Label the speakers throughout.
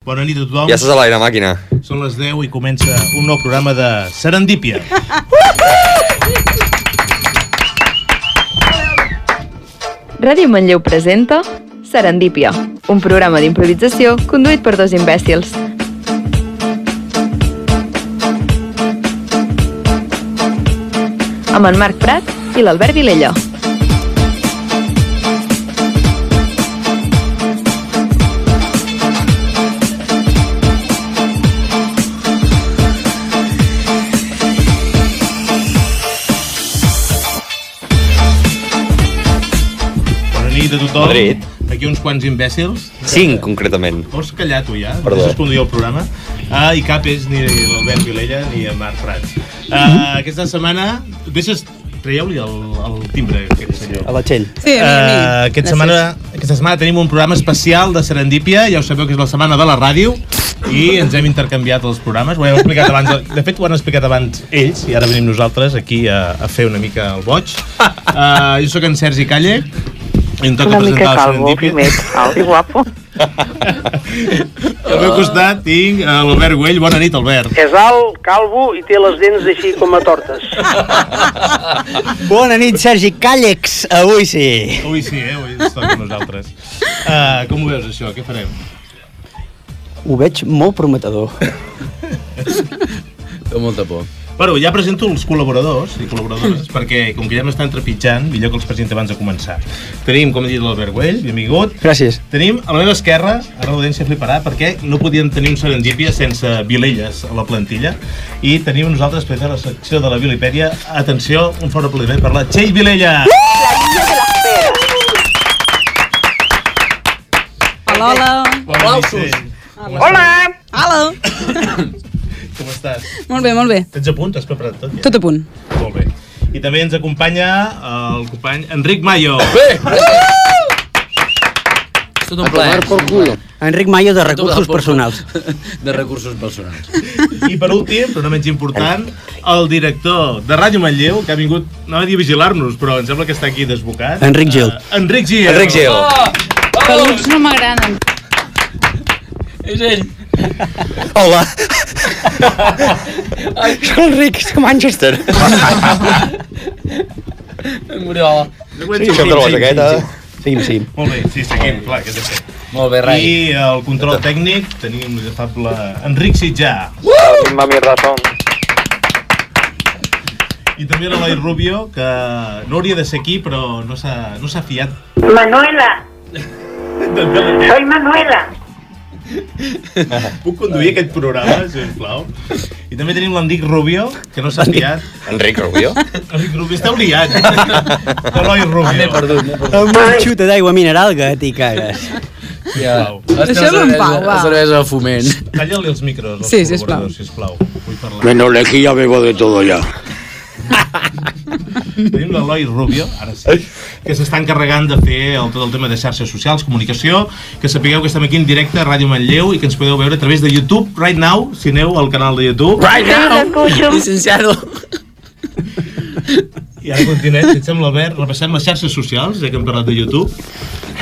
Speaker 1: Bona nit a tothom.
Speaker 2: Ja estàs a l'aire, màquina.
Speaker 1: Són les 10 i comença un nou programa de Serendípia.
Speaker 3: Ràdio Manlleu presenta Serendípia, un programa d'improvisació conduït per dos imbècils. Amb en Marc Prat i l'Albert Vilella.
Speaker 1: Bona nit a tothom.
Speaker 2: Bona nit.
Speaker 1: Aquí uns quants imbècils.
Speaker 2: Cinc, concretament.
Speaker 1: Vols callar tu ja?
Speaker 2: Perdó.
Speaker 1: Deixes conduir el programa. Ah, I cap és ni l'Albert Vilella ni en Marc Prat.
Speaker 4: Mhm.
Speaker 1: Ah, aquesta setmana... Deixes... Traieu-li el, el timbre, aquest senyor.
Speaker 4: A la Txell.
Speaker 5: Sí, a mi, a mi.
Speaker 1: Eh, aquest setmana, aquesta setmana tenim un programa especial de Serendípia, ja ho sabeu que és la setmana de la ràdio, i ens hem intercanviat els programes, ho hem explicat abans, de fet ho han explicat abans ells, i ara venim nosaltres aquí a, a fer una mica el boig. Uh, jo sóc en Sergi Calle, i em toca
Speaker 6: Una
Speaker 1: presentar
Speaker 6: mica
Speaker 1: la
Speaker 6: calvo,
Speaker 1: Serendípia.
Speaker 6: primer, alt i guapo.
Speaker 1: Al meu costat tinc eh, l'Albert Güell, bona nit Albert.
Speaker 7: És alt, calvo i té les dents així com a tortes.
Speaker 4: Bona nit, Sergi Càllex. Avui sí.
Speaker 1: Avui sí, eh? Avui ens toca a nosaltres. Uh, com ho veus això? Què farem?
Speaker 4: Ho veig molt prometedor.
Speaker 8: Té molta por.
Speaker 1: Bueno, ja presento els col·laboradors i col·laboradores, perquè com que ja m'estan trepitjant, millor que els presenti abans de començar. Tenim, com he dit, l'Albert Güell, mi amigot.
Speaker 4: Gràcies.
Speaker 1: Tenim a la meva esquerra, ara l'audiència fliparà, perquè no podíem tenir un serendípia sense vilelles a la plantilla. I tenim nosaltres, per fer la secció de la Vilipèdia, atenció, un fort aplaudiment per la Txell Vilella!
Speaker 8: Uh!
Speaker 5: Hola, hola.
Speaker 1: Bona nit, Txell.
Speaker 7: Hola!
Speaker 5: Hola.
Speaker 1: Com estàs?
Speaker 5: Molt bé, molt bé.
Speaker 1: Tens a punt? T'has preparat tot ja?
Speaker 5: Tot a punt.
Speaker 1: Molt bé. I també ens acompanya el company Enric Mayo.
Speaker 8: És tot un plaer.
Speaker 4: por culo. Enric Mayo de recursos
Speaker 8: Tot el
Speaker 4: personals.
Speaker 8: De recursos personals.
Speaker 1: I per últim, però no menys important, el director de Ràdio Manlleu, que ha vingut, anava a dir a vigilar-nos, però em sembla que està aquí desbocat.
Speaker 4: Enric Gil.
Speaker 8: Ah,
Speaker 1: Eh, Enric Gil. Ah,
Speaker 2: Enric Gil.
Speaker 1: Oh,
Speaker 9: Peluts no m'agraden.
Speaker 8: És ell.
Speaker 4: Hola. Soc Enric, soc Manchester.
Speaker 8: En Moriola.
Speaker 1: Seguim,
Speaker 2: Sí, això em trobes aquesta.
Speaker 4: Sí, sí.
Speaker 1: Molt bé, sí, seguim, clar, que és aquest.
Speaker 8: Molt bé, Rai.
Speaker 1: I el control tècnic tenim l'agafable Enric Sitjà.
Speaker 7: Mami razón.
Speaker 1: I també l'Eloi Rubio, que no hauria de ser aquí, però no s'ha no s'ha fiat.
Speaker 6: Manuela, soy Manuela.
Speaker 1: Puc conduir aquest programa, sisplau? I també tenim l'Enric Rubio, que no s'ha fiat.
Speaker 2: Enric Rubio.
Speaker 1: Enric Rubio, esteu liat. Eloi Rubio.
Speaker 8: M'he Ah, perdut, m'he perdut.
Speaker 4: Amb un xuta d'aigua mineral que t'hi cagues.
Speaker 8: Ja.
Speaker 5: Deixem-lo en pau, va.
Speaker 8: La cervesa de foment.
Speaker 1: Talla-li els micros als
Speaker 5: Sí,
Speaker 1: col·laboradors, sisplau. Vull parlar.
Speaker 10: Menos lejía bebo de todo ya.
Speaker 1: Tenim l'Eloi Rubio, ara sí, que s'està encarregant de fer el, tot el tema de xarxes socials, comunicació, que sapigueu que estem aquí en directe a Ràdio Manlleu i que ens podeu veure a través de YouTube, right now, si aneu al canal de YouTube.
Speaker 8: Right now!
Speaker 6: escucho.
Speaker 8: Licenciado.
Speaker 1: I ara continuem, si et sembla, Albert, repassem les xarxes socials, ja que hem parlat de YouTube.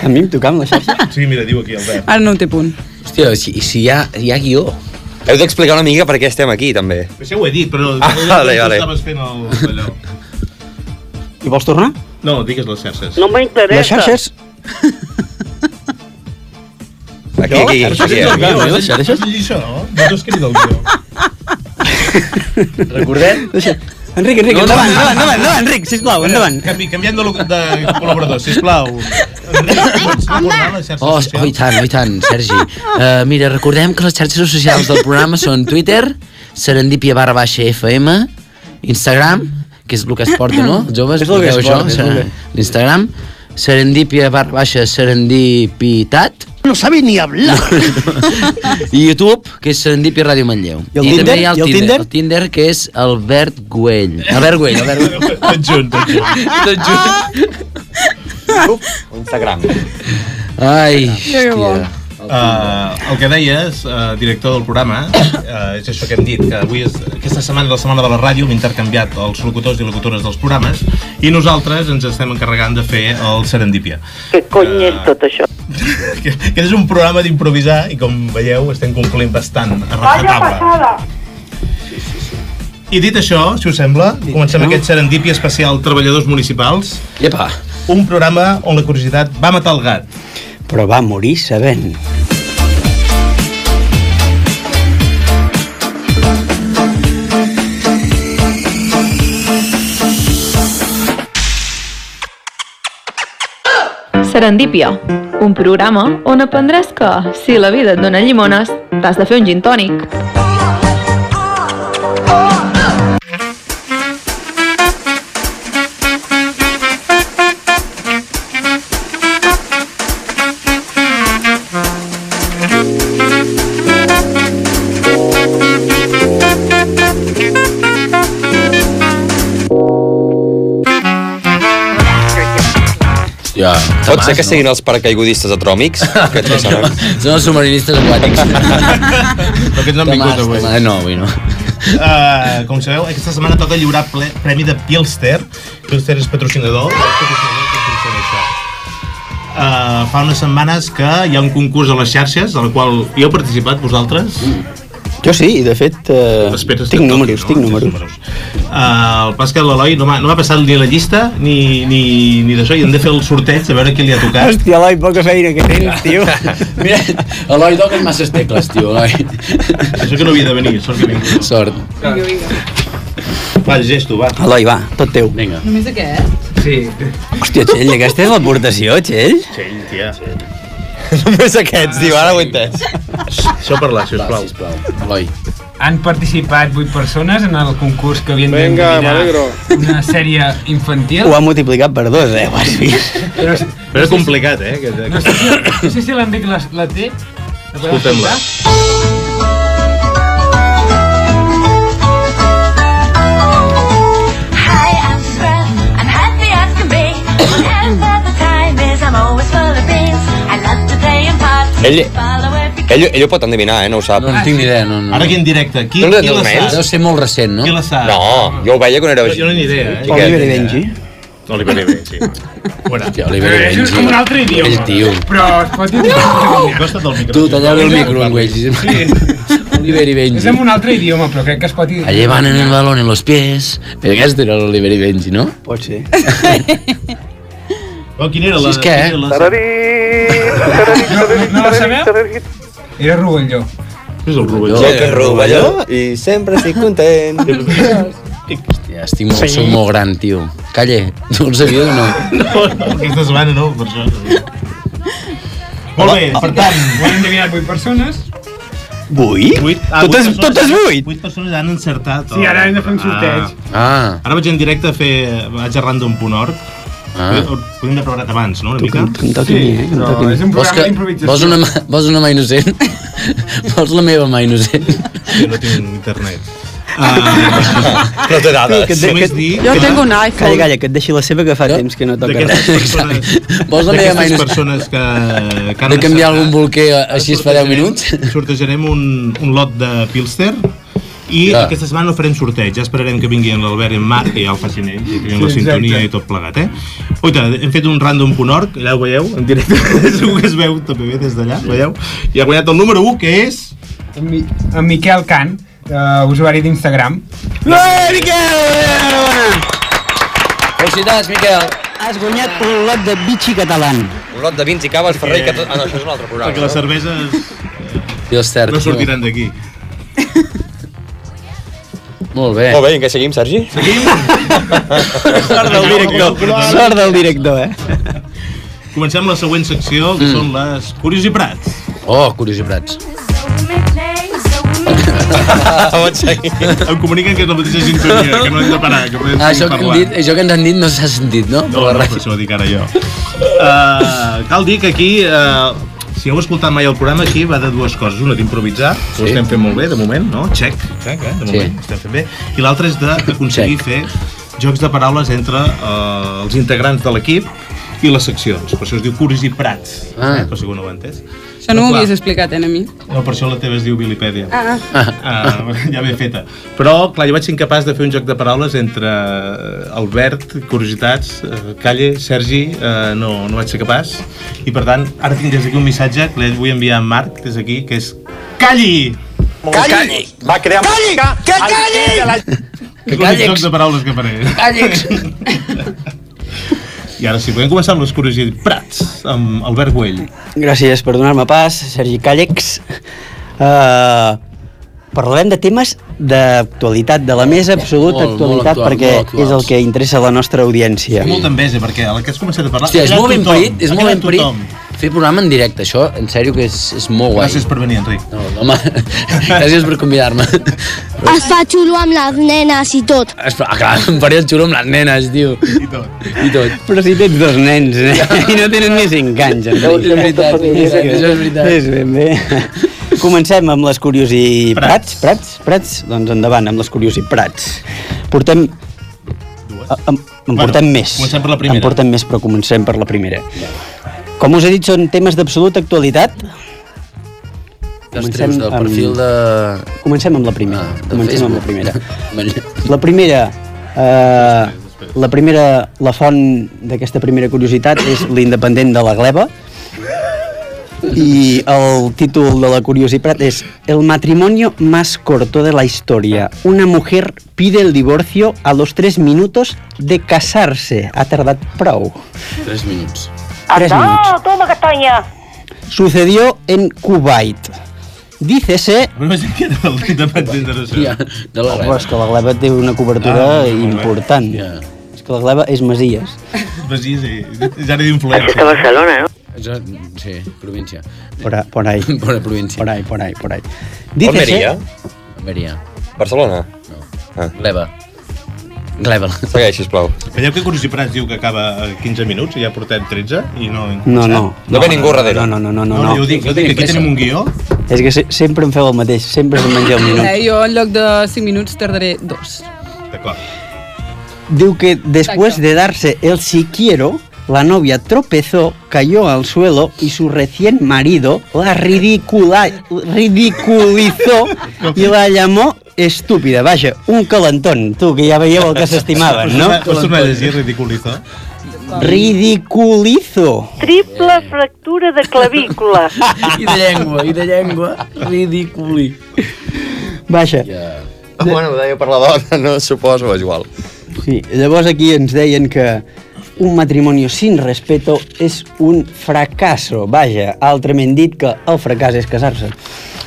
Speaker 4: A mi em tocava la xarxa.
Speaker 1: Sí, mira, diu aquí, Albert.
Speaker 5: Ara no ho té punt.
Speaker 8: Hòstia, si, si hi ha, hi ha guió.
Speaker 2: Heu d'explicar una mica per què estem aquí, també.
Speaker 1: Això ho he dit, però
Speaker 2: Ah, vale,
Speaker 1: tu
Speaker 2: vale.
Speaker 1: estaves fent el, allò.
Speaker 4: I vols tornar?
Speaker 1: No, digues les xarxes.
Speaker 7: No m'interessa.
Speaker 4: Les xarxes...
Speaker 2: Aquí, aquí,
Speaker 1: Això
Speaker 2: aquí.
Speaker 1: és el
Speaker 2: aquí.
Speaker 1: guió,
Speaker 8: les
Speaker 1: és el-
Speaker 8: xarxes?
Speaker 1: és el guió, no? No t'ho has escrit el guió.
Speaker 8: Recordem?
Speaker 4: Deixa. Enric, Enric,
Speaker 8: No, no,
Speaker 4: endavant,
Speaker 8: no.
Speaker 4: endavant, endavant, endavant, Enric, sisplau, endavant.
Speaker 1: Canvi, canviant de, lo- de col·laborador, sisplau. Enric, pots abordar les xarxes
Speaker 8: Oh, oh, i
Speaker 1: socials?
Speaker 8: tant, oh, i tant, Sergi. Uh, mira, recordem que les xarxes socials del programa són Twitter, serendipia barra baixa FM, Instagram, que és el que es porta, no? Els joves,
Speaker 4: És el que es
Speaker 8: porteu això,
Speaker 4: porta, és el que-
Speaker 8: l'Instagram, serendipia barra baixa serendipitat,
Speaker 4: No sabe ni hablar.
Speaker 8: i YouTube, que és Serendipia Ràdio Manlleu.
Speaker 4: I el Tinder?
Speaker 8: també hi ha
Speaker 4: I el
Speaker 8: el Tinder?
Speaker 4: Tinder?
Speaker 8: El Tinder, que és Albert Güell. Albert Güell, Albert Güell.
Speaker 1: Tot junt, tot junt.
Speaker 8: Tot just.
Speaker 2: Instagram.
Speaker 8: Ai,
Speaker 5: que bo.
Speaker 8: hòstia.
Speaker 1: Uh, el que deies, uh, director del programa, uh, és això que hem dit, que avui és, aquesta setmana és la setmana de la ràdio, hem intercanviat els locutors i locutores dels programes i nosaltres ens estem encarregant de fer el Serendipia. Eh,
Speaker 6: Què cony és tot això?
Speaker 1: que, que és un programa d'improvisar i com veieu estem concloent bastant a rajatabla. I dit això, si us sembla, comencem aquest serendípia especial Treballadors Municipals.
Speaker 2: Llepa.
Speaker 1: Un programa on la curiositat va matar el gat.
Speaker 4: Però va morir sabent.
Speaker 3: Serendípia, un programa on aprendràs que, si la vida et dona llimones, t'has de fer un gin tònic.
Speaker 8: Ja,
Speaker 2: Pot ser que siguin els paracaigudistes atròmics? que no sabem.
Speaker 8: Són els submarinistes aquàtics.
Speaker 1: Però aquests no han vingut avui.
Speaker 8: Tomàs, no, avui no.
Speaker 1: Uh, com sabeu, aquesta setmana toca lliurar ple, premi de Pilster. Pilster és patrocinador. Uh, fa unes setmanes que hi ha un concurs a les xarxes, al qual hi heu participat vosaltres.
Speaker 4: Jo sí, i de fet eh,
Speaker 1: Espera,
Speaker 4: tinc
Speaker 1: espera,
Speaker 4: números,
Speaker 1: no?
Speaker 4: tinc
Speaker 1: Tens
Speaker 4: números.
Speaker 1: números. Uh, el pas que l'Eloi no m'ha no m'ha passat ni la llista ni, ni, ni d'això i hem de fer el sorteig a veure qui li ha tocat.
Speaker 4: Hòstia, Eloi, poca feina que tens, tio.
Speaker 8: Mira, Eloi toca masses tecles, tio, Eloi.
Speaker 1: Això que no havia de venir, sort que vinc.
Speaker 8: Sort.
Speaker 1: Va, llegeix tu, va.
Speaker 4: Eloi, va, tot teu.
Speaker 8: Vinga.
Speaker 5: Només aquest?
Speaker 4: Hòstia, Txell, aquesta és l'aportació, Txell?
Speaker 1: Txell, tia.
Speaker 2: Només aquests, diu, ara ho he entès.
Speaker 1: Això parlar, sisplau.
Speaker 8: sisplau. Eloi.
Speaker 11: Han participat 8 persones en el concurs que havien
Speaker 12: Vinga,
Speaker 11: d'endevinar
Speaker 12: m'alegro.
Speaker 11: una sèrie infantil.
Speaker 4: Ho ha multiplicat per dos, eh, ho has vist?
Speaker 11: Però, no sé-
Speaker 1: Però és complicat, eh? Que,
Speaker 11: no sé, si- no sé si l'Enric la, la té. La podem
Speaker 1: Escoltem-la.
Speaker 11: escoltar?
Speaker 7: Hi, I'm Steph. I'm happy as can be. Whatever the time is, I'm always full of beans. I love to play in parts.
Speaker 2: Ell,
Speaker 7: Follow every
Speaker 2: ell, ell ho pot endevinar, eh? No ho sap.
Speaker 8: No, no tinc ni idea, no, no.
Speaker 1: Ara aquí en directe, qui,
Speaker 2: No li
Speaker 1: qui la
Speaker 2: dormeix?
Speaker 8: Deu
Speaker 1: sap?
Speaker 8: ser molt recent,
Speaker 1: Qui
Speaker 8: no?
Speaker 1: la sap?
Speaker 2: No, jo ho veia quan era...
Speaker 1: Jo, jo no n'hi idea, eh?
Speaker 2: Oli-
Speaker 4: Oliver i Benji.
Speaker 1: No li venia bé, sí. Bueno,
Speaker 8: Hòstia, Oliver
Speaker 11: Eh, això és
Speaker 8: Benji.
Speaker 11: com un altre idioma.
Speaker 8: Ell, tio.
Speaker 11: Però es pot dir...
Speaker 1: acosta't al micro.
Speaker 8: Tu, talleu el micro, en Benji. Oliver i
Speaker 11: És
Speaker 8: Benji.
Speaker 11: en un altre idioma, però crec que es pot dir...
Speaker 8: Allí van en el balón en los pies. Però aquest era l'Oliver i Benji, no?
Speaker 4: Pot ser.
Speaker 1: Però Oh, quina era la...
Speaker 8: Sí, és que, eh?
Speaker 1: quina era la-
Speaker 11: No, no la sabeu? Era Rubelló.
Speaker 1: És el Rubens.
Speaker 2: Jo
Speaker 8: eh,
Speaker 2: que rovelló i sempre estic content.
Speaker 8: Hòstia, estic molt, soc molt gran, tio. Calle, tu ho sabies o no?
Speaker 1: No, no, aquesta setmana no, per això. Molt bé, per tant,
Speaker 11: Ho han endevinat 8 persones.
Speaker 4: Vuit?
Speaker 1: vuit...
Speaker 4: Totes, totes vuit?
Speaker 1: Vuit persones han encertat.
Speaker 11: Ah, Sí, ara hem de fer un sorteig.
Speaker 1: Ah.
Speaker 8: Ah,
Speaker 1: Ara vaig en directe a fer... Vaig a random.org.
Speaker 8: ah.
Speaker 1: Podem haver preparat abans, no? Una
Speaker 4: Que
Speaker 1: mica?
Speaker 4: em- que em toqui a mi, eh,
Speaker 11: Sí,
Speaker 4: que em
Speaker 11: però
Speaker 4: toqui a mi.
Speaker 11: és un
Speaker 8: Vols,
Speaker 11: programa
Speaker 8: que,
Speaker 11: d'improvisació.
Speaker 8: vols, una, mà- vols una mà innocent? vols la meva mà innocent?
Speaker 1: Jo no tinc internet. Uh,
Speaker 2: No té
Speaker 4: Que
Speaker 2: dades.
Speaker 4: et de-
Speaker 1: només dir...
Speaker 5: Jo
Speaker 1: que-
Speaker 5: tinc un
Speaker 4: Calla,
Speaker 5: iPhone.
Speaker 4: calla, que et deixi la seva que fa temps que no toca res.
Speaker 1: D'aquestes persones...
Speaker 8: Vols la meva mà
Speaker 1: D'aquestes
Speaker 8: innocent?
Speaker 1: persones que, que han
Speaker 8: De canviar
Speaker 1: encertat,
Speaker 8: algun bolquer eh, així es fa 10
Speaker 1: sortejarem-
Speaker 8: minuts?
Speaker 1: Sortejarem un, un lot de Pilster i
Speaker 8: Ja.
Speaker 1: ja. aquesta setmana no farem sorteig, ja esperarem que vinguin l'Albert i en Marc i ja el facin ells, i tinguin sí, la
Speaker 11: Sí, exacte.
Speaker 1: sintonia i tot plegat, eh? Oita, hem fet un random.org, allà ho veieu, en directe, segur que es veu també bé des d'allà, sí. veieu? I ha guanyat el número 1, que és...
Speaker 11: En, Mi en Miquel Can, eh, usuari d'Instagram.
Speaker 4: Ei, Miquel!
Speaker 8: Felicitats, Miquel!
Speaker 4: Has guanyat un lot de bitxi catalán.
Speaker 2: Un lot de vins i caves, Ferrer, que tot... Ah, no, això és un altre
Speaker 1: Perquè
Speaker 2: programa.
Speaker 1: les cerveses
Speaker 8: I els terç.
Speaker 1: no sortiran d'aquí.
Speaker 8: Molt bé.
Speaker 2: Molt bé, i en què seguim, Sergi?
Speaker 4: Sort del director. Sort del director, eh?
Speaker 1: Comencem la següent secció, que mm. són les curiositats.
Speaker 8: Oh, curiositats.
Speaker 2: Ah, pot seguir.
Speaker 1: Em comuniquen que és la mateixa sintonia, que no hem de parar, que podem
Speaker 8: Ah, això, que hem
Speaker 1: parlar.
Speaker 8: dit, això que ens han dit no s'ha sentit, no?
Speaker 1: No, no, per això ho dic ara jo. Uh, cal dir que aquí, uh, si heu escoltat mai el programa, aquí va de dues coses. Una d'improvisar, sí. ho estem fent molt bé, de moment, no? Check, check eh? de moment, sí. estem fent bé. I l'altra és d'aconseguir fer jocs de paraules entre uh, els integrants de l'equip i les seccions. Per això es diu Curis i Prats,
Speaker 8: Ah.
Speaker 1: eh? per si algú no ho ha entès.
Speaker 5: Això no m'ho havies explicat, eh, a mi.
Speaker 1: No, per això la teva es diu Bilipèdia.
Speaker 5: Ah, ah.
Speaker 1: Ah, ja ben feta. Però, clar, jo vaig ser incapaç de fer un joc de paraules entre eh, Albert, curiositats, eh, Calle, Sergi, eh, no, no vaig ser capaç. I, per tant, ara tinc des d'aquí un missatge que li vull enviar a en Marc, des d'aquí, que és Calli!
Speaker 13: Calli! Va crear... Calli! Que calli!
Speaker 1: Que és l'únic joc de paraules que faré.
Speaker 13: Càllex!
Speaker 1: I ara sí, podem començar amb les curiositats, amb Albert Güell.
Speaker 4: Gràcies per donar-me pas, Sergi Càllex. Uh, parlarem de temes d'actualitat, de la més absoluta
Speaker 1: Molt, molt
Speaker 4: actualitat,
Speaker 1: actual,
Speaker 4: perquè
Speaker 1: molt actuals.
Speaker 4: és el que interessa a la nostra audiència.
Speaker 1: Tinc molta enveja, perquè el que has començat a parlar...
Speaker 7: Hòstia, és
Speaker 1: ha quedat
Speaker 7: molt ben
Speaker 1: tothom,
Speaker 7: parit, és
Speaker 1: ha
Speaker 7: molt ben
Speaker 1: quedat tothom.
Speaker 7: parit. Fer programa en directe, això, en sèrio, que és, és molt guai.
Speaker 1: Gràcies per venir, Enric.
Speaker 7: No, home, gràcies per convidar-me.
Speaker 14: Es fa xulo amb les nenes i tot.
Speaker 7: Es fa- Ah, clar, em faria el xulo amb les nenes, tio. I
Speaker 1: tot.
Speaker 7: I tot.
Speaker 4: Però si tens dos nens, eh? I no tenen ni cinc anys,
Speaker 7: Deu
Speaker 4: Enric.
Speaker 7: ser molta família.
Speaker 4: És-
Speaker 7: Això és veritat.
Speaker 4: És ben bé. Comencem amb les curiositats. Prats. Prats? Prats? Doncs endavant, amb les curiositats. Portem... Em, en
Speaker 1: Bueno,
Speaker 4: portem més.
Speaker 1: comencem per la primera.
Speaker 4: En portem més, però comencem per la primera. Com us he dit, són temes d'absoluta actualitat.
Speaker 7: Els treus del
Speaker 4: amb-
Speaker 7: perfil de... Ah,
Speaker 4: Comencem amb la primera. Comencem amb la primera.
Speaker 7: Mallorca.
Speaker 4: La primera... Eh, la primera, la font d'aquesta primera curiositat és l'independent de la gleba i el títol de la curiositat és El matrimonio más corto de la historia. Una mujer pide el divorcio a los 3 minutos de casarse. Ha tardat prou.
Speaker 7: Tres minuts.
Speaker 4: 3 minuts.
Speaker 6: toma castaña.
Speaker 4: Sucedió en Kuwait. Dícese...
Speaker 1: No sé què era l'independent de la
Speaker 7: de la
Speaker 4: Gleba. És que la gleba té una cobertura
Speaker 1: Ah,
Speaker 4: ah,
Speaker 1: molt bé.
Speaker 4: important. És que la gleba és Masies.
Speaker 1: Pues sí, sí, és àrea d'influència.
Speaker 4: És que Barcelona, no?
Speaker 6: eh?
Speaker 7: Jo, sí, província.
Speaker 4: Por, a- por ahí.
Speaker 7: por la província.
Speaker 4: Por ahí, por ahí, por ahí.
Speaker 2: On Meria?
Speaker 7: Almeria.
Speaker 2: Barcelona?
Speaker 7: Ah. Gleba. Gleba.
Speaker 2: Segueix, sisplau.
Speaker 1: Veieu que Cruciprats diu que acaba a 15 minuts i ja portem 13 i no... hem
Speaker 4: No,
Speaker 1: començat?
Speaker 4: no.
Speaker 2: No ve ningú darrere.
Speaker 4: No, no, no, no. no,
Speaker 1: No, no, jo dic, jo dic que aquí tenim un guió.
Speaker 4: És que se, sempre em feu el mateix, sempre us mengeu un minut.
Speaker 5: Eh, jo en lloc de 5 minuts tardaré 2.
Speaker 1: D'acord.
Speaker 4: Diu que después de darse el si quiero, la novia tropezó, cayó al suelo y su recién marido la ridicula, ridiculizó y la llamó estúpida. Vaja, un calentón, tu, que ja veieu el que s'estimaven, no?
Speaker 1: Pots tornar a llegir ridiculizo?
Speaker 4: Ridiculizo.
Speaker 6: Triple fractura de clavícula.
Speaker 7: Eh. I de llengua, i de llengua. Ridiculi.
Speaker 4: Vaja.
Speaker 2: Ah, Bueno, ho deia per la dona, no suposo, és igual.
Speaker 4: Sí, llavors aquí ens deien que un matrimoni sin respeto és un fracasso. Vaja, altrament dit que el fracàs és casar-se.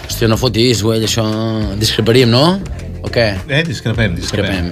Speaker 7: Hòstia, no fotis, güell, això... Discreparíem, no? O què?
Speaker 1: Eh, discrepem, discrepem.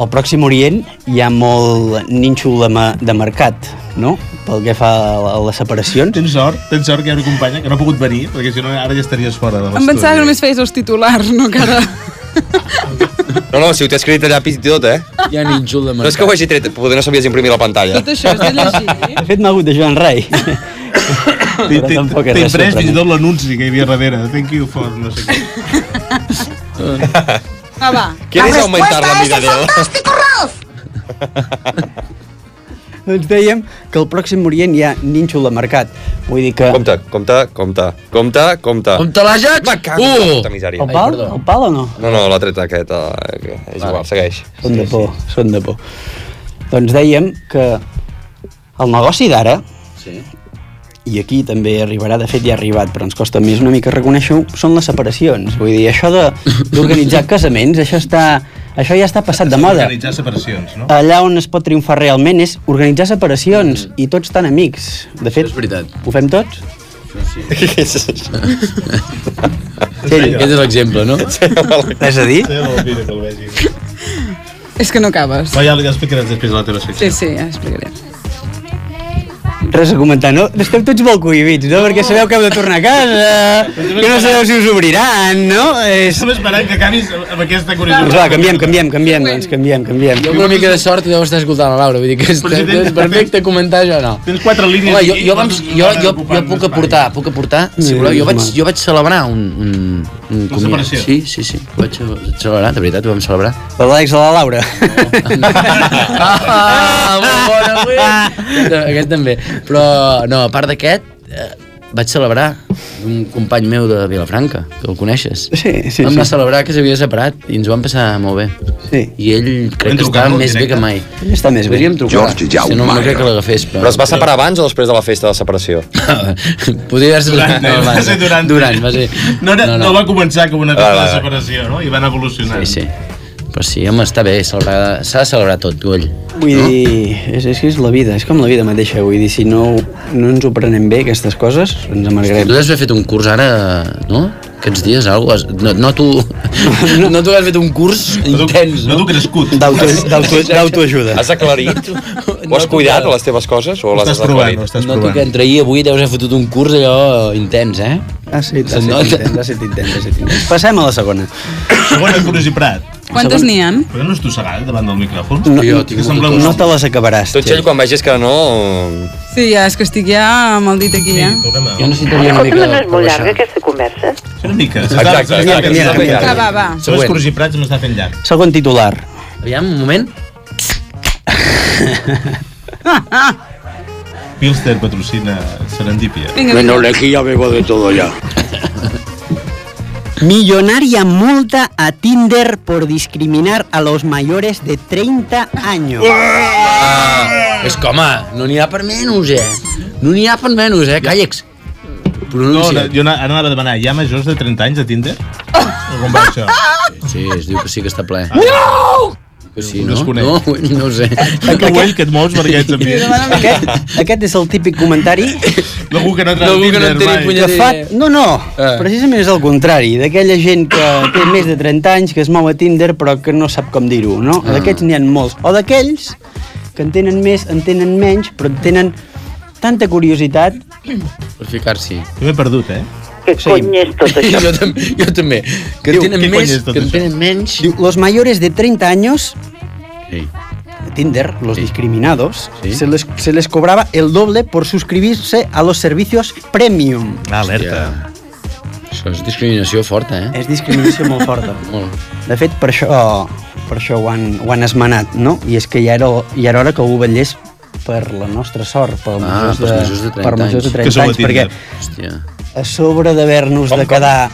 Speaker 4: al Pròxim Orient hi ha molt nínxol de, ma- de mercat, no? Pel que fa a les separacions.
Speaker 1: Tens sort, tens sort que hi ha una companya que no ha pogut venir, perquè si no ara ja estaries fora de
Speaker 5: Em pensava que
Speaker 1: l'estudi.
Speaker 5: només feies els titulars, no cara.
Speaker 2: No, no, si ho t'he escrit allà fins i tot, eh?
Speaker 7: Hi ha ninjul de
Speaker 2: No és que ho hagi tret, poder no sabies imprimir la pantalla.
Speaker 5: Tot això és de llegir.
Speaker 4: De fet, m'ha hagut de Joan Rai.
Speaker 1: T'he
Speaker 4: Però tampoc és
Speaker 1: t'he imprès fins i
Speaker 4: res sorprenent.
Speaker 1: tot l'anunci que hi havia darrere. Thank you for no sé què.
Speaker 5: Ah, va.
Speaker 2: ¿Quieres aumentar la vida d'ell?
Speaker 4: Ens Doncs dèiem que al Pròxim Orient hi ha nínxol de mercat. Vull dir que...
Speaker 2: Compte, compte, compte, compte, compte. Uh!
Speaker 4: Compte l'Àgex!
Speaker 2: Va, cago en
Speaker 7: Uh!
Speaker 2: la puta misèria.
Speaker 4: El pal? El pal o no?
Speaker 2: No, no, l'ha tret aquest, eh, que és igual, segueix.
Speaker 4: Són de por, són de por. Doncs dèiem que el negoci d'ara,
Speaker 7: Sí.
Speaker 4: i aquí també arribarà, de fet ja ha arribat, però ens costa més una mica reconèixer-ho, són les separacions. Vull dir, això de- d'organitzar casaments, això, està, això ja està passat de moda.
Speaker 1: Organitzar separacions, no?
Speaker 4: Allà on es pot triomfar realment és organitzar separacions, i tots tan amics. De fet, és
Speaker 7: veritat.
Speaker 4: ho fem tots?
Speaker 7: Aquest és l'exemple, no?
Speaker 4: És a dir?
Speaker 1: Mira que el vegi.
Speaker 5: És que no acabes.
Speaker 1: Va, ja, ja explicaràs després de la teva secció.
Speaker 5: Sí, sí, ja explicaré.
Speaker 4: res a comentar, no? Estem tots molt cohibits, no? Perquè sabeu que heu de tornar a casa, que no sabeu si us obriran, no? És...
Speaker 1: Estem esperant que acabis amb aquesta curiositat.
Speaker 4: Clar, canviem, canviem, canviem, doncs, canviem, canviem.
Speaker 8: Jo amb una mica de sort i deu estar escoltant la Laura, vull dir que és,
Speaker 4: si tens-
Speaker 8: és perfecte comentar això, no.
Speaker 1: Tens quatre línies
Speaker 8: Home, jo,
Speaker 1: aquí,
Speaker 8: jo, vam,
Speaker 1: doncs,
Speaker 8: jo, jo,
Speaker 1: ocupant
Speaker 8: jo puc aportar, puc aportar,
Speaker 7: Sí,
Speaker 8: si voleu, jo
Speaker 7: és
Speaker 8: vaig,
Speaker 7: mal.
Speaker 8: jo vaig celebrar un, un, un comiat.
Speaker 7: separació.
Speaker 8: Sí, sí, sí, ho vaig ce- celebrar, de veritat, ho vam celebrar.
Speaker 4: Per l'Àlex a la Laura.
Speaker 8: Ah, molt bona, avui. Aquest, aquest també. Però, no, a part d'aquest, eh, vaig celebrar un company meu de Vilafranca, que el coneixes.
Speaker 4: Sí, sí,
Speaker 8: Em va
Speaker 4: sí.
Speaker 8: celebrar que s'havia separat i ens ho vam passar molt bé.
Speaker 4: Sí.
Speaker 8: I ell crec que
Speaker 2: trucar-lo
Speaker 8: estava
Speaker 2: en
Speaker 8: més bé
Speaker 2: directe?
Speaker 8: que mai.
Speaker 4: Ell està més bé.
Speaker 8: Podríem trucar.
Speaker 2: Jordi
Speaker 8: si no, no
Speaker 2: Jaumaire.
Speaker 8: crec que l'agafés.
Speaker 2: Però es va separar abans o després de la festa de separació?
Speaker 8: Podria haver-se
Speaker 1: Durant, eh? va
Speaker 8: abans.
Speaker 1: ser durant.
Speaker 8: Durant, va ser...
Speaker 1: No, no, no, no va començar com una
Speaker 8: Va,
Speaker 1: festa
Speaker 8: va,
Speaker 1: de
Speaker 8: va.
Speaker 1: separació, no? I van evolucionant.
Speaker 8: Sí, sí. Però sí, home, està bé, celebrar- s'ha de celebrar tot, Gull.
Speaker 4: Vull dir, és, és que és la vida, és com la vida mateixa, vull dir, si no, no ens ho prenem bé, aquestes coses, ens amargarem.
Speaker 8: Tu has fet un curs ara, no? Aquests dies, algo, has- no, no tu... No, no tu has fet un curs intens, no? No
Speaker 1: tu crescut.
Speaker 4: D'auto- d'auto- D'autoajuda.
Speaker 2: Has aclarit? Ho has cuidat, les teves coses? O les has aclarit?
Speaker 8: no tu que entre ahir i avui deus haver fotut un curs allò intens, eh?
Speaker 4: Ah, sí,
Speaker 8: Se'n nota.
Speaker 4: ha estat intent, ha estat intent. Passem a la segona.
Speaker 1: Segona curiositat.
Speaker 5: Quantes n'hi ha?
Speaker 1: Però no estossegar davant del micròfon?
Speaker 4: No,
Speaker 1: jo,
Speaker 4: no, no te les acabaràs.
Speaker 2: Tot ell, quan vegis que no...
Speaker 5: Sí, ja, és que estic ja amb el dit aquí, ja.
Speaker 8: Jo necessitaria una
Speaker 6: Escolta,
Speaker 8: mica...
Speaker 6: no és molt
Speaker 8: per
Speaker 6: llarga
Speaker 8: baixar.
Speaker 6: aquesta conversa?
Speaker 1: Una mica.
Speaker 2: Exacte,
Speaker 1: s'està-
Speaker 2: exacte,
Speaker 1: s'està-
Speaker 2: exacte.
Speaker 5: Va, va, va.
Speaker 1: Segons Següent. cruciprats m'està fent llarg.
Speaker 4: Segon titular.
Speaker 8: Aviam, un moment.
Speaker 1: Pilster patrocina Serendipia.
Speaker 5: Vinga,
Speaker 10: Bueno, de aquí ya bebo de todo ya.
Speaker 4: Millonaria multa a Tinder por discriminar a los mayores de 30 años.
Speaker 8: Ah, és que, home, no n'hi ha per menys, eh? No n'hi ha per menys, eh? Càllex.
Speaker 1: No,
Speaker 8: Pronuncia.
Speaker 1: no, jo ana- anava a demanar, hi ha majors de 30 anys a Tinder?
Speaker 4: Oh.
Speaker 1: O com va això?
Speaker 8: Sí, es diu que sí que està ple.
Speaker 1: No!
Speaker 8: Que sí,
Speaker 1: Ho
Speaker 8: no?
Speaker 1: desconec.
Speaker 8: No, no ho sé.
Speaker 1: Que ull que et mous perquè ets ambient.
Speaker 4: Aquest, aquest és el típic comentari
Speaker 1: Algú que no entra
Speaker 8: Algú
Speaker 1: en
Speaker 8: que no
Speaker 1: Tinder, Eh.
Speaker 8: entén
Speaker 1: vai.
Speaker 4: que fa... No, no, precisament és el contrari, d'aquella gent que té més de 30 anys, que es mou a Tinder però que no sap com dir-ho, no?
Speaker 8: Ah.
Speaker 4: D'aquests n'hi ha molts. O d'aquells que en tenen més, en tenen menys, però en tenen tanta curiositat...
Speaker 8: Per ficar-s'hi.
Speaker 1: Jo m'he perdut, eh?
Speaker 4: Què cony és tot
Speaker 8: jo, tam jo també. Que en tenen més, que en tenen menys...
Speaker 4: Diu, los mayores de 30 años de Tinder, los discriminados, se, les, se les cobraba el doble por suscribirse a los servicios premium.
Speaker 1: Alerta.
Speaker 8: Això és discriminació forta, eh?
Speaker 4: És discriminació molt forta.
Speaker 8: Molt.
Speaker 4: De fet, per això, per això ho, han, ho han esmenat, no? I és que ja era, ja era hora que algú vetllés per la nostra sort, per
Speaker 8: Ah,
Speaker 4: majors,
Speaker 8: pels majors de 30
Speaker 4: per majors de
Speaker 8: anys.
Speaker 4: 30 anys, perquè
Speaker 8: Hòstia.
Speaker 4: a sobre d'haver-nos de quedar...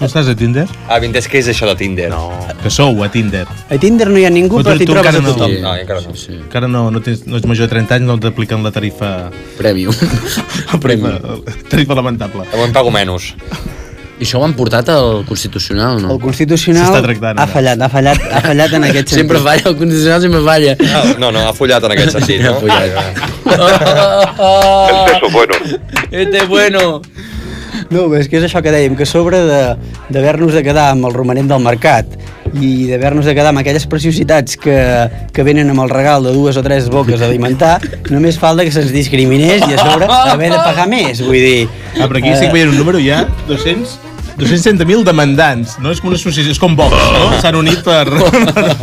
Speaker 1: Tu estàs a Tinder?
Speaker 2: Ah, vintes, què és això de Tinder? No.
Speaker 1: Que sou a Tinder.
Speaker 4: A Tinder no hi ha ningú, però t'hi trobes a
Speaker 1: encara
Speaker 4: tothom.
Speaker 1: No,
Speaker 2: encara no.
Speaker 1: Encara no, no, tens, no ets major de 30 anys, no t'apliquen la tarifa...
Speaker 8: Premium.
Speaker 1: Premium. Tarifa lamentable.
Speaker 2: Avui en pago menys.
Speaker 8: I això ho han portat al Constitucional, no?
Speaker 4: El Constitucional
Speaker 8: S'està tractant,
Speaker 4: ha
Speaker 8: ara.
Speaker 4: fallat, ha fallat, ha fallat en aquest sentit.
Speaker 8: Sempre falla, el Constitucional sempre falla.
Speaker 2: No, no, ha follat en aquest sentit, no?
Speaker 8: Ha follat.
Speaker 2: Peso bueno.
Speaker 8: Este bueno.
Speaker 4: No, però és que és això que dèiem, que a sobre de- d'haver-nos de, de quedar amb el romanent del mercat i d'haver-nos de quedar amb aquelles preciositats que, que venen amb el regal de dues o tres boques a alimentar, només falta que se'ns discriminés i a sobre haver de pagar més, vull dir...
Speaker 1: Ah, però aquí
Speaker 4: eh,
Speaker 1: estic veient un número, hi ha 200... 230.000 demandants, no? És com una associació, és com Vox, no?
Speaker 4: Oh.
Speaker 1: S'han unit per...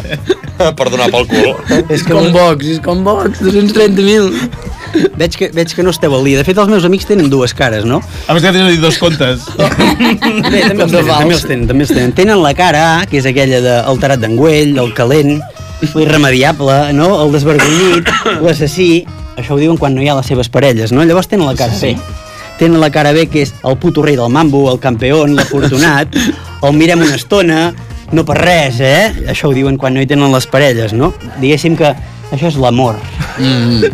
Speaker 2: per donar pel cul.
Speaker 4: És que
Speaker 8: Com Vox, és com Vox, 230.000.
Speaker 4: Veig que, veig que no esteu al dia. De fet, els meus amics tenen dues cares, no?
Speaker 1: A més que tens dit dos comptes.
Speaker 4: Bé, també els, tenen, també els tenen, també els tenen. Tenen la cara A, que és aquella de alterat d'engüell, el calent, l'irremediable, no? el desvergonyit, l'assassí... Això ho diuen quan no hi ha les seves parelles, no? Llavors tenen la cara B. Tenen la cara B, que és el puto rei del mambo, el campeón, l'afortunat, el mirem una estona, no per res, eh? Això ho diuen quan no hi tenen les parelles, no? Diguéssim que això és l'amor.
Speaker 8: Mm.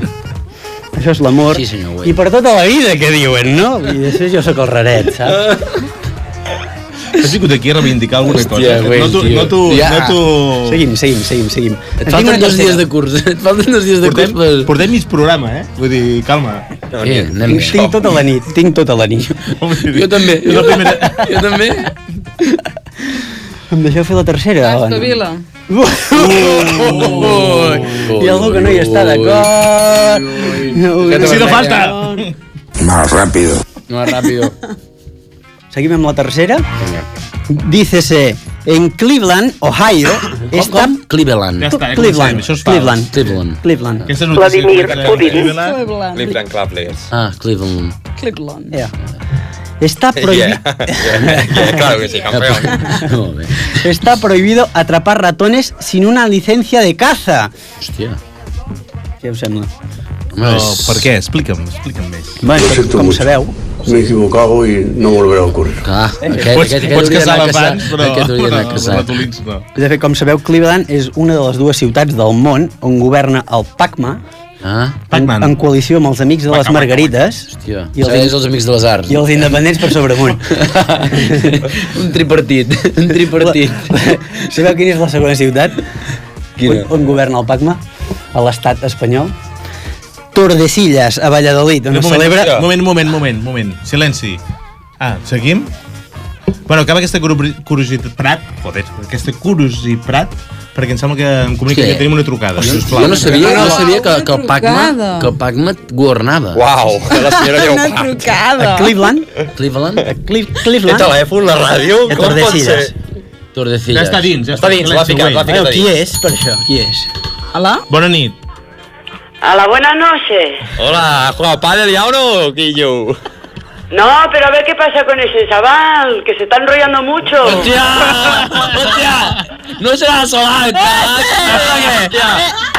Speaker 4: Això és l'amor.
Speaker 8: Sí, senyor,
Speaker 4: I per tota la vida, que diuen, no? I després jo sóc el raret, saps?
Speaker 1: Has vingut aquí a reivindicar alguna cosa.
Speaker 4: güey,
Speaker 1: no tu...
Speaker 4: tio.
Speaker 1: No tu,
Speaker 4: Ja.
Speaker 1: no tu...
Speaker 4: Seguim, seguim, seguim, seguim.
Speaker 1: Et
Speaker 4: falten dos dies de
Speaker 8: curs, et falten dos dies
Speaker 1: de portem, curs. Per... Portem mig programa, eh? Vull dir, calma.
Speaker 8: Sí, anem
Speaker 4: Tinc, tinc tota la nit, tinc tota la nit.
Speaker 8: Jo també. Jo, jo també.
Speaker 4: Em deixeu fer la tercera? o no?
Speaker 5: Estovila.
Speaker 4: I algú que no hi està d'acord...
Speaker 8: Que te
Speaker 4: Sido
Speaker 8: vermella.
Speaker 10: Más rápido.
Speaker 8: Más rápido.
Speaker 4: Seguim amb la tercera. Dícese, en Cleveland, Ohio, està...
Speaker 8: Cleveland.
Speaker 4: Ja està, eh, Cleveland, comencem, això és fals. Cleveland.
Speaker 8: Cleveland.
Speaker 4: Cleveland. Aquesta
Speaker 8: notícia Vladimir que- Putin.
Speaker 5: Cleveland.
Speaker 2: Cleveland Claplers.
Speaker 8: Ah, Cleveland.
Speaker 5: Cleveland.
Speaker 4: Yeah. Está prohibido.
Speaker 2: claro que sí,
Speaker 8: Ah,
Speaker 2: campeón.
Speaker 4: Está prohibido atrapar ratones sin una licencia de caza.
Speaker 8: Hòstia.
Speaker 4: Què us sembla?
Speaker 10: No, per
Speaker 1: què? Explica'm, explica'm més.
Speaker 4: Bueno,
Speaker 10: Lo siento
Speaker 4: com
Speaker 10: mucho.
Speaker 4: sabeu...
Speaker 10: Me he equivocado y no volverá a ocurrir.
Speaker 8: Ah,
Speaker 4: aquest- Pots- aquest pots hauria casar d'anar casat, elefants, però- aquest hauria d'anar però casat. ratolins
Speaker 1: no.
Speaker 4: De fet, com sabeu, Cleveland és una de les dues ciutats del món on governa el Pacma,
Speaker 8: Ah,
Speaker 4: en, en coalició amb els amics de les Margarites
Speaker 8: Hòstia.
Speaker 4: I els-
Speaker 8: Són ells els amics de les arts.
Speaker 4: i els independents per sobre amunt.
Speaker 8: un tripartit, un tripartit.
Speaker 4: Sabeu quina és la segona ciutat?
Speaker 8: Quina?
Speaker 4: On, on governa el Pacma? A l'estat espanyol? Tordesillas, a Valladolid, on
Speaker 1: Un
Speaker 4: es
Speaker 1: moment,
Speaker 4: celebra...
Speaker 1: moment, moment, moment, moment. Silenci. Ah, seguim? Bueno, acaba aquesta curu- curiositat Prat, joder, aquesta curiositat Prat, perquè em sembla que em comunica
Speaker 8: Hòstia.
Speaker 1: que tenim una trucada.
Speaker 8: Hòstia,
Speaker 1: sisplau.
Speaker 8: jo no sabia, jo no
Speaker 1: Trucada.
Speaker 8: sabia que, que el Pacma,
Speaker 1: trucada.
Speaker 8: que el Pacma governava.
Speaker 2: Uau, que la senyora Lleopard. Una
Speaker 5: trucada.
Speaker 4: A Cleveland?
Speaker 8: Cleveland?
Speaker 4: Cle Cleveland?
Speaker 2: Té telèfon, la ràdio?
Speaker 4: A
Speaker 2: Com pot
Speaker 4: Tordesillas.
Speaker 8: Tordesillas.
Speaker 1: Ja està dins, ja
Speaker 2: Està dins, l'ha
Speaker 1: silenci,
Speaker 2: ficat,
Speaker 1: güey.
Speaker 2: l'ha ficat
Speaker 4: Bueno, qui és, per això? Qui és?
Speaker 5: Hola?
Speaker 1: Bona nit.
Speaker 6: Hola, buenas noches.
Speaker 2: Hola, Juan Padre Diablo, Guillo.
Speaker 6: No, pero a ver qué pasa con ese chaval, que se está enrollando mucho.
Speaker 8: ¡Hostia! No será solar,
Speaker 6: Eh,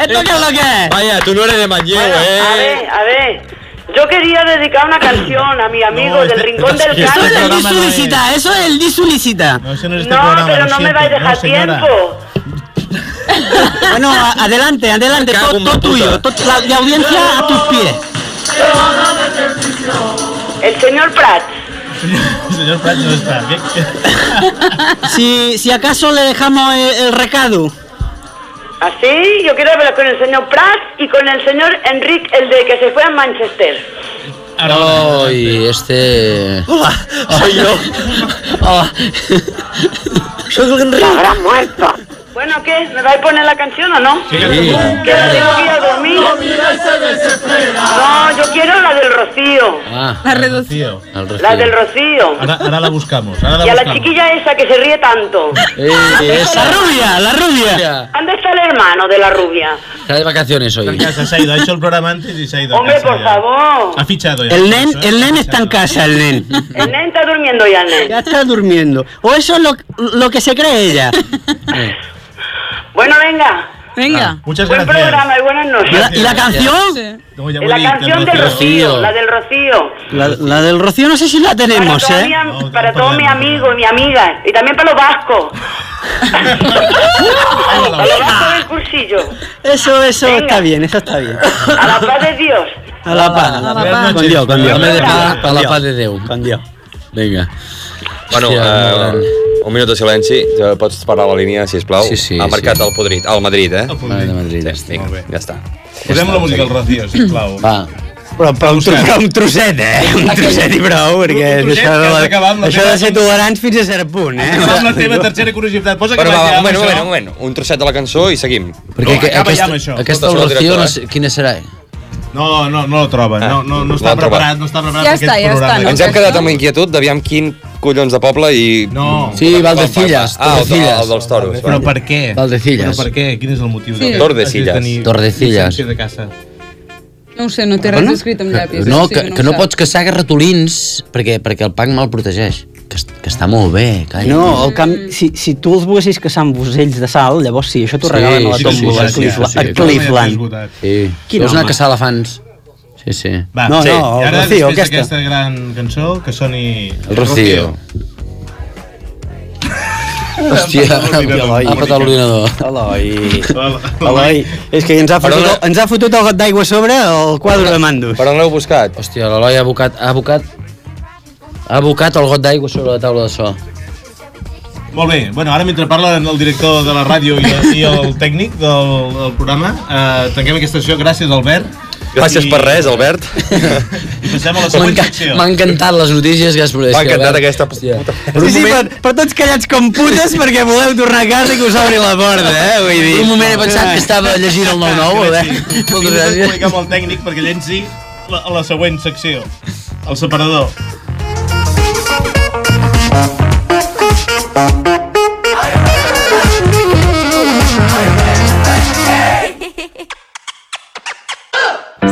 Speaker 6: ¿Esto qué es lo que es?
Speaker 2: Vaya, tú no eres de Manlleu, eh.
Speaker 6: A ver, a ver. Yo quería dedicar una canción a mi amigo
Speaker 2: este
Speaker 6: del Rincón del
Speaker 4: Eso es el
Speaker 6: Cántaro.
Speaker 4: disolicita, eso es el disolicita.
Speaker 1: No, eso no
Speaker 6: este No, programa, pero lo no me siento. vais a dejar No, señora. tiempo.
Speaker 4: Bueno, a- adelante, adelante, todo, todo tuyo, todo- la, la audiencia a tus pies.
Speaker 6: El señor Prats.
Speaker 1: Senyor Prat no està.
Speaker 4: Si, si acaso le dejamos eh, el, el recado.
Speaker 6: Así, ¿Ah, yo quiero hablar con el señor Prats y con el señor Enrique, el de que se fue a Manchester.
Speaker 8: Ay, este...
Speaker 4: Hola,
Speaker 8: soy yo. Hola.
Speaker 4: Soy Enrique.
Speaker 6: Habrá muerto. Bueno, ¿qué? ¿Me vais a poner la canción o no?
Speaker 8: Sí.
Speaker 6: Que la tengo que ir a dormir. No, yo quiero la del Rocío.
Speaker 8: Ah,
Speaker 5: la reducció.
Speaker 6: La del Rocío.
Speaker 1: Ara, ara la buscamos, ara la
Speaker 6: Y a la
Speaker 1: buscamos.
Speaker 6: chiquilla esa que se ríe tanto.
Speaker 4: Eh,
Speaker 8: esa.
Speaker 6: ¿Dónde está el hermano de la rubia?
Speaker 8: Está de vacaciones hoy.
Speaker 1: Se ha ido, ha hecho el programa antes y se ha ido. a
Speaker 6: Hombre,
Speaker 1: casa
Speaker 6: por
Speaker 1: ya.
Speaker 6: favor.
Speaker 1: Ha fichado ya.
Speaker 4: El nen, el nen está en casa, el nen.
Speaker 6: El nen está durmiendo ya, el nen.
Speaker 4: Ya está durmiendo. O eso es lo, lo que se cree ella.
Speaker 6: Bueno, venga.
Speaker 5: Venga.
Speaker 1: Muchas
Speaker 6: Buen programa y buenas noches. Eh,
Speaker 4: ¿Y la- y la canción?
Speaker 1: No, ya voy
Speaker 6: La
Speaker 1: a ir,
Speaker 6: canción del
Speaker 1: Rocío.
Speaker 6: Rocío, la del Rocío.
Speaker 4: La, la del Rocío no sé si la
Speaker 6: Para
Speaker 4: tenemos,
Speaker 6: todos
Speaker 4: ¿eh?
Speaker 6: mis para todos mis amigos y mis amigas. Y también para los vascos. para los vascos del cursillo.
Speaker 4: Eso, eso está bien, eso está bien.
Speaker 6: A la paz de Dios.
Speaker 4: A la paz, a la paz. Con Dios, con Dios.
Speaker 8: Dame de paz,
Speaker 4: Con
Speaker 8: para la
Speaker 4: Dios.
Speaker 8: paz de Déu. Vinga.
Speaker 2: Bueno,
Speaker 8: Hòstia, molt gran.
Speaker 2: eh, un minut de silenci. Ja Pots parar la línia, sisplau?
Speaker 8: Sí, sí,
Speaker 2: Ha marcat
Speaker 8: sí.
Speaker 2: el Podrit, el Madrid, eh? El
Speaker 8: Madrid. de Madrid.
Speaker 2: Vinga, ja està.
Speaker 1: Posem la música al Rocío, sisplau.
Speaker 8: Va.
Speaker 4: Però, però un, tro, però un trosset, eh? Un trosset i prou, perquè
Speaker 1: Un trosset
Speaker 4: això,
Speaker 1: que
Speaker 4: de,
Speaker 1: has d'acabar amb
Speaker 4: la,
Speaker 1: la
Speaker 4: això de
Speaker 1: teva-
Speaker 4: ser tolerants fins a cert punt, eh?
Speaker 1: Acabem la teva tercera curiositat. Posa que
Speaker 2: Bueno, va,
Speaker 1: vaig
Speaker 2: va, un
Speaker 1: ja amb
Speaker 2: moment, un moment, un
Speaker 1: això.
Speaker 2: moment. Un trosset de la cançó i seguim.
Speaker 8: Perquè
Speaker 1: acaba ja amb
Speaker 8: aquesta,
Speaker 1: això.
Speaker 8: aquesta
Speaker 2: Escolta, sou
Speaker 8: el Rocío, no
Speaker 2: director,
Speaker 8: sé, quina serà?
Speaker 1: No, no, no la troba. No, no, no està
Speaker 2: Ah, l'han trobat.
Speaker 1: preparat, no està preparat
Speaker 5: Ja
Speaker 1: per
Speaker 5: està,
Speaker 1: aquest
Speaker 5: ja està,
Speaker 1: programa.
Speaker 5: no?
Speaker 2: Ens hem quedat amb la inquietud d'aviam quin collons de poble i...
Speaker 1: No.
Speaker 8: Sí, Valdecillas,
Speaker 2: Ah, el, el,
Speaker 8: Valdecillas.
Speaker 2: el dels toros.
Speaker 1: Però per què?
Speaker 8: Valdecillas.
Speaker 1: Però per què? Quin és el motiu?
Speaker 5: Sí.
Speaker 1: de que
Speaker 2: Tordecillas.
Speaker 1: hagis de tenir
Speaker 8: Tordecillas.
Speaker 1: llicència de caça?
Speaker 5: No ho sé, no té res escrit amb llapis.
Speaker 8: No,
Speaker 5: això sí
Speaker 8: Ah, que, que
Speaker 5: ho
Speaker 8: no
Speaker 5: sap.
Speaker 8: pots caçar ratolins perquè, perquè el Pacma el protegeix. Que, est- que està molt bé, calla.
Speaker 4: No, el camp, si, si tu els volguessis caçar amb ocells de sal, llavors sí, això t'ho
Speaker 8: Sí,
Speaker 4: regalen a la
Speaker 8: sí,
Speaker 4: tombola
Speaker 8: sí, sí,
Speaker 4: a
Speaker 8: sí, sí,
Speaker 4: Cleveland.
Speaker 8: sí.
Speaker 4: a Cleveland.
Speaker 8: Sí.
Speaker 4: Quin
Speaker 8: Deus anar
Speaker 4: home.
Speaker 8: a caçar elefants. Sí, sí.
Speaker 1: Va,
Speaker 4: No,
Speaker 1: sí.
Speaker 4: no,
Speaker 1: I
Speaker 4: el
Speaker 1: ara,
Speaker 4: Rocío,
Speaker 1: després
Speaker 4: aquesta.
Speaker 1: d'aquesta gran cançó, que soni...
Speaker 8: El Rocío. Hòstia, ha patat l'ordinador.
Speaker 4: Eloi.
Speaker 1: Eloi.
Speaker 4: Eloi, és que ens ha fotut,
Speaker 8: Perdona.
Speaker 4: el, ens ha fotut el got d'aigua a sobre el quadre de mandos.
Speaker 2: Per on l'heu buscat?
Speaker 8: Hòstia, l'Eloi ha abocat... Ha abocat... Ha abocat el got d'aigua sobre la taula de so.
Speaker 1: Molt bé, bueno, ara mentre parlen el director de la ràdio i, i el tècnic del, del programa, eh, tanquem aquesta sessió, gràcies Albert.
Speaker 2: Gràcies per res, Albert.
Speaker 1: I passem a la següent
Speaker 8: M'enca-
Speaker 1: secció.
Speaker 8: M'ha encantat les notícies que has produït.
Speaker 2: M'ha encantat
Speaker 8: aquesta puta.
Speaker 2: un
Speaker 4: Sí, sí,
Speaker 2: moment-
Speaker 4: però, però tots callats com putes perquè voleu tornar a casa i que us obri la porta, eh? Vull dir...
Speaker 8: Per un moment he pensat que estava llegint el
Speaker 1: Ah,
Speaker 8: 9-9, eh?
Speaker 1: Fins i tot expliquem al tècnic perquè llenci la, la següent secció. El separador.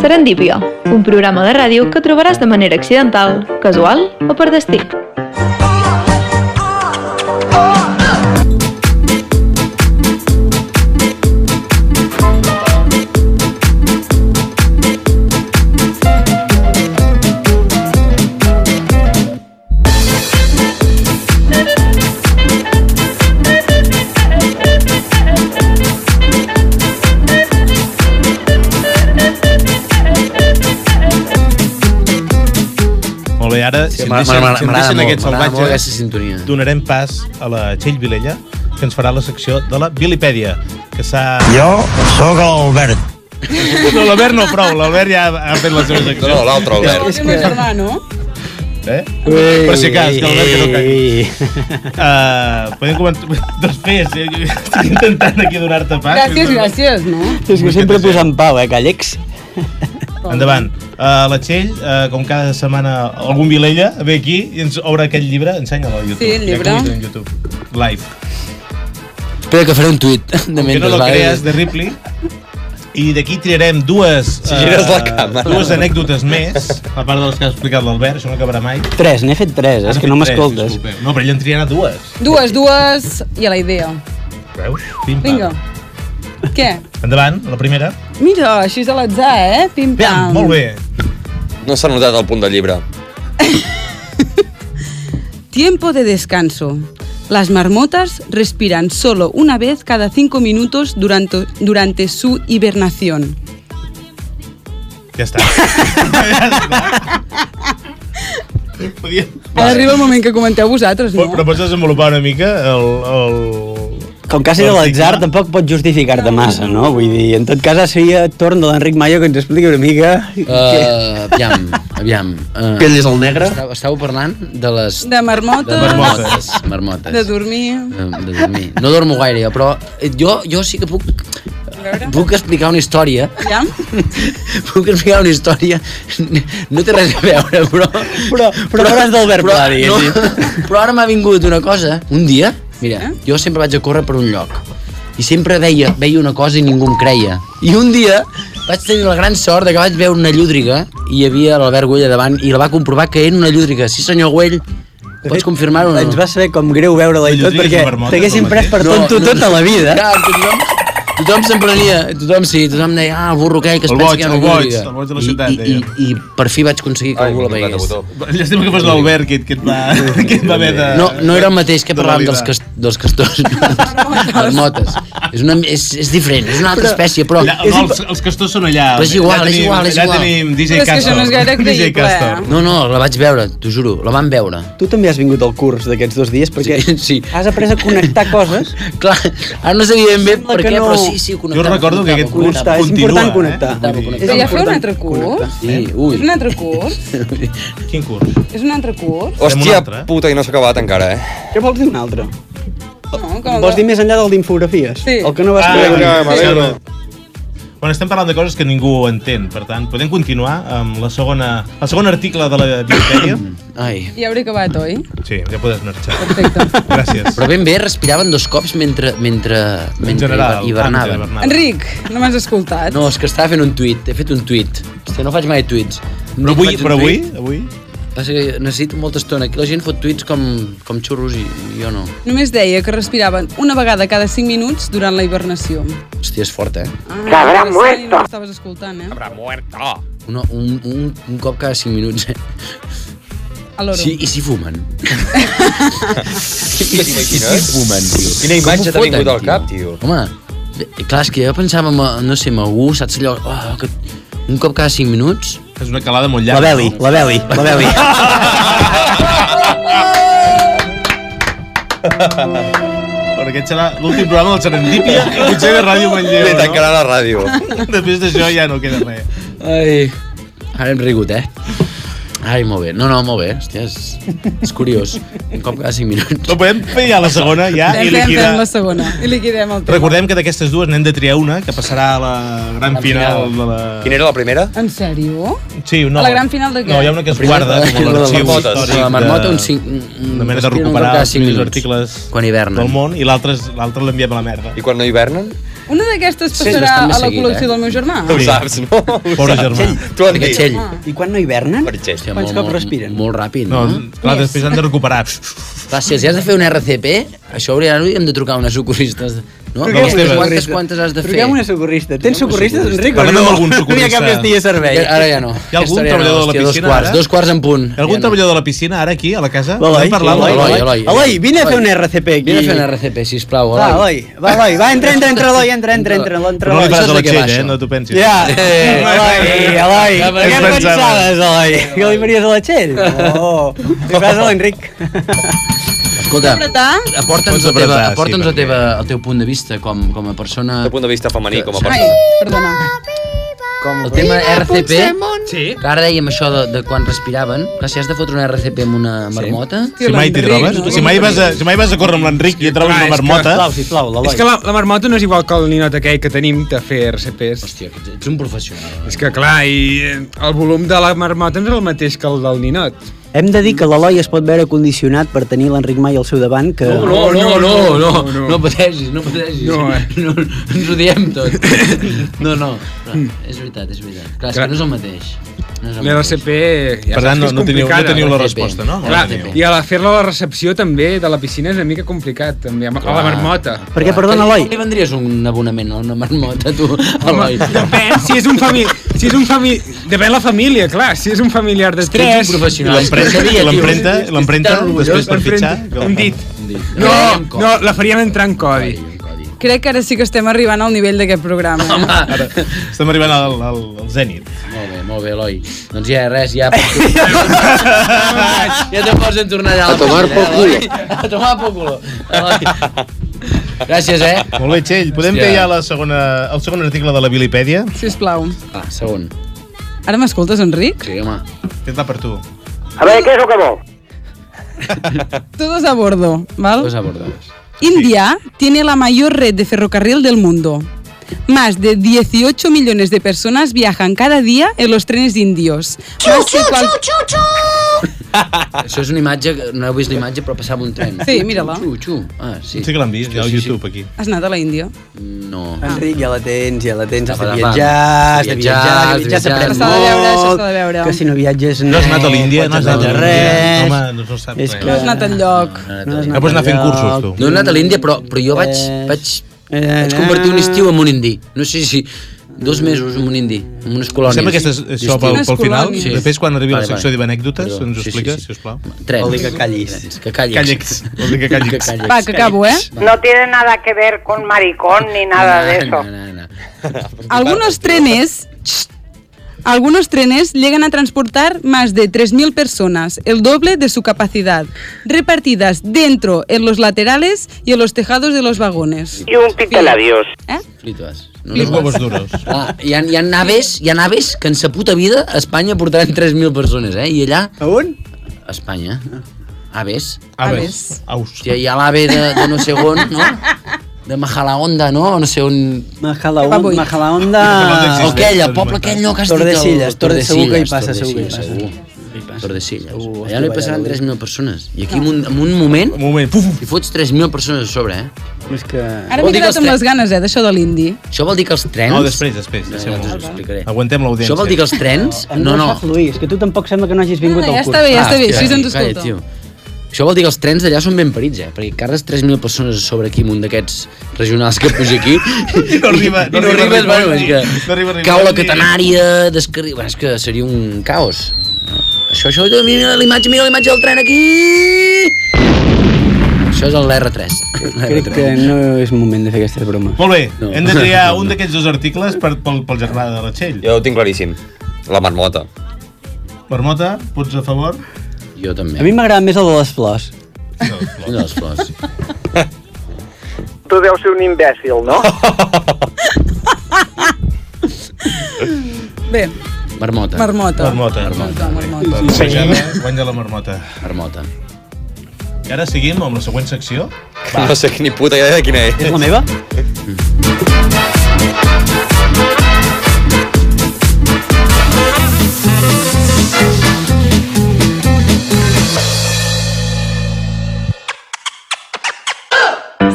Speaker 3: Serendípia, un programa de ràdio que trobaràs de manera accidental, casual o per destí.
Speaker 1: Molt bé, ara,
Speaker 8: Sí,
Speaker 1: si ens
Speaker 8: m'ha-
Speaker 1: deixen,
Speaker 8: m'agrada
Speaker 1: si ens deixen
Speaker 8: molt,
Speaker 1: aquest
Speaker 8: m'agrada molt aquesta
Speaker 1: salvatge, donarem pas a la Txell Vilella, que ens farà la secció de la Vilipèdia, que s'ha...
Speaker 7: Jo sóc Albert.
Speaker 1: No, l'Albert no prou, l'Albert ja ha fet la seva secció.
Speaker 2: No, no, l'altre Albert.
Speaker 5: És meu germà, no?
Speaker 1: Eh? per si cas, que l'Albert que no caigui. Uh, podem comentar... Després, eh? Jo estic intentant aquí donar-te pas.
Speaker 5: Gràcies, gràcies, no?
Speaker 4: És que sempre posant pau, eh, Callex?
Speaker 1: Endavant. Uh, la Txell, uh, com cada setmana, algun Vilella ve aquí i ens obre aquest llibre. Ensenya-lo a YouTube.
Speaker 5: Sí, el
Speaker 1: Ja que
Speaker 5: llibre.
Speaker 1: ho he dit en YouTube. Live.
Speaker 8: Espera que faré un tuit. De
Speaker 1: Que no
Speaker 8: mentre
Speaker 1: lo
Speaker 8: va.
Speaker 1: creas, de Ripley. I d'aquí triarem dues... uh,
Speaker 2: Si gires la cama.
Speaker 1: Dues anècdotes més, a part de les que ha explicat l'Albert, això no acabarà mai.
Speaker 4: Tres, n'he fet tres,
Speaker 1: Has
Speaker 4: és que
Speaker 1: fet
Speaker 4: no
Speaker 1: tres,
Speaker 4: m'escoltes.
Speaker 1: disculpeu. No, però ell en triarà dues.
Speaker 5: Dues, dues i a la idea.
Speaker 1: Veus? Pim, pam.
Speaker 5: Vinga. Què?
Speaker 1: Endavant, la primera.
Speaker 5: Mira, així és a l'atzar, eh? Pim-pam.
Speaker 1: Molt bé.
Speaker 2: No s'ha notat el punt del llibre.
Speaker 5: Tiempo de descanso. Las marmotas respiran solo una vez cada cinco minutos durante, durante su hibernación.
Speaker 1: Ja està. Podia...
Speaker 5: Ara arriba el moment que comenteu vosaltres, no?
Speaker 1: Però pots desenvolupar una mica el... el...
Speaker 4: Com que ha sigut
Speaker 1: Doncs
Speaker 4: l'atzar, tampoc pots justificar-te massa, no? Vull dir, en tot cas, ara seria torn de l'Enric Mayo que ens expliqui una mica...
Speaker 8: Uh, aviam, aviam. Uh,
Speaker 4: Què, ell és el negre?
Speaker 8: Estàveu, estàveu parlant de les...
Speaker 5: De marmotes,
Speaker 8: De marmotes. marmotes.
Speaker 5: de dormir...
Speaker 8: De, de dormir. No dormo gaire, jo, però eh, jo, jo sí que puc... Puc explicar una història.
Speaker 5: Ja?
Speaker 8: Puc explicar una història. No té res a veure, però...
Speaker 4: Però, però, però d'Albert Pla, diguéssim.
Speaker 8: Però ara m'ha vingut una cosa. Un dia, mira, jo sempre vaig a córrer per un lloc. I sempre veia, veia una cosa i ningú em creia. I un dia vaig tenir la gran sort de que vaig veure una llúdriga i hi havia l'Albert Güell a davant i la va comprovar que era una llúdriga. Sí, senyor Güell, pots confirmar-ho o no?
Speaker 4: Ens va saber com greu veure-la i tot,
Speaker 8: llúdriga és
Speaker 4: perquè
Speaker 8: una marmota,
Speaker 4: t'haguessin
Speaker 8: com
Speaker 4: pres per tonto tota la vida.
Speaker 8: Clar, tothom, tothom se'n prenia, tothom sí, tothom deia, ah, el burro aquell que es
Speaker 1: El
Speaker 8: pensa
Speaker 1: boig,
Speaker 8: que era
Speaker 1: el
Speaker 8: una
Speaker 1: boig,
Speaker 8: llúdriga.
Speaker 1: el boig de Tota la ciutat,
Speaker 8: I, i, i, i per fi vaig aconseguir que algú la veiés.
Speaker 1: Llàstima que fos l'Albert que, que et va, que et va haver de...
Speaker 8: No, no era el mateix que
Speaker 1: de
Speaker 8: parlàvem dels,
Speaker 1: validar.
Speaker 8: cas, dels castors. les motes. És, una, és, és diferent, és una altra
Speaker 1: Però-
Speaker 8: espècie, però...
Speaker 1: Allà, no, els, els castors són allà.
Speaker 8: Però és igual,
Speaker 1: allà
Speaker 8: és
Speaker 1: tenim,
Speaker 8: igual, és
Speaker 1: allà
Speaker 8: igual.
Speaker 1: tenim DJ
Speaker 5: Però és que
Speaker 1: Castor.
Speaker 5: això no és gaire
Speaker 1: DJ
Speaker 5: creïble, eh?
Speaker 1: Castor.
Speaker 8: No, no, la vaig veure, t'ho juro, la vam veure.
Speaker 4: Tu també has vingut al curs d'aquests dos dies perquè
Speaker 8: sí, sí.
Speaker 4: has après a connectar coses.
Speaker 8: Clar, ara no sabia ben bé per
Speaker 4: que
Speaker 8: què,
Speaker 4: no-
Speaker 8: però sí, sí, connectava.
Speaker 1: Jo recordo que aquest curs
Speaker 4: Connectar, és
Speaker 1: continua,
Speaker 4: important
Speaker 1: eh?
Speaker 4: connectar.
Speaker 5: Però ja feu un altre curs?
Speaker 8: Sí,
Speaker 5: És
Speaker 8: ui.
Speaker 5: un altre curs?
Speaker 1: Quin curs?
Speaker 5: És un altre curs?
Speaker 2: Hòstia puta, i no s'ha acabat encara, eh?
Speaker 4: Què vols dir un altre?
Speaker 5: No, com
Speaker 4: Vols dir més enllà del d'infografies?
Speaker 5: Sí.
Speaker 4: El que no vas
Speaker 1: Ah,
Speaker 4: poder...
Speaker 1: vinga, m'alegro. Bueno, estem parlant de coses que ningú entén, per tant, podem continuar amb la segona, el segon article de la Wikipedia?
Speaker 8: Ai.
Speaker 5: Ja hauré acabat, oi?
Speaker 1: Sí, ja podes marxar.
Speaker 5: Perfecte.
Speaker 1: Gràcies.
Speaker 8: Però ben bé, respiraven dos cops mentre, mentre, mentre
Speaker 1: general,
Speaker 8: hibernaven.
Speaker 1: ah,
Speaker 5: Enric, no m'has escoltat.
Speaker 8: No, és que estava fent un tuit, he fet un tuit. Hòstia, no faig mai tuits. Un
Speaker 1: Però
Speaker 8: dia
Speaker 1: avui,
Speaker 8: faig un
Speaker 1: però avui,
Speaker 8: tuit.
Speaker 1: avui...
Speaker 8: Passa que necessito molta estona. Aquí la gent fot tuits com, com xurros i jo no.
Speaker 5: Només deia que respiraven una vegada cada 5 minuts durant la hibernació.
Speaker 8: Hòstia, és fort, eh?
Speaker 5: Se habrá muerto. No estaves escoltant, eh?
Speaker 8: Habrà mort. Una, un, un, un cop cada 5 minuts, eh?
Speaker 5: A l'oro.
Speaker 8: Sí, I si fumen? I si, i si
Speaker 2: t'imagines?
Speaker 8: fumen, tio?
Speaker 2: Quina
Speaker 8: Com
Speaker 2: imatge
Speaker 8: ho
Speaker 2: t'ha
Speaker 8: foten,
Speaker 2: vingut al cap, tio?
Speaker 8: Home, eh, clar, és que jo pensava, en, eh, no sé, en algú, saps allò... Oh, que un cop cada 5 minuts...
Speaker 1: És una calada molt
Speaker 8: llarga.
Speaker 4: La Beli, la Beli, la Beli.
Speaker 1: Però aquest serà l'últim programa del Serendipia i potser de Ràdio Manlleu,
Speaker 2: Li tancarà la ràdio.
Speaker 1: Després d'això ja no queda res.
Speaker 8: Ai, ara hem rigut, eh? Ai, molt bé. No, no, molt bé. Hòstia, és, és curiós. Un cop cada 5 minuts.
Speaker 1: No podem fer ja la segona, ja,
Speaker 5: Fem,
Speaker 1: i
Speaker 5: fem,
Speaker 1: liquidar.
Speaker 5: fem la segona. I liquidem el tema.
Speaker 1: Recordem que d'aquestes dues n'hem de triar una, que passarà a la gran
Speaker 5: Gran
Speaker 1: final,
Speaker 5: final.
Speaker 1: de la...
Speaker 2: Quina era la primera?
Speaker 5: En sèrio?
Speaker 1: Sí, no.
Speaker 5: A la gran final de què?
Speaker 1: No, hi ha una que es guarda, com a
Speaker 8: la de les
Speaker 1: l'arxiu
Speaker 8: marmotes.
Speaker 1: històric.
Speaker 8: La marmota, un cinc- un-
Speaker 1: Una mena de
Speaker 8: respira un
Speaker 1: recuperar
Speaker 8: cop cada
Speaker 1: els
Speaker 8: cinc
Speaker 1: primers
Speaker 8: minuts.
Speaker 1: articles
Speaker 8: Quan hivernen.
Speaker 1: del món i l'altre és- l'altre l'enviem a la merda.
Speaker 2: I quan no hivernen?
Speaker 5: Una d'aquestes
Speaker 4: Sí, és
Speaker 5: passarà
Speaker 4: bastant
Speaker 5: a
Speaker 4: més
Speaker 5: la
Speaker 4: seguida,
Speaker 5: col·lecció
Speaker 4: eh?
Speaker 5: del meu germà.
Speaker 2: Ho saps, no?
Speaker 1: Pobre germà.
Speaker 2: Tu han dit.
Speaker 4: Meritxell.
Speaker 5: Ah.
Speaker 4: I quan no hivernen?
Speaker 8: Hòstia,
Speaker 4: Quants cops respiren?
Speaker 8: Molt ràpid,
Speaker 1: No,
Speaker 8: no?
Speaker 1: clar, després han de recuperar.
Speaker 8: Clar, si els has de fer un RCP, això hauria hem de trucar a unes socorristes. No?
Speaker 4: Truquem una
Speaker 8: quantes,
Speaker 4: socorrista.
Speaker 8: quantes has de fer?
Speaker 4: Truquem una socorrista. Tens socorristes, Enric?
Speaker 8: Parlem
Speaker 4: o no?
Speaker 8: amb algun
Speaker 4: No hi ha
Speaker 8: socorrista.
Speaker 4: cap que estigui a servei.
Speaker 8: Ja- ara ja no.
Speaker 1: Hi ha algun
Speaker 8: Història,
Speaker 1: treballador de
Speaker 8: no,
Speaker 1: la
Speaker 8: hòstia, dos
Speaker 1: piscina
Speaker 8: quarts,
Speaker 1: ara?
Speaker 8: dos quarts en punt.
Speaker 1: Hi ha algun treballador de la piscina ara aquí, a la casa?
Speaker 4: L'Eloi?
Speaker 1: Podem parlar amb
Speaker 4: Eloi,
Speaker 1: l'Eloi?
Speaker 4: Eloi, Eloi. Eloi, vine a fer un RCP aquí.
Speaker 8: Vine a fer un RCP, sisplau, Eloi.
Speaker 4: Va, Eloi, va, Eloi, va, entra, entra, entra, Eloi, entra, entra, entra, entra,
Speaker 8: Però no li
Speaker 4: Eloi.
Speaker 8: faràs
Speaker 4: Això és
Speaker 8: a
Speaker 4: que
Speaker 8: l'Atxell,
Speaker 4: va,
Speaker 8: eh,
Speaker 4: això.
Speaker 8: no t'ho pensis.
Speaker 4: Ja,
Speaker 8: Eh,
Speaker 4: Eloi, Eloi,
Speaker 8: Ja
Speaker 4: què
Speaker 8: pensava.
Speaker 4: pensaves, Eloi? Que li faries a l'Atxell? No, li faràs a l'Enric.
Speaker 8: Escolta,
Speaker 5: Apretar?
Speaker 8: aporta'ns
Speaker 4: Pots
Speaker 8: la teva,
Speaker 4: apretar, sí,
Speaker 8: aporta'ns la teva, el teu punt de vista com, com a persona... El teu punt de vista femení com a
Speaker 5: Ai, perdona.
Speaker 8: Com el tema RCP,
Speaker 5: Puigdemont.
Speaker 8: sí. que ara dèiem això de, de quan respiraven, clar, si has de fotre una RCP amb una marmota...
Speaker 1: Si mai t'hi trobes, si mai, vas a, si mai vas a córrer amb l'Enric i et trobes
Speaker 11: Clar,
Speaker 1: una
Speaker 11: Ah, és que-
Speaker 1: marmota...
Speaker 11: És que la, la marmota no és igual que el ninot aquell que tenim de fer RCPs.
Speaker 8: Hòstia, ets un professional.
Speaker 11: És que clar, i eh, el volum de la marmota no és el mateix que el del ninot.
Speaker 4: Hem de dir que l'Eloi es pot veure condicionat per tenir l'Enric Mai al seu davant, que...
Speaker 8: No, no, no, no, no, no pateixis, no pateixis. No, eh? no, ens ho diem tot. No, no, no, és veritat, és veritat. Clar, és que no és el mateix. No és el mateix.
Speaker 11: L'RCP... Ja
Speaker 1: Per tant, no-
Speaker 11: saps que és
Speaker 1: no teniu- no
Speaker 11: complicada.
Speaker 1: teniu la resposta, no? No la
Speaker 11: Clar,
Speaker 1: teniu.
Speaker 11: I a la- fer-la a la recepció també de la piscina és una mica complicat, també, amb- a la
Speaker 8: Clar.
Speaker 11: marmota.
Speaker 8: Perquè, perdona, Eloi... Li vendries un abonament a una marmota, tu, Eloi?
Speaker 11: Depèn, si és un famí... Si és un famí... Depèn la família, clar. Si és un familiar de
Speaker 8: ets un
Speaker 11: tres...
Speaker 8: professional.
Speaker 1: L'empremta- l'empremta- l'empremta després per fitxar, que-
Speaker 11: Un dit. No, no, la faríem entrar en codi.
Speaker 5: Crec que ara sí que estem arribant al nivell d'aquest programa. eh? Home.
Speaker 1: Ara, estem arribant al, al, al zenit.
Speaker 8: Molt bé, molt bé, Eloi. Doncs ja, res, ja... ja te pots en tornar allà.
Speaker 2: A tomar
Speaker 8: por
Speaker 2: culo.
Speaker 8: eh, A tomar por culo. Eloi. Gràcies, eh?
Speaker 1: Molt bé, Txell. Podem
Speaker 8: Hòstia.
Speaker 1: fer ja la segona, el segon article de la Vilipèdia?
Speaker 5: Sisplau.
Speaker 8: Ah, segon.
Speaker 5: Ara m'escoltes, Enric?
Speaker 8: Sí, home.
Speaker 1: Què per tu?
Speaker 5: A veure, què és el que vol? Todos a bordo, ¿vale?
Speaker 8: Dos abordados.
Speaker 5: India tiene la mayor red de ferrocarril del mundo. Más de 18 millones de personas viajan cada día en los trenes indios. Más que cual-
Speaker 8: Això és una imatge, que- no heu vist la imatge, però passava un tren.
Speaker 5: Sí, mira-la.
Speaker 8: Xu, xu. Ah, sí.
Speaker 1: Sí que l'han vist, ja, al YouTube, aquí.
Speaker 5: Has anat a la Índia?
Speaker 8: No.
Speaker 4: Enric, ja la tens, ja la tens, has de
Speaker 8: Agafar la mà.
Speaker 4: viatjar, has de
Speaker 8: Viatjar,
Speaker 4: viatjar,
Speaker 8: has
Speaker 4: que
Speaker 8: de
Speaker 4: viatjar s'aprèn molt.
Speaker 8: viatjar. S'ha de
Speaker 5: veure, això s'ha de veure.
Speaker 4: Que si no viatges...
Speaker 1: No has anat a l'Índia,
Speaker 4: pots
Speaker 1: no has anat
Speaker 4: anar
Speaker 1: a
Speaker 4: res.
Speaker 1: l'Índia. Home, no se sap
Speaker 4: És
Speaker 1: res.
Speaker 4: que-
Speaker 5: No has anat enlloc.
Speaker 1: No pots anar fent cursos, tu.
Speaker 8: No eh, he anat a l'Índia, però, però jo vaig, vaig, vaig convertir un estiu en un indi. No sé si dos mesos en un indi, en unes colònies.
Speaker 1: Sembla que és això pel, pel final.
Speaker 8: Sí.
Speaker 1: Després, quan arribi la
Speaker 8: Vale,
Speaker 1: secció
Speaker 8: vale.
Speaker 1: d'anècdotes,
Speaker 8: Perdó.
Speaker 1: ens ho
Speaker 8: Sí, sí,
Speaker 1: expliques,
Speaker 8: sí.
Speaker 1: sí, sí, sisplau.
Speaker 8: Tres.
Speaker 4: Vol dir que callis.
Speaker 8: Que callis.
Speaker 1: Càllex. Vol dir que càllex.
Speaker 5: Va, que acabo, ¿eh?
Speaker 15: No tiene nada que ver con maricón ni nada de eso.
Speaker 5: Algunos trenes... Shh. Algunos trenes llegan a transportar más de 3.000 personas, el doble de su capacidad, repartidas dentro, en los laterales y en los tejados de los vagones.
Speaker 15: Y un picaladios.
Speaker 8: Eh? Frites.
Speaker 1: Los huevos duros.
Speaker 8: Ah, hi, ha, hi, ha naves, hi ha naves que en sa puta vida a Espanya portaran 3.000 persones, eh? I allà...
Speaker 4: A on?
Speaker 8: A Espanya. Aves.
Speaker 1: Aves. Aus.
Speaker 8: Hòstia, hi ha l'ave de, de no sé on, no? De Majalaonda, no? No sé on...
Speaker 4: Majalaonda, Majalaonda...
Speaker 8: O aquella, poble aquell no que has dit... el-
Speaker 4: Tordesillas, Tordesillas, segur que hi passa, segur que hi
Speaker 8: Tordesillas,
Speaker 4: passa.
Speaker 8: segur. Tordesillas. Allà no hi passaran 3.000 persones. I
Speaker 4: Ah.
Speaker 8: aquí en un, en un moment... Un
Speaker 1: moment.
Speaker 8: Hi fots 3.000 persones a sobre, eh?
Speaker 4: És que...
Speaker 5: Ara m'he quedat amb les ganes, eh, d'això de l'indi.
Speaker 8: Això vol dir que els trens...
Speaker 1: No, després, després.
Speaker 8: Ja, ja t'ho explicaré.
Speaker 1: Aguantem l'audiència.
Speaker 8: Això vol dir que els trens...
Speaker 4: Em
Speaker 8: No, Ah, no.
Speaker 4: deixa fluir, és que tu tampoc sembla que no hagis vingut
Speaker 5: No, no, ja
Speaker 4: al curs.
Speaker 5: està bé, ja està bé,
Speaker 8: Hòstia,
Speaker 5: així se'ns
Speaker 8: calla,
Speaker 5: escolta.
Speaker 8: tio. Això vol dir que els trens d'allà són ben parits, eh? Perquè carres 3.000 persones a sobre aquí amb un d'aquests regionals que puja aquí. I
Speaker 1: no arriba- no
Speaker 8: i no
Speaker 1: arriba
Speaker 8: arribes,
Speaker 1: Ripoll,
Speaker 8: bueno, és
Speaker 1: ni-
Speaker 8: que
Speaker 1: no arriba Ripoll,
Speaker 8: cau la
Speaker 1: ni-
Speaker 8: catenària, descarri... Bueno, és que seria un caos. Això, això, mira, mira l'imatge, mira l'imatge del tren aquí! Això és el R3.
Speaker 4: Crec que no és moment de fer aquestes bromes.
Speaker 1: Molt bé, no. hem de triar un d'aquests dos articles per, pel, pel germà de la Txell.
Speaker 2: Jo ho tinc claríssim. La marmota.
Speaker 1: Marmota, pots a favor?
Speaker 8: Jo també.
Speaker 4: A mi m'agrada més el de les flors.
Speaker 8: Un de les flors.
Speaker 13: Tu deus ser un imbècil, no?
Speaker 5: Bé,
Speaker 7: Marmota.
Speaker 5: Marmota.
Speaker 1: Marmota.
Speaker 7: Marmota,
Speaker 5: marmota.
Speaker 1: Sí, sí. Guanya la marmota.
Speaker 7: Marmota.
Speaker 1: I ara seguim amb la següent secció.
Speaker 2: No sé ni puta idea de quina és.
Speaker 1: És
Speaker 4: la meva?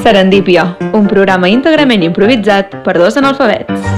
Speaker 3: Serendípia, un programa íntegrament improvisat per dos analfabets.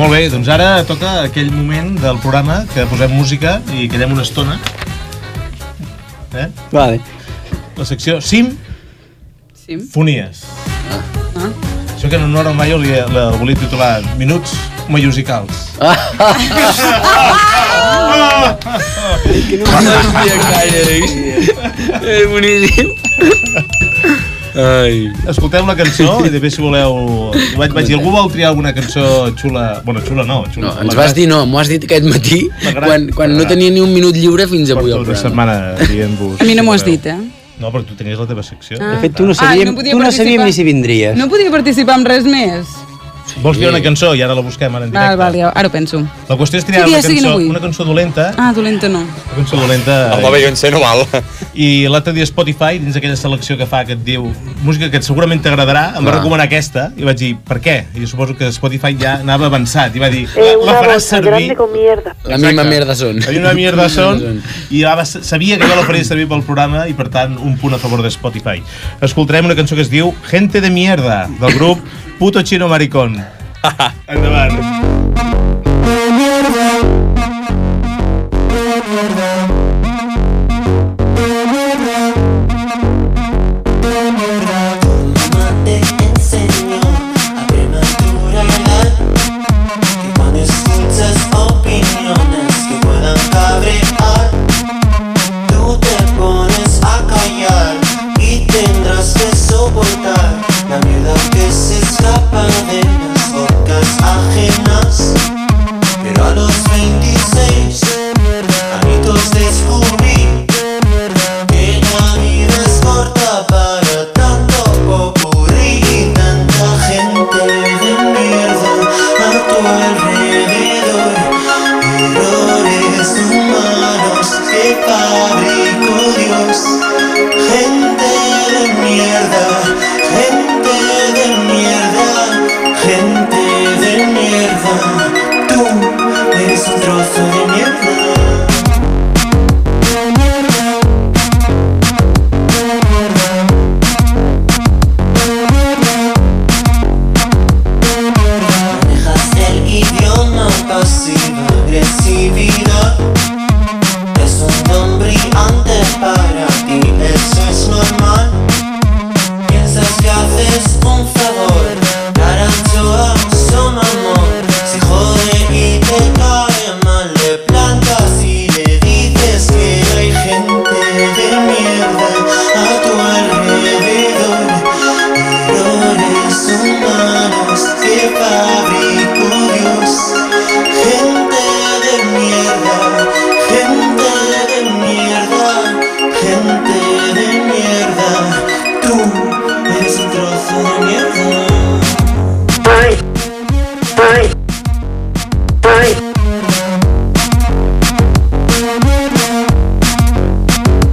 Speaker 1: Molt bé, doncs ara toca aquell moment del programa que posem música i quedem una estona. Eh?
Speaker 4: Vale.
Speaker 1: La secció Sim,
Speaker 5: Sim.
Speaker 1: Fonies. Ah. Això que en honor al Mayo li, la volia titular Minuts Musicals.
Speaker 7: Ah.
Speaker 13: Que no me sabia gaire.
Speaker 1: És boníssim. Ai. Escolteu la cançó i després si voleu... Vaig, vaig dir, algú vol triar alguna cançó xula... Bueno, xula no. Xula, Ah.
Speaker 7: No, ens vas dir no, m'ho has dit aquest matí,
Speaker 1: M'agrada.
Speaker 7: quan, quan no tenia ni un minut lliure fins avui al
Speaker 1: Porto una
Speaker 7: programa.
Speaker 1: setmana dient-vos...
Speaker 5: a mi no m'ho has dit, eh?
Speaker 1: No, però tu tenies la teva secció.
Speaker 5: Ah. De fet, tu no sabíem- Ah, no podia tu no participar. sabíem ni si
Speaker 1: vindries.
Speaker 5: No podia participar en res més?
Speaker 1: Vols dir una cançó i ara la busquem ara en
Speaker 5: Val,
Speaker 1: directe?
Speaker 5: val, ja, ara ho penso.
Speaker 1: La qüestió és triar
Speaker 5: Quin dia
Speaker 1: una
Speaker 5: siguin
Speaker 1: cançó,
Speaker 5: avui?
Speaker 1: una cançó dolenta,
Speaker 5: Ah, dolenta no.
Speaker 1: una cançó dolenta... eh,
Speaker 2: Amb la Beyoncé no val.
Speaker 1: I l'altre dia Spotify, dins aquella selecció que fa que et diu música que et segurament t'agradarà, em va
Speaker 2: Ah.
Speaker 1: recomanar aquesta i vaig dir, per què? I jo suposo que Spotify ja anava avançat i va dir,
Speaker 6: Eh,
Speaker 1: la
Speaker 6: una
Speaker 1: faràs
Speaker 6: bolsa grande
Speaker 1: servir...
Speaker 6: con mierda.
Speaker 7: La misma mierda son.
Speaker 1: Hi una mierda son i va, sabia que jo la faria servir pel programa i per tant un punt a favor de Spotify. Escoltarem una cançó que es diu Gente de mierda del grup Puto Chino Maricón. Endavant.
Speaker 13: Escuchas opiniones que puedan cabrear. Tú te pones a callar y tendrás que soportar la mierda que se escapa de las bocas ajenas. Pero a los 26, anitos descubrí que la vida es corta para tanto popurrí y tanta gente de mierda a tu alrededor. Errores humanos que fabricó Dios. Gente de mierda, gente de mierda, gente de mierda. Tú eres un trozo de mierda. Manejas el idioma pasivo agresividad Es un don brillante para ti, eso es normal Piensas que haces un favor Naranchoa, son amor Se jode y te cae mal Le plantas y le dices que hay gente de mierda A tu alrededor Errores humanos que fabricó Dios. Gente de mierda, gente de mierda, gente de mierda. Tú eres un trozo de mierda. Ay, ay, ay.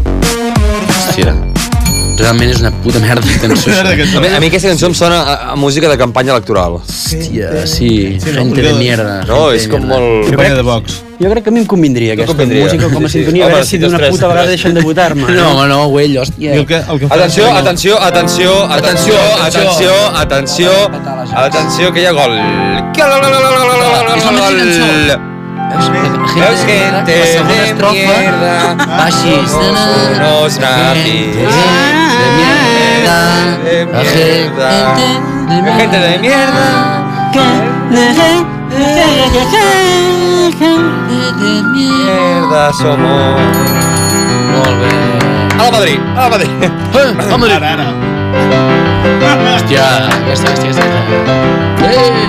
Speaker 7: Hòstia, realment és una puta merda de cançó. eh?
Speaker 2: A mi, a mi aquesta cançó em sona a, a música de campanya electoral.
Speaker 7: Hòstia, sí, gente de mierda.
Speaker 2: No,
Speaker 7: gente
Speaker 2: és
Speaker 7: de
Speaker 2: com
Speaker 7: mierda.
Speaker 2: molt...
Speaker 1: Vox.
Speaker 4: Jo crec que a mi em convindria
Speaker 2: Tu
Speaker 4: aquesta
Speaker 2: convindria.
Speaker 4: música com a
Speaker 2: Sí, sí.
Speaker 4: sintonia, a
Speaker 2: Home,
Speaker 4: veure
Speaker 2: sí,
Speaker 4: si d'una
Speaker 2: tres,
Speaker 4: puta vegada
Speaker 2: tres.
Speaker 4: deixen de votar-me. eh?
Speaker 7: No, home, no, güell, hòstia.
Speaker 1: I el que, el que
Speaker 2: eh? Atenció, atenció, atenció, atenció, atenció, atenció, atenció, que hi ha gol.
Speaker 7: És la mateixa cançó.
Speaker 2: Veus gente
Speaker 7: La segona
Speaker 2: de
Speaker 7: estrofa
Speaker 2: mierda,
Speaker 7: va així.
Speaker 2: unos nazis.
Speaker 7: De mierda.
Speaker 9: mierda,
Speaker 2: de mierda.
Speaker 9: de
Speaker 2: Gente de mierda.
Speaker 7: Eh,
Speaker 9: de mierda.
Speaker 2: Mierda somos. Molt bé. A la Madrid, a la Madrid.
Speaker 8: Eh, a Madrid.
Speaker 2: Ara, ara.
Speaker 8: Hòstia, aquesta, aquesta, aquesta. Eh,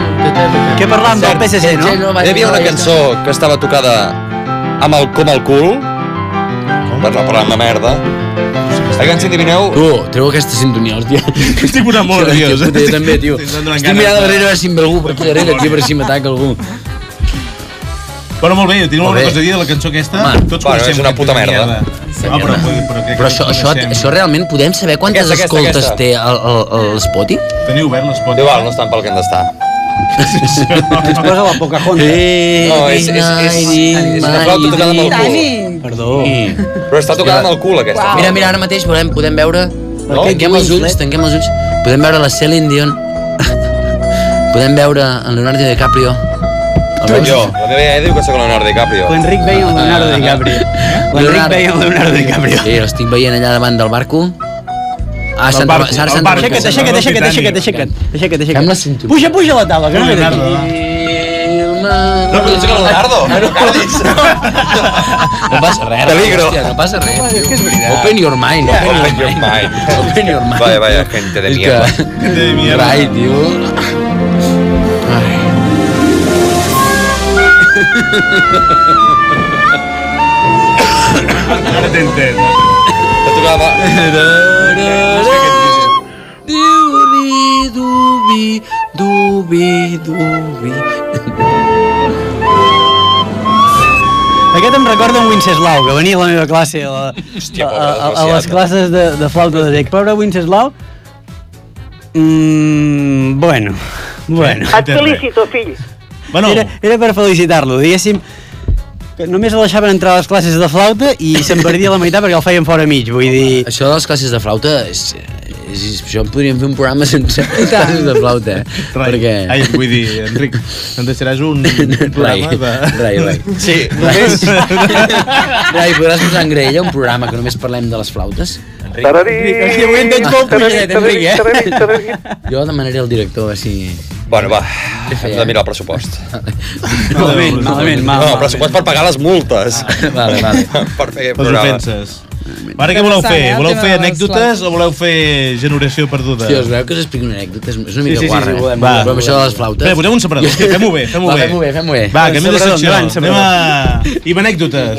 Speaker 2: Què parlàvem del PSC,
Speaker 8: no?
Speaker 2: Hi havia una cançó que estava tocada amb el com al cul, per no parlar de merda. Aquest, si endivineu...
Speaker 8: Tu, treu aquesta sintonia, hòstia.
Speaker 1: Estic posant molt nerviós, eh?
Speaker 8: Puta, jo també, tio.
Speaker 1: Estic donant
Speaker 8: Estic
Speaker 1: ganes
Speaker 8: mirant
Speaker 1: de-
Speaker 8: darrere a veure si em ve algú per aquí darrere, tio, per si m'ataca algú.
Speaker 1: Però molt bé, jo tinc
Speaker 8: Molt
Speaker 1: alguna
Speaker 8: bé.
Speaker 1: cosa a dir de la cançó aquesta.
Speaker 8: Home,
Speaker 1: Tots
Speaker 8: bueno,
Speaker 1: coneixem
Speaker 8: és una
Speaker 1: aquesta
Speaker 8: puta merda.
Speaker 1: Ah, però, vull dir, però, crec que
Speaker 8: Però això,
Speaker 1: tots
Speaker 8: això,
Speaker 1: coneixem.
Speaker 8: això realment podem saber quantes
Speaker 2: Aquesta, aquesta,
Speaker 8: escoltes
Speaker 2: aquesta.
Speaker 8: té el, el, el Spotify?
Speaker 1: Teniu obert l'Spotify?
Speaker 2: Igual, no estan pel que hem d'estar.
Speaker 4: Ens posa la Pocahontas.
Speaker 2: Eh, no, és, és, és, és una flauta tocada amb el cul.
Speaker 4: Titanic. Perdó.
Speaker 8: Mm.
Speaker 2: Però està tocada amb el cul, aquesta.
Speaker 8: Mira, mira, ara mateix podem, podem veure... No? Tanquem els ulls, tanquem els ulls. Podem veure la Celine Dion. podem veure en Leonardo DiCaprio.
Speaker 2: El veus? Jo, la meva iaia diu que sóc Leonardo DiCaprio. Ah.
Speaker 4: L'Enric veia el Leonardo DiCaprio. L'Enric veia el Leonardo DiCaprio.
Speaker 8: Sí, l'estic veient allà davant del barco. Ah, s'han
Speaker 4: barco,
Speaker 8: trobat- s'han-
Speaker 4: del
Speaker 8: s'han
Speaker 4: barco.
Speaker 8: trobat-
Speaker 4: Aixeca't, aixeca't, aixeca't, aixeca't, aixeca't. Aixeca't, aixeca't.
Speaker 8: Fem la cintura.
Speaker 4: Puja, puja a la taula, que no ve d'aquí.
Speaker 8: No,
Speaker 2: però dic Leonardo, no cardis.
Speaker 8: No passa res.
Speaker 2: Peligro.
Speaker 8: Hòstia, no passa res. tio. Open your mind.
Speaker 2: Yeah,
Speaker 8: Open
Speaker 2: open
Speaker 8: your
Speaker 2: your mind.
Speaker 8: Open your mind.
Speaker 2: Vaya, vaya, gente de
Speaker 8: És
Speaker 2: mierda.
Speaker 8: que-
Speaker 1: Gente de mierda.
Speaker 8: Rai, tio.
Speaker 1: Ara t'he
Speaker 2: eh?
Speaker 1: entès.
Speaker 2: Està tocada
Speaker 8: Dubi, dubi, dubi, dubi.
Speaker 4: Aquest em recorda un Wenceslau, que venia a la meva classe, a, la, a, a, a les classes de, de flauta de Dic. Pobre Wenceslau... Mm, bueno, bueno.
Speaker 15: Et felicito, fill.
Speaker 1: Bueno.
Speaker 4: Era, era per felicitar-lo, diguéssim que només el deixaven entrar a les classes de flauta i se'n perdia la meitat perquè el feien fora mig, vull dir...
Speaker 8: Això de les classes de flauta és... és això en podríem fer un programa sense classes de flauta, eh?
Speaker 1: Rai.
Speaker 8: Perquè...
Speaker 1: Ai, vull dir, Enric, em deixaràs un, un programa de...
Speaker 8: Rai, rai.
Speaker 1: Sí,
Speaker 8: Només... Rai, podràs posar en grella un programa que només parlem de les flautes? Ah,
Speaker 2: Tararí,
Speaker 8: avui et veig molt
Speaker 2: tararí,
Speaker 8: punyet,
Speaker 2: tararí, tararí,
Speaker 8: Enric, eh? Jo demanaré al director, així...
Speaker 2: Bueno, va, hem de mirar el pressupost.
Speaker 8: Malament, malament, mal,
Speaker 2: No, el pressupost per pagar les multes.
Speaker 8: Vale, vale.
Speaker 2: Per fer
Speaker 1: Les
Speaker 2: programa.
Speaker 1: ofenses. Ara què voleu fer? Voleu fer anècdotes o voleu fer generació perduda?
Speaker 8: Hòstia, es veu que us explico una anècdota, és una
Speaker 1: sí,
Speaker 8: mica
Speaker 1: sí, sí,
Speaker 8: guarra. eh?
Speaker 1: volem, volem,
Speaker 8: Va, però amb
Speaker 1: volem.
Speaker 8: això de les flautes...
Speaker 1: Bé, posem un separador, és que fem-ho bé, fem-ho
Speaker 8: Va,
Speaker 1: bé.
Speaker 8: Fem-ho bé, fem-ho bé.
Speaker 1: Va, canviem de
Speaker 8: Separador,
Speaker 1: secció.
Speaker 8: endavant,
Speaker 1: Anem
Speaker 8: separador.
Speaker 1: a... I amb anècdotes.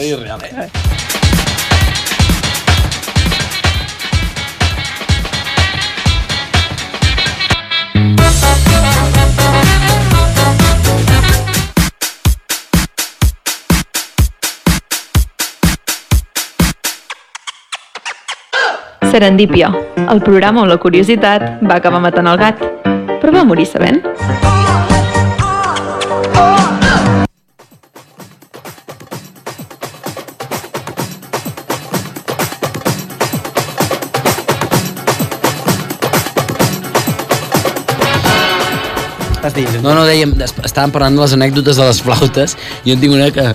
Speaker 3: Serendípia, el programa on la curiositat va acabar matant el gat, però va morir sabent.
Speaker 8: No, no, dèiem, des- estàvem parlant de les anècdotes de les flautes i jo en tinc una que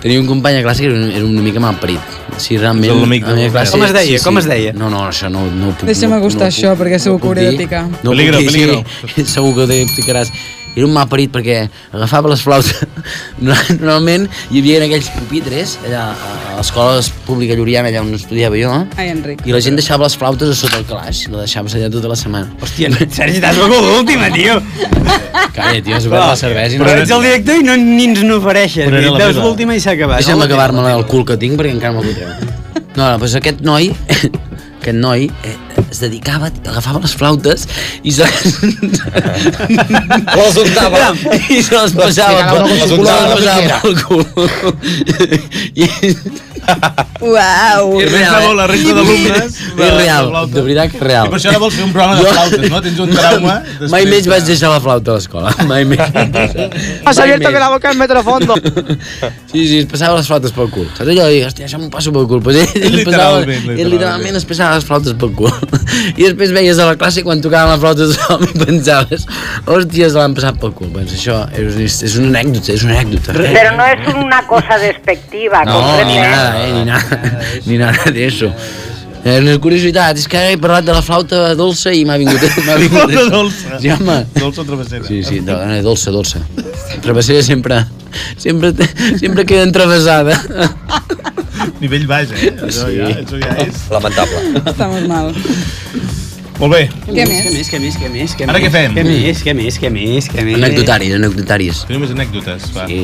Speaker 8: tenia un company a classe que era una, era una mica malparit. Sí, realment.
Speaker 1: És l'amic de
Speaker 8: a la meva
Speaker 1: vostè.
Speaker 8: classe-
Speaker 1: Com es deia?
Speaker 8: Sí, sí.
Speaker 1: Com es deia?
Speaker 8: No, no, això no, no ho puc
Speaker 5: Deixa'm
Speaker 8: no,
Speaker 5: gustar això, perquè segur que hauré de picar.
Speaker 8: No puc
Speaker 1: Peligro,
Speaker 8: dir,
Speaker 1: peligro.
Speaker 8: Sí, segur que ho explicaràs. Era un mal parit perquè agafava les flautes. Normalment hi havia aquells pupitres allà a a l'escola pública lloriana, allà on estudiava jo,
Speaker 5: Ai, Enric.
Speaker 8: i la gent deixava les flautes a sota el calaix, la deixava allà tota la setmana.
Speaker 4: Hòstia, Sergi, t'has begut l'última, tio.
Speaker 8: Calla, tio, has obert la cervesa. i
Speaker 4: Ah, Però ets el director i no, ni ens n'ofereixes.
Speaker 8: Però era la
Speaker 4: Veus
Speaker 8: meva.
Speaker 4: l'última i s'ha acabat.
Speaker 8: Deixa'm acabar-me el cul que tinc perquè encara me'l vull treure. No, no, doncs aquest noi, aquest noi eh, es dedicava, agafava les flautes i se...
Speaker 2: Les untava.
Speaker 8: I se les passava
Speaker 2: Les
Speaker 8: pel,
Speaker 2: untava,
Speaker 8: les
Speaker 2: les untava.
Speaker 8: passava pel cul. I...
Speaker 5: Uau!
Speaker 1: I resta molt la resta d'alumnes.
Speaker 8: És real, de veritat que és real.
Speaker 1: I per això ara vols fer un programa de
Speaker 8: Jo-
Speaker 1: flautes, no? Tens un trauma.
Speaker 8: Mai
Speaker 1: després
Speaker 8: més
Speaker 1: de-
Speaker 8: vaig deixar la flauta a l'escola, mai més.
Speaker 4: Has
Speaker 8: Mai
Speaker 4: abierto
Speaker 8: més.
Speaker 4: que la boca en metro fondo.
Speaker 8: Sí, sí, es passava les flautes pel cul. Saps allò de dir, hòstia, això m'ho passo pel cul. Pues eh, ell, ell, es passava,
Speaker 1: Literalment,
Speaker 8: ell literalment es passava les flautes pel cul. I després veies a la classe quan tocaven les flautes de home i pensaves, hòstia, se l'han passat pel cul. Doncs això és, una- és una anècdota, és una anècdota.
Speaker 15: Pero no es una cosa despectiva,
Speaker 8: No, ni
Speaker 15: comprende.
Speaker 8: nada, eh, ni nada, ni nada de eso. Eh, Una curiositat, és que he parlat de la flauta dolça i m'ha vingut... m'ha vingut
Speaker 2: Flauta dolça.
Speaker 8: Sí, home.
Speaker 1: Dolça travessera.
Speaker 8: Sí, sí, do, eh, dolça, dolça. Travessera sempre, sempre, sempre queda entrevessada.
Speaker 1: Nivell baix, eh? Això ja, això ja és...
Speaker 2: Lamentable.
Speaker 5: Està molt mal.
Speaker 1: Molt bé.
Speaker 5: Què més?
Speaker 7: Què més, què més, què més?
Speaker 1: Ara què fem?
Speaker 7: Què més, què més, què més, què més?
Speaker 8: Anecdotaris, anecdotaris.
Speaker 1: Tenim més anècdotes, va.
Speaker 8: Sí,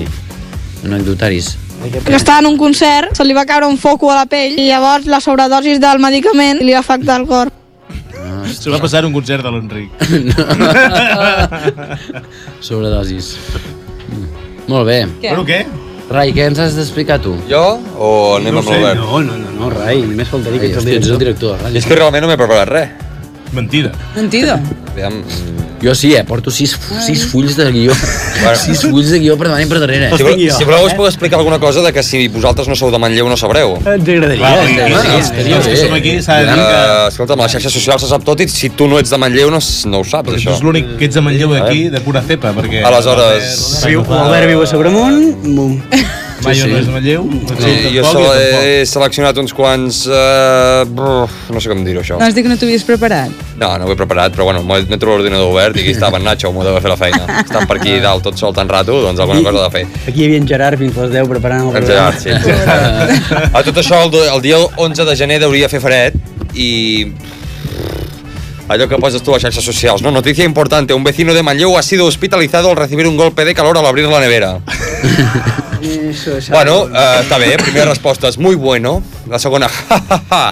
Speaker 8: anecdotaris.
Speaker 3: que estava en un concert, se li va caure un foco a la pell i llavors la sobredosis del medicament li va afectar el cor.
Speaker 1: Ah, Se va passar un concert de l'Enric.
Speaker 8: Sobredosis. Mm. Molt bé.
Speaker 1: Què? Bueno, què?
Speaker 8: Rai, què ens has d'explicar tu?
Speaker 2: Jo o anem
Speaker 8: No
Speaker 2: amb
Speaker 8: ho sé,
Speaker 2: l'Albert?
Speaker 8: no, no, no, no, Rai, només faltaria
Speaker 2: que ets el
Speaker 8: ets el
Speaker 2: director.
Speaker 8: director. Rai.
Speaker 2: És que realment no m'he preparat res.
Speaker 1: Mentida.
Speaker 5: Mentida.
Speaker 2: Aviam,
Speaker 8: Jo sí, eh? Porto sis, sis fulls de guió. Bueno. Sis fulls de guió per davant i per darrere.
Speaker 2: Si, voleu, si voleu us puc explicar alguna cosa de que si vosaltres no sou de Manlleu no sabreu.
Speaker 8: Ens agradaria.
Speaker 2: Clar,
Speaker 8: eh?
Speaker 2: perquè
Speaker 8: Ah,
Speaker 2: els que-
Speaker 8: estaria
Speaker 2: els que
Speaker 8: bé.
Speaker 2: som aquí s'ha de dir que... Escolta'm, a les xarxes socials se sap tot i si tu no ets de Manlleu no, s- no ho saps,
Speaker 1: Tu
Speaker 2: això.
Speaker 1: és l'únic que ets a Manlleu aquí de pura cepa, perquè...
Speaker 2: Aleshores...
Speaker 1: Viu-
Speaker 4: L'Albert viu a Sobremunt. Bum.
Speaker 1: Maio no és de Manlleu.
Speaker 2: Sí,
Speaker 1: Mateu
Speaker 2: jo
Speaker 1: tampoc,
Speaker 2: solo
Speaker 1: jo tampoc.
Speaker 2: he seleccionat uns quants... eh, brr, no sé com dir-ho, això.
Speaker 5: No has dit que no t'havies preparat.
Speaker 2: No, no ho he preparat, però bueno, m'he m'he trobat l'ordinador obert i aquí estava en Nacho, m'ho deu fer la feina. Estan per aquí dalt tot sol tan rato, doncs alguna cosa ha de fer.
Speaker 4: Aquí hi havia en Gerard fins les 10 preparant el
Speaker 2: En Gerard,
Speaker 4: programa.
Speaker 2: sí. A tot això, el, el dia 11 de gener deuria fer fred i allò que poses tu a les xarxes socials. No, noticia importante. Un vecino de Manlleu ha sido hospitalizado al recibir un golpe de calor al abrir la nevera.
Speaker 4: Eso, eso.
Speaker 2: Bueno, eh, està bé. Primera resposta és muy bueno. La segona, ja, ja, ja.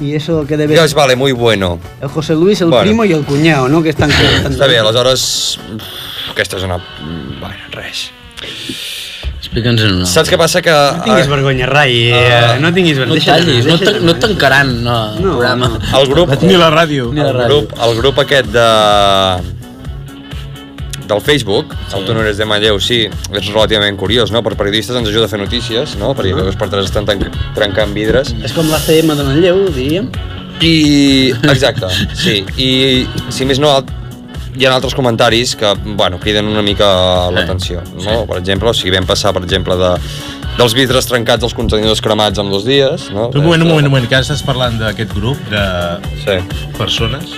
Speaker 4: I eso que debe...
Speaker 2: Ja es vale, muy bueno.
Speaker 4: El José Luis, el
Speaker 2: Bueno.
Speaker 4: primo i el cunyau, no? Que estan...
Speaker 2: Està bé, aleshores... Aquesta és una... Bueno, res.
Speaker 8: Explica'ns en una.
Speaker 2: Saps què passa que... No
Speaker 8: tinguis vergonya, Rai, eh, no
Speaker 2: tinguis
Speaker 8: No et tallis, no, et- no et tancaran no, el programa.
Speaker 2: El grup...
Speaker 8: Ni la
Speaker 1: ràdio.
Speaker 8: Ni la
Speaker 2: el
Speaker 8: ràdio.
Speaker 2: grup, el grup aquest de... del Facebook, sí. Autonomes de Manlleu, sí, és relativament curiós, no? Per periodistes ens ajuda a fer notícies, no? Perquè dos per tres estan tan- trencant vidres.
Speaker 4: És com l'ACM de Manlleu, diríem.
Speaker 2: I... Exacte, sí. I, si més no, alt- hi ha altres comentaris que, bueno, criden una mica l'atenció, no? Per exemple, o sigui, vam passar, per exemple, de, dels vidres trencats als contenidors cremats en dos dies, no?
Speaker 1: Un moment, un moment, un moment, que ara estàs parlant d'aquest grup de
Speaker 2: sí.
Speaker 1: persones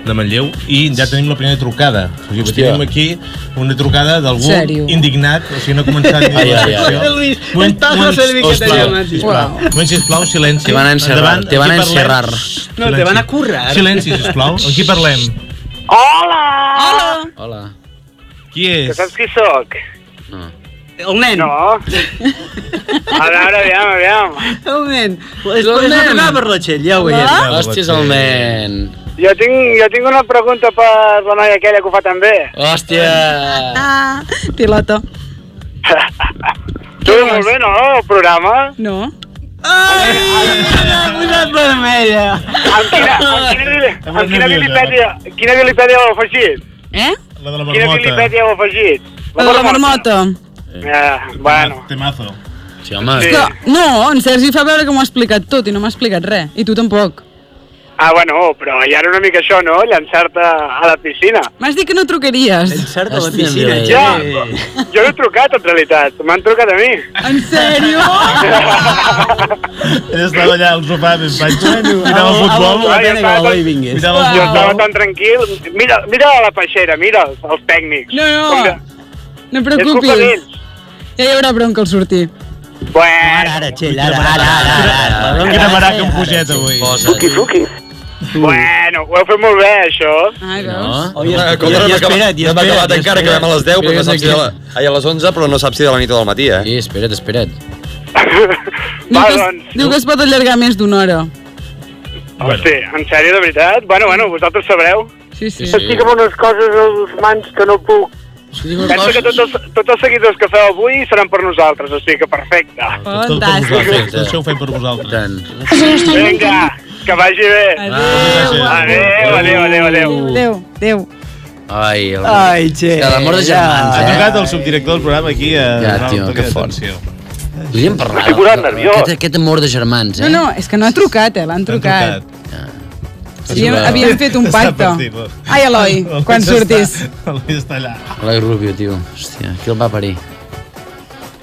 Speaker 1: de Manlleu i ja tenim la primera trucada. O sigui, que
Speaker 2: Hòstia.
Speaker 1: tenim aquí una trucada d'algú
Speaker 2: Sèrio?
Speaker 1: indignat, o sigui, no ha començat ni
Speaker 2: Ai,
Speaker 1: la
Speaker 2: ai, ai.
Speaker 1: secció.
Speaker 2: Luis,
Speaker 1: Moment,
Speaker 2: estàs
Speaker 1: moment,
Speaker 2: no sé de què
Speaker 1: sisplau,
Speaker 2: t'he llamat,
Speaker 1: sisplau.
Speaker 2: sisplau.
Speaker 1: Moment, sisplau, silenci.
Speaker 8: Te van a encerrar,
Speaker 1: Endavant.
Speaker 8: te van a
Speaker 1: Aquí parlem.
Speaker 8: encerrar. No,
Speaker 1: Silenci.
Speaker 8: te van a currar.
Speaker 1: Silenci, sisplau. Amb qui parlem?
Speaker 16: Hola! Hola!
Speaker 8: Hola.
Speaker 1: Qui
Speaker 16: Que
Speaker 1: és?
Speaker 16: saps qui sóc?
Speaker 5: Ah.
Speaker 1: El nen.
Speaker 16: No. A veure, aviam, aviam.
Speaker 4: El nen.
Speaker 16: És el
Speaker 7: No
Speaker 16: nen.
Speaker 7: tocava per la Txell, ja ho veiem.
Speaker 16: Ah.
Speaker 8: Hòstia, és el nen.
Speaker 16: Jo tinc, jo tinc una pregunta per la noia aquella que ho fa tan bé.
Speaker 8: Hòstia.
Speaker 5: Ah, piloto.
Speaker 16: Tu, molt bé, no, el programa?
Speaker 5: No.
Speaker 16: Ai, posat vermella. Amb quina, amb quina, amb quina vilipèdia, quina vilipèdia heu afegit?
Speaker 5: Eh?
Speaker 1: La de la
Speaker 16: Quina
Speaker 1: marmota.
Speaker 16: vilipèdia heu afegit?
Speaker 5: La de la marmota.
Speaker 16: Ah, bueno.
Speaker 1: Temazo.
Speaker 8: Sí, home.
Speaker 1: Ah,
Speaker 16: Sí.
Speaker 5: Però, no, en Sergi fa veure que m'ho ha explicat tot i no m'ha explicat res. I tu tampoc.
Speaker 16: Ah, bueno, però hi ha una mica això, no? Llançar-te a la piscina.
Speaker 5: M'has dit que no trucaries.
Speaker 7: Encert
Speaker 5: a la piscina,
Speaker 16: Ja, jo no he trucat, en realitat. M'han trucat a mi.
Speaker 5: En sèrio?
Speaker 1: Ell estava allà al sofà ben faig. Mirava el futbol.
Speaker 16: Ah, jo estava tan-
Speaker 1: Mirava el
Speaker 16: Jo estava
Speaker 1: futbol.
Speaker 16: tan tranquil. Mira, mira la peixera, mira els- els tècnics.
Speaker 5: No, no.
Speaker 16: Com que-
Speaker 5: No et
Speaker 16: És culpa
Speaker 5: preocupis.
Speaker 16: d'ells.
Speaker 5: Ja hi haurà bronca al sortir.
Speaker 16: Bueno.
Speaker 4: Ara, ara, Txell, ara, ara, ara, ara, ara.
Speaker 1: Quina maraca un puget avui. Fuqui, fuqui.
Speaker 16: Bueno, ho heu fet molt bé, això.
Speaker 5: Ai,
Speaker 2: No?
Speaker 4: Oh, i
Speaker 2: Escolta,
Speaker 4: espera't,
Speaker 2: no Eh, ah, hem acabat-
Speaker 4: i espera't, i
Speaker 2: no hem
Speaker 4: espera't,
Speaker 2: acabat
Speaker 4: i
Speaker 2: encara, que
Speaker 4: espera't.
Speaker 2: vam a les 10, però no
Speaker 4: Espera't
Speaker 2: saps si de la... Ai, a les 11, però no saps si de la nit o del matí, eh?
Speaker 8: Sí, espera't, espera't.
Speaker 5: Diu que,
Speaker 16: doncs.
Speaker 5: es, diu que es pot allargar més d'una hora.
Speaker 16: Hosti, en sèrio, de veritat? Bueno, bueno, vosaltres sabreu.
Speaker 5: Sí, sí.
Speaker 16: Estic amb unes coses als mans que no puc. Pensa que tots els, tots els seguidors que feu avui seran per nosaltres, o sigui que perfecte.
Speaker 1: Tot
Speaker 8: Ah,
Speaker 1: per vosaltres. Tot això ho fem per
Speaker 8: vosaltres.
Speaker 16: Vinga, que vagi bé. Adéu, adéu, adéu, adéu. adéu.
Speaker 5: Adéu, adéu.
Speaker 8: Ai, el...
Speaker 1: Ai,
Speaker 8: Txell. Que l'amor de germans,
Speaker 1: Ha
Speaker 8: eh?
Speaker 1: trucat el subdirector del programa aquí eh, a
Speaker 8: Ja,
Speaker 1: donar un
Speaker 8: tio,
Speaker 1: toc
Speaker 8: que fort.
Speaker 1: d'atenció.
Speaker 8: Podríem parlar.
Speaker 1: M'estic posant nerviós.
Speaker 8: Aquest, aquest amor de germans, eh?
Speaker 5: No, no, és que no ha trucat, eh? L'han trucat. Sí, havíem fet un pacte. Ai, Eloi, quan surtis.
Speaker 1: Eloi està allà.
Speaker 8: Eloi Rubio, tio. Hòstia, qui el va parir?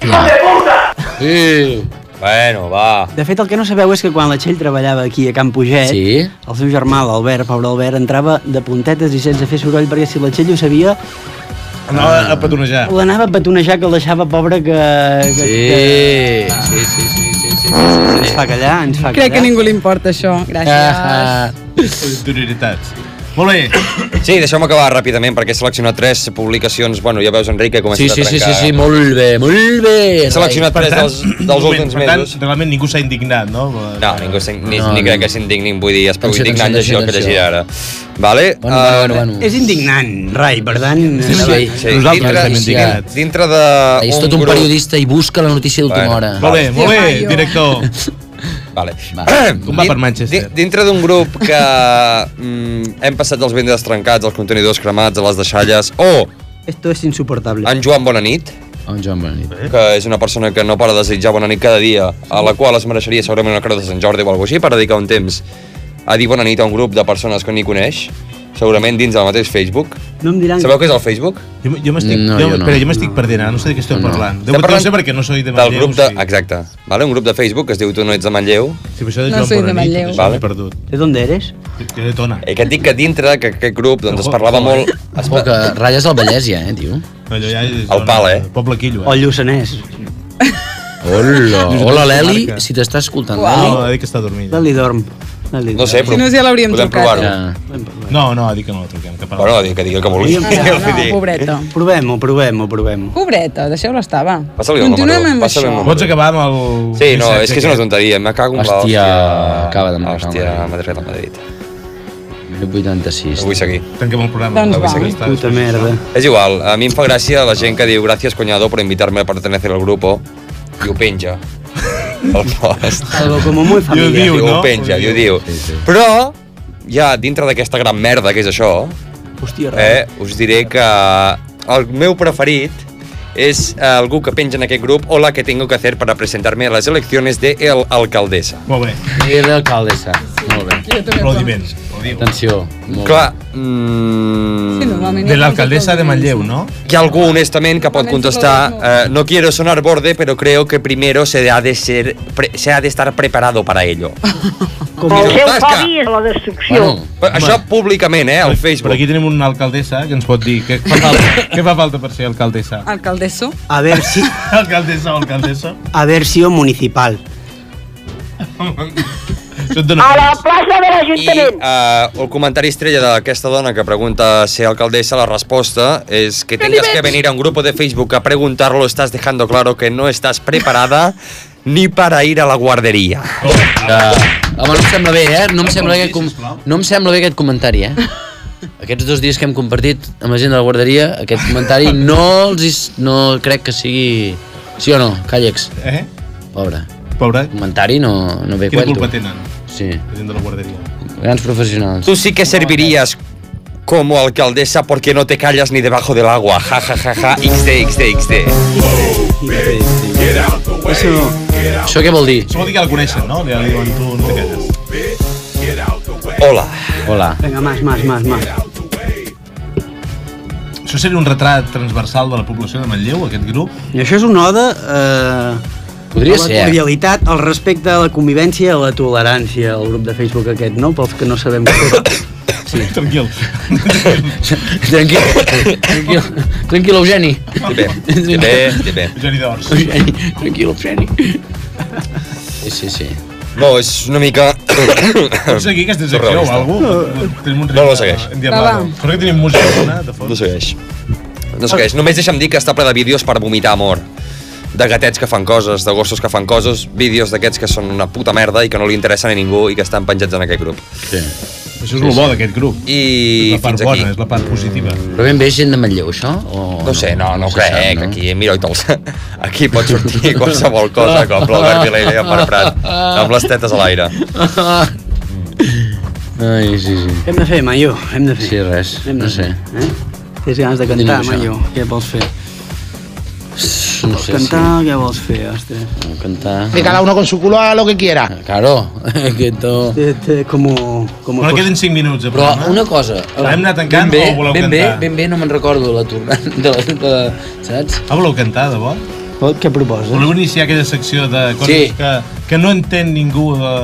Speaker 16: Hijo de puta!
Speaker 8: Iu.
Speaker 2: Bueno, va.
Speaker 4: De fet, el que no sabeu és que quan la Txell treballava aquí a Can Puget, sí? el seu germà, l'Albert, pobre Albert, entrava de puntetes i sense fer soroll, perquè si la Txell ho sabia,
Speaker 1: Anava a petonejar.
Speaker 4: l'anava a petonejar que el deixava pobre que... que
Speaker 8: Sí, sí, sí, sí, sí, sí,
Speaker 4: sí.
Speaker 8: sí,
Speaker 4: Ens fa callar, ens fa
Speaker 5: Crec que
Speaker 4: callar.
Speaker 5: ningú li importa això.
Speaker 4: Ah.
Speaker 5: Gràcies.
Speaker 1: Solidaritat. Molt bé.
Speaker 2: Sí, deixeu-me acabar ràpidament, perquè he seleccionat tres publicacions. Bueno, ja veus, Enric, que comença
Speaker 8: Sí, sí,
Speaker 2: a
Speaker 8: sí,
Speaker 2: trencar...
Speaker 8: sí, sí, molt bé, molt bé.
Speaker 2: He seleccionat
Speaker 8: Per
Speaker 2: tres
Speaker 8: tant-
Speaker 2: dels, dels
Speaker 8: Moment,
Speaker 2: últims
Speaker 8: per tant,
Speaker 2: mesos.
Speaker 1: Realment ningú s'ha indignat, no?
Speaker 2: No, ningú s'ha- ni,
Speaker 1: No,
Speaker 2: ni
Speaker 1: no.
Speaker 2: crec que s'indignin, vull dir, es pugui
Speaker 1: Atenció,
Speaker 2: indignar en llegir
Speaker 1: atenció,
Speaker 2: el que
Speaker 1: atenció.
Speaker 2: llegiré ara. Vale? Eh, Bueno,
Speaker 4: bueno, bueno. Ah, És indignant, Rai, per tant... endavant.
Speaker 2: Sí, dintre, dintre de...
Speaker 8: És tot un
Speaker 2: grup-
Speaker 8: periodista i busca la notícia d'última
Speaker 2: Bueno,
Speaker 8: hora.
Speaker 2: Molt bé, molt bé,
Speaker 8: Hòstia,
Speaker 1: director.
Speaker 2: Vale.
Speaker 1: Com va per Manchester?
Speaker 2: Dintre d'un grup que mm, hem passat dels vendes trencats, els contenidors cremats, a les deixalles, o
Speaker 4: Esto es insuportable.
Speaker 2: en Joan Bonanit,
Speaker 8: En Oh, Joan Bonanit.
Speaker 2: que és una persona que no para de desitjar bona nit cada dia, a la qual es mereixeria segurament una creu de Sant Jordi o alguna així per dedicar un temps a dir bona nit a un grup de persones que ni coneix, segurament dins del mateix Facebook.
Speaker 4: No em diran...
Speaker 2: Sabeu què és el Facebook?
Speaker 1: Jo, jo m'estic...
Speaker 2: No,
Speaker 1: No, jo,
Speaker 2: jo no.
Speaker 1: Però jo m'estic perdent, ara no sé de què esteu no. parlant. Deu parlant... ser perquè no soy de
Speaker 2: del
Speaker 1: Manlleu.
Speaker 2: grup de... Exacte. Vale? Un grup de Facebook que es diu Tu no ets de Manlleu.
Speaker 1: Sí, però això
Speaker 5: de No Joan soy de Bonanit, Manlleu. això
Speaker 2: Vale.
Speaker 1: perdut.
Speaker 4: De d'on eres?
Speaker 1: De Tona.
Speaker 2: Eh, que et dic que dintre que aquest grup doncs, es parlava molt... Es...
Speaker 8: Ojo, que ratlles el Vallès ja, eh, tio.
Speaker 1: Allò ja és...
Speaker 2: El pal, eh?
Speaker 1: Poble Quillo,
Speaker 4: O el Lluçanès.
Speaker 8: Hola,
Speaker 1: Lluís
Speaker 8: hola
Speaker 1: Antoni
Speaker 8: l'Eli,
Speaker 1: Comarca.
Speaker 8: si t'està escoltant,
Speaker 1: No, ha
Speaker 8: l'Eli.
Speaker 1: dit que està dormint.
Speaker 4: Dali dorm. Dali dorm.
Speaker 2: No sé,
Speaker 8: Si no, ja l'hauríem
Speaker 2: podem
Speaker 8: trucat,
Speaker 2: provar-ho.
Speaker 8: ja.
Speaker 1: No, no, ha dit que no la truquem. Que parla.
Speaker 2: Bueno, ha dit que digui el que vulgui.
Speaker 4: No, no,
Speaker 5: No, pobreta.
Speaker 4: Provem-ho, provem-ho, provem-ho.
Speaker 5: Pobreta, deixeu-la eh, estar, va.
Speaker 2: Passa-li el
Speaker 5: Continuem
Speaker 2: número,
Speaker 5: amb
Speaker 2: passa-li el
Speaker 5: això.
Speaker 2: número. Pots
Speaker 1: acabar amb el...
Speaker 2: Sí, no,
Speaker 1: missatge
Speaker 2: és que és una
Speaker 1: aquest.
Speaker 2: tonteria, me cago en la...
Speaker 8: Hòstia, acaba de marcar
Speaker 2: Hòstia, Madrid, Madrid.
Speaker 8: 86.
Speaker 2: Vull seguir.
Speaker 1: Tanquem el programa.
Speaker 2: Doncs va.
Speaker 1: Avui sí que
Speaker 4: Puta merda.
Speaker 2: És igual, a mi em fa gràcia la gent que diu gràcies, cunyado, per invitar-me a pertenecer al grupo i ho penja. El post.
Speaker 4: Algo como muy familiar.
Speaker 2: I ho penja, i ho diu. Però, ja dintre d'aquesta gran merda que és això,
Speaker 4: Hòstia,
Speaker 2: eh, us diré que el meu preferit és eh, algú que penja en aquest grup Hola, que tengo que hacer para presentarme a las elecciones de El Alcaldesa.
Speaker 1: Molt bé.
Speaker 8: I l'alcaldessa. Molt bé.
Speaker 1: Aplaudiments.
Speaker 8: Atenció. Molt
Speaker 2: Clar, mm,
Speaker 5: Sí, normalment hi ha
Speaker 2: de
Speaker 5: De l'alcaldessa
Speaker 2: l'alcaldessa
Speaker 5: de
Speaker 2: de Manlleu,
Speaker 1: no?
Speaker 2: Hi ha algú, honestament, que pot contestar eh, no quiero sonar borde, pero creo que primero se ha de, ser, pre- se ha de estar preparado para ello.
Speaker 6: El seu
Speaker 2: Tasca.
Speaker 6: fobi és la destrucció.
Speaker 4: Oh.
Speaker 2: Però Això públicament, eh, al Facebook.
Speaker 1: Però aquí tenim una alcaldessa que ens pot dir què fa falta, què fa falta per ser alcaldessa.
Speaker 5: Alcaldesso.
Speaker 4: A ver si...
Speaker 1: alcaldessa o alcaldessa.
Speaker 4: A ver si o municipal.
Speaker 1: Això et
Speaker 6: A la plaça de l'Ajuntament.
Speaker 2: Eh, el comentari estrella d'aquesta dona que pregunta ser alcaldesa, la resposta és que tengas que venir a un grupo de Facebook a preguntarlo, estás dejando claro que no estás preparada ni para ir a la guardería.
Speaker 8: bé. Home, no em sembla bé, eh? No em sembla bé, aquest, com... no em sembla bé aquest comentari, eh? Aquests dos dies que hem compartit amb la gent de la guarderia, aquest comentari no els... Is... no crec que sigui... Sí o no, Càllex?
Speaker 1: Eh?
Speaker 8: Pobre.
Speaker 1: Pobre?
Speaker 8: Comentari no, no ve
Speaker 1: Quina
Speaker 8: cuento.
Speaker 1: culpa tenen?
Speaker 8: Sí.
Speaker 1: La gent de la guarderia.
Speaker 8: Grans professionals.
Speaker 2: Tú sí que servirías como alcaldesa porque no te callas ni debajo del agua. Ja, ja, ja, ja. XD, XD,
Speaker 4: Això,
Speaker 8: això què vol dir?
Speaker 1: Això vol dir que la coneixen, no? Ja li diuen tu, no te calles.
Speaker 2: Hola.
Speaker 8: Hola.
Speaker 4: Vinga, más, más, más, más.
Speaker 1: Això seria un retrat transversal de la població de Manlleu, aquest grup?
Speaker 4: I això és una oda eh,
Speaker 1: Podria
Speaker 4: a la
Speaker 1: ser, eh?
Speaker 4: cordialitat, al respecte, a la convivència, a la tolerància, al grup de Facebook aquest, no? Pels que no sabem què és.
Speaker 1: Sí. Tranquil.
Speaker 8: Tranquil. Tranquil. Tranquil, Eugeni.
Speaker 1: Ah.
Speaker 2: Bé, bé, bé.
Speaker 1: Eugeni d'Ors.
Speaker 8: Eugeni. Tranquil, Eugeni. Sí, sí, sí.
Speaker 2: No, és una mica...
Speaker 1: Pots seguir aquesta secció o alguna cosa? Tenim un
Speaker 2: No, no segueix.
Speaker 1: endiablado.
Speaker 2: Va, va.
Speaker 1: Sort que tenim música bona, de fons.
Speaker 2: No segueix. No segueix. Només deixa'm dir que està ple de vídeos per vomitar amor. De gatets que fan coses, de gossos que fan coses, vídeos d'aquests que són una puta merda i que no li interessen a ningú i que estan penjats en aquest grup.
Speaker 8: Sí.
Speaker 1: Això és el bo d'aquest grup.
Speaker 2: I
Speaker 1: la part
Speaker 2: fins aquí.
Speaker 1: bona, és la part positiva.
Speaker 8: Però ben bé és gent de Manlleu, això? O
Speaker 2: No sé, no, no,
Speaker 8: se
Speaker 2: crec,
Speaker 8: sap,
Speaker 2: no? aquí, mira, i tots, aquí pot sortir qualsevol cosa, com l'Albert Vilella i el Marc Prat, amb les tetes a l'aire.
Speaker 8: Ai, sí, sí.
Speaker 4: Què hem de fer, Maio? Hem de fer.
Speaker 8: Sí, res,
Speaker 4: Hem de
Speaker 8: no sé.
Speaker 4: fer, Eh? Tens ganes de
Speaker 8: Tenim
Speaker 4: cantar,
Speaker 8: això.
Speaker 4: Maio? Què vols fer?
Speaker 8: No
Speaker 4: Vols
Speaker 8: sé, Ah.
Speaker 4: cantar? Què vols fer? Ostres.
Speaker 8: sí. Cantar... Ah,
Speaker 4: Que cada uno con su culo haga lo que quiera.
Speaker 8: Claro, que to...
Speaker 4: Este, como, como
Speaker 1: Bueno, queden 5 minuts. eh,
Speaker 8: Però
Speaker 1: programa.
Speaker 8: una cosa...
Speaker 1: L'hem anat tancant
Speaker 8: ben bé,
Speaker 1: o voleu
Speaker 8: ben
Speaker 1: cantar?
Speaker 8: Bé, ben bé, no me'n recordo la tornada, de, la- de, la- saps?
Speaker 1: Ah, voleu cantar, de bo?
Speaker 4: Què proposa?
Speaker 1: Voleu iniciar aquella secció de coses sí. que, que no entén ningú de...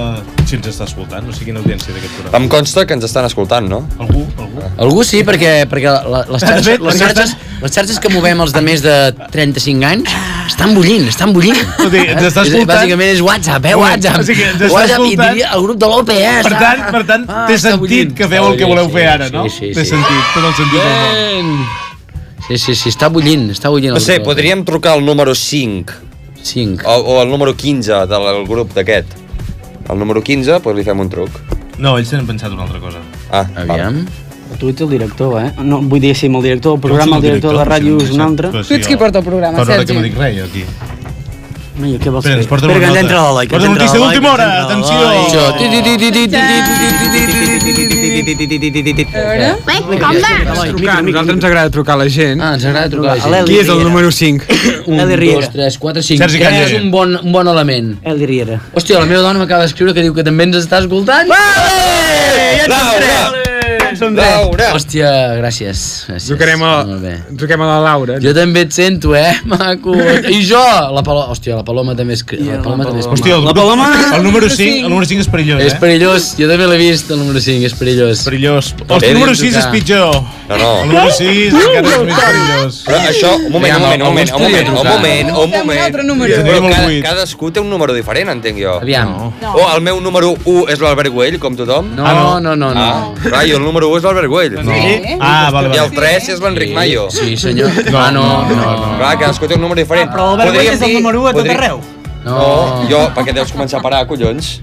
Speaker 1: si ens està escoltant, no sé quina audiència d'aquest programa.
Speaker 2: Em consta que ens estan escoltant, no?
Speaker 1: Algú? Algú?
Speaker 8: Algú sí, perquè, perquè la- les, xarxes,
Speaker 2: fet,
Speaker 8: les,
Speaker 2: perquè
Speaker 8: xarxes, les xarxes que movem els de més de 35 anys estan bullint, estan bullint.
Speaker 1: Escolti, ens està escoltant...
Speaker 8: Bàsicament Eh, és WhatsApp, eh,
Speaker 1: Un moment,
Speaker 8: WhatsApp.
Speaker 1: O sigui, ens està
Speaker 8: WhatsApp i
Speaker 1: escoltant...
Speaker 8: diria el grup de l'OPE, eh?
Speaker 1: Per tant, per tant
Speaker 8: Ah,
Speaker 1: té
Speaker 8: està
Speaker 1: sentit
Speaker 8: bullint.
Speaker 1: que feu el que
Speaker 8: Sí,
Speaker 1: voleu
Speaker 8: sí,
Speaker 1: fer ara,
Speaker 8: sí,
Speaker 1: no?
Speaker 8: sí,
Speaker 1: té
Speaker 8: sí.
Speaker 1: sentit, tot el sentit del món.
Speaker 8: Sí, sí, sí, està bullint, està bullint. el
Speaker 2: No sé,
Speaker 8: grup de l'OPE.
Speaker 2: podríem trucar al número 5.
Speaker 8: 5.
Speaker 2: O, o el número 15 del grup d'aquest. El número 15, doncs li fem un truc.
Speaker 1: No, ells tenen pensat una altra cosa.
Speaker 2: Ah,
Speaker 8: Aviam.
Speaker 4: Tu ets el director, eh? No, vull dir, sí, amb el director del programa, el director de la ràdio és un altre.
Speaker 5: Tu ets qui porta el programa,
Speaker 1: Fa una hora que
Speaker 5: Sergi.
Speaker 1: no dic res, jo, aquí.
Speaker 4: Maia, què vols
Speaker 1: Espera,
Speaker 4: fer?
Speaker 1: ens porten una nota. Porta una notícia d'última hora, atenció!
Speaker 11: Trucar, a nosaltres ens agrada trucar a la gent.
Speaker 8: Ah, ens agrada trucar a la gent.
Speaker 11: Qui és el
Speaker 8: Riera.
Speaker 11: número 5?
Speaker 8: Un,
Speaker 11: Eli Riera.
Speaker 8: dos, tres, quatre, cinc.
Speaker 11: Sergi
Speaker 8: Crec que
Speaker 11: Cañé.
Speaker 8: és un bon, un bon element.
Speaker 4: Eli Riera.
Speaker 8: Hòstia, la meva dona m'acaba d'escriure que diu que també ens està escoltant.
Speaker 11: Ja ets un
Speaker 8: Laura! Hòstia, gràcies. gràcies. Trucarem a,
Speaker 11: truquem a la Laura.
Speaker 8: Jo també et sento, eh, maco. I jo, la Paloma... Hòstia, la Paloma també és... La Paloma també és...
Speaker 1: Hòstia, el,
Speaker 8: la Paloma...
Speaker 1: el número 5, el número 5 és perillós, eh?
Speaker 8: És perillós, jo també l'he vist, el número 5, és perillós.
Speaker 1: Perillós. Hòstia, el número 6 és pitjor.
Speaker 2: No, no.
Speaker 1: El número 6 encara és més perillós.
Speaker 2: Però això, un moment, un moment, un moment, un moment, un moment, un
Speaker 5: Fem un
Speaker 2: moment.
Speaker 5: altre número.
Speaker 2: Però
Speaker 1: Tenim el
Speaker 2: cada,
Speaker 1: vuit.
Speaker 2: cadascú té un número diferent, entenc jo.
Speaker 8: Aviam.
Speaker 2: No. O el meu número 1 és l'Albert Güell, com tothom?
Speaker 8: No, Ah, no. no, no, no.
Speaker 2: Ah, clar, i el número 1 és l'Albert Güell. No.
Speaker 1: Sí? Ah, vale,
Speaker 2: I
Speaker 1: vale.
Speaker 2: el 3 és l'Enric
Speaker 8: Sí,
Speaker 2: Mayo.
Speaker 8: sí, senyor. Ah, no, no.
Speaker 2: Clar, cadascú té un número diferent.
Speaker 8: Ah, però l'Albert Güell és el número u a tot arreu.
Speaker 2: No. no, jo, perquè deus començar a parar, collons.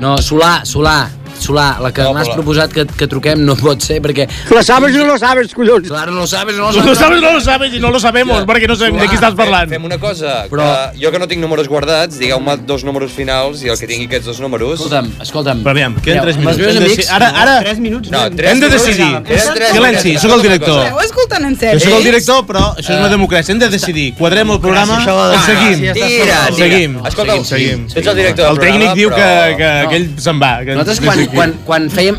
Speaker 8: No, Solà, Solà, Solà, la que m'has
Speaker 2: Solà.
Speaker 8: proposat que, que truquem no pot ser perquè...
Speaker 4: Lo sabes o no lo sabes, collons?
Speaker 8: Claro, no lo sabes, no
Speaker 1: No
Speaker 8: lo
Speaker 1: lo
Speaker 8: sabes.
Speaker 1: sabes, no lo sabes, i no lo sabemos, perquè no sabem de qui Doncs estàs parlant.
Speaker 2: Fem una cosa,
Speaker 8: Però-
Speaker 2: Però... que jo que no tinc números guardats, digueu-me dos números finals i el que tingui aquests dos números...
Speaker 8: Escolta'm, escolta'm.
Speaker 1: Però aviam, queden 3 minuts.
Speaker 8: meus
Speaker 1: Hem de
Speaker 8: amics-
Speaker 1: decidir- Ara, ara...
Speaker 8: Tres
Speaker 1: minuts.
Speaker 2: No, tres
Speaker 1: Hem de
Speaker 2: minuts.
Speaker 1: decidir.
Speaker 5: Eh,
Speaker 2: Eren tres
Speaker 1: Silenci,
Speaker 2: minuts.
Speaker 1: sóc el director.
Speaker 5: Esteu escoltant en
Speaker 1: Jo
Speaker 5: sèrio?
Speaker 1: sóc el director, però això és
Speaker 2: Ah.
Speaker 1: una democràcia. Hem de decidir. Quadrem el programa,
Speaker 2: Gràcies, això de-
Speaker 1: el seguim.
Speaker 2: Gràcies, està
Speaker 1: El
Speaker 2: sobre.
Speaker 1: seguim.
Speaker 2: Escolta,
Speaker 1: El seguim.
Speaker 2: tu ets el director del
Speaker 1: El tècnic
Speaker 2: programa,
Speaker 1: diu que,
Speaker 2: però-
Speaker 1: que,
Speaker 2: No.
Speaker 1: que ell se'n va. Que
Speaker 8: Nosaltres quan, quan, quan fèiem...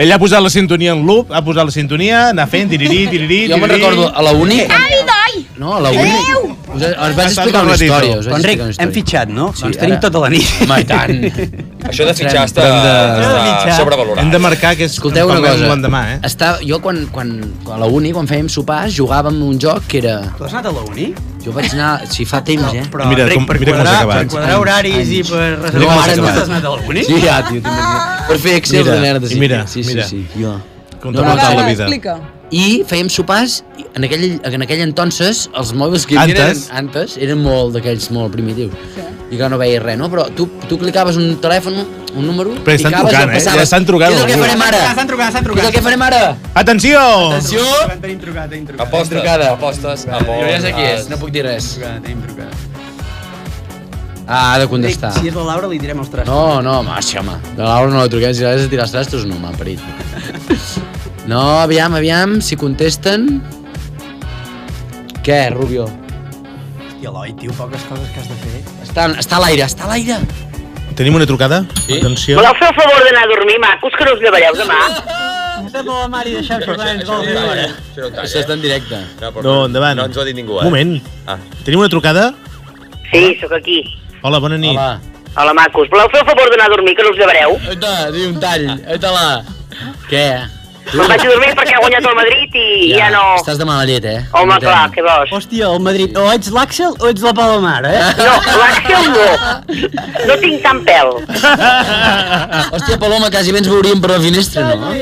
Speaker 1: Ell ha posat la sintonia en loop, ha posat la sintonia, anar fent, tirirí, tirirí,
Speaker 8: Jo me'n
Speaker 1: tirirí.
Speaker 8: recordo, a la uni-
Speaker 14: Ai, noi!
Speaker 8: No, a la uni... Us, us vaig explicar una història. Us vaig
Speaker 4: Enric,
Speaker 8: explicar una història.
Speaker 4: hem fitxat, no? Sí, doncs
Speaker 8: ara.
Speaker 4: tenim tota la nit.
Speaker 8: Home, i tant.
Speaker 2: Això de fitxar està,
Speaker 8: Hem de-
Speaker 2: està
Speaker 8: Hem de fitxar.
Speaker 2: sobrevalorat.
Speaker 1: Hem de marcar que és
Speaker 8: Escolteu
Speaker 1: com
Speaker 8: una
Speaker 1: és
Speaker 8: cosa.
Speaker 1: l'endemà, eh?
Speaker 8: Està, jo quan, quan, quan a la uni, quan fèiem sopars, jugàvem un joc que era...
Speaker 4: Tu has anat a la uni?
Speaker 8: Jo vaig anar, si fa temps, eh?
Speaker 4: Però, Mira Enric, com- per mira com has quadrar- acabat. per quadrar horaris i per reservar hores, tu has anat a la uni?
Speaker 8: Sí, ja, tio, també. Per fer excels
Speaker 4: Mira,
Speaker 8: de merda, sí.
Speaker 4: i mira,
Speaker 8: sí, sí,
Speaker 4: mira.
Speaker 8: sí, sí. Jo.
Speaker 1: Com t'ha marcat la vida.
Speaker 5: Explica.
Speaker 8: I fèiem sopars, i en aquell, en aquell entonces, els mòbils que hi havia eren,
Speaker 1: Antes.
Speaker 8: antes, eren molt d'aquells molt primitius. I que no veies res, no? Però tu, tu clicaves un telèfon, un número,
Speaker 1: Però estan
Speaker 8: picaves
Speaker 1: trucant,
Speaker 8: el
Speaker 1: eh?
Speaker 8: passaves.
Speaker 1: Ja estan trucant,
Speaker 8: Què és el que
Speaker 1: algú.
Speaker 8: farem ara?
Speaker 4: Estan trucant, estan
Speaker 8: Què és el que farem ara?
Speaker 1: Atenció!
Speaker 8: Atenció!
Speaker 4: Tenim trucat, tenim trucat.
Speaker 2: Apostes,
Speaker 8: Trucada.
Speaker 2: apostes,
Speaker 8: Jo ja sé qui és,
Speaker 2: apostes.
Speaker 8: no puc dir res.
Speaker 4: Tenim trucat.
Speaker 8: Ah, ha de contestar.
Speaker 4: Si és la Laura, li direm els trastos.
Speaker 8: No, no, home, sí, home. De Laura no la truquem, si l'has de tirar els trastos, no, m'ha parit. No, aviam, aviam, si contesten... Què, Rubio?
Speaker 4: I Eloi, tio, poques coses que has de fer.
Speaker 8: Està, està a l'aire, està a l'aire.
Speaker 1: Tenim una trucada? Atenció.
Speaker 6: Voleu fer el favor d'anar a dormir, macos, que no us llevareu demà?
Speaker 4: Està molt la mare i deixar els
Speaker 8: Això està en directe.
Speaker 1: No, endavant.
Speaker 2: No ens ho ha dit ningú, eh?
Speaker 1: Un moment.
Speaker 2: Ah.
Speaker 1: Tenim una trucada?
Speaker 6: Sí, sóc aquí.
Speaker 1: Hola, bona nit.
Speaker 8: Hola.
Speaker 6: Hola, macos. Voleu fer el favor d'anar a dormir, que no us llevareu?
Speaker 8: Eita, di un tall, eita la. Què?
Speaker 6: Me'n vaig a dormir perquè ha guanyat el Madrid i ja, ja no...
Speaker 8: Estàs de mala llet, eh?
Speaker 6: Home,
Speaker 8: Entenc.
Speaker 6: clar, què vols?
Speaker 4: Hòstia, el Madrid, o ets l'Àxel o ets la Palomar, eh?
Speaker 6: No, l'Àxel no. No tinc tant pèl.
Speaker 8: Hòstia, Paloma, quasi bé ens veuríem per la finestra, no?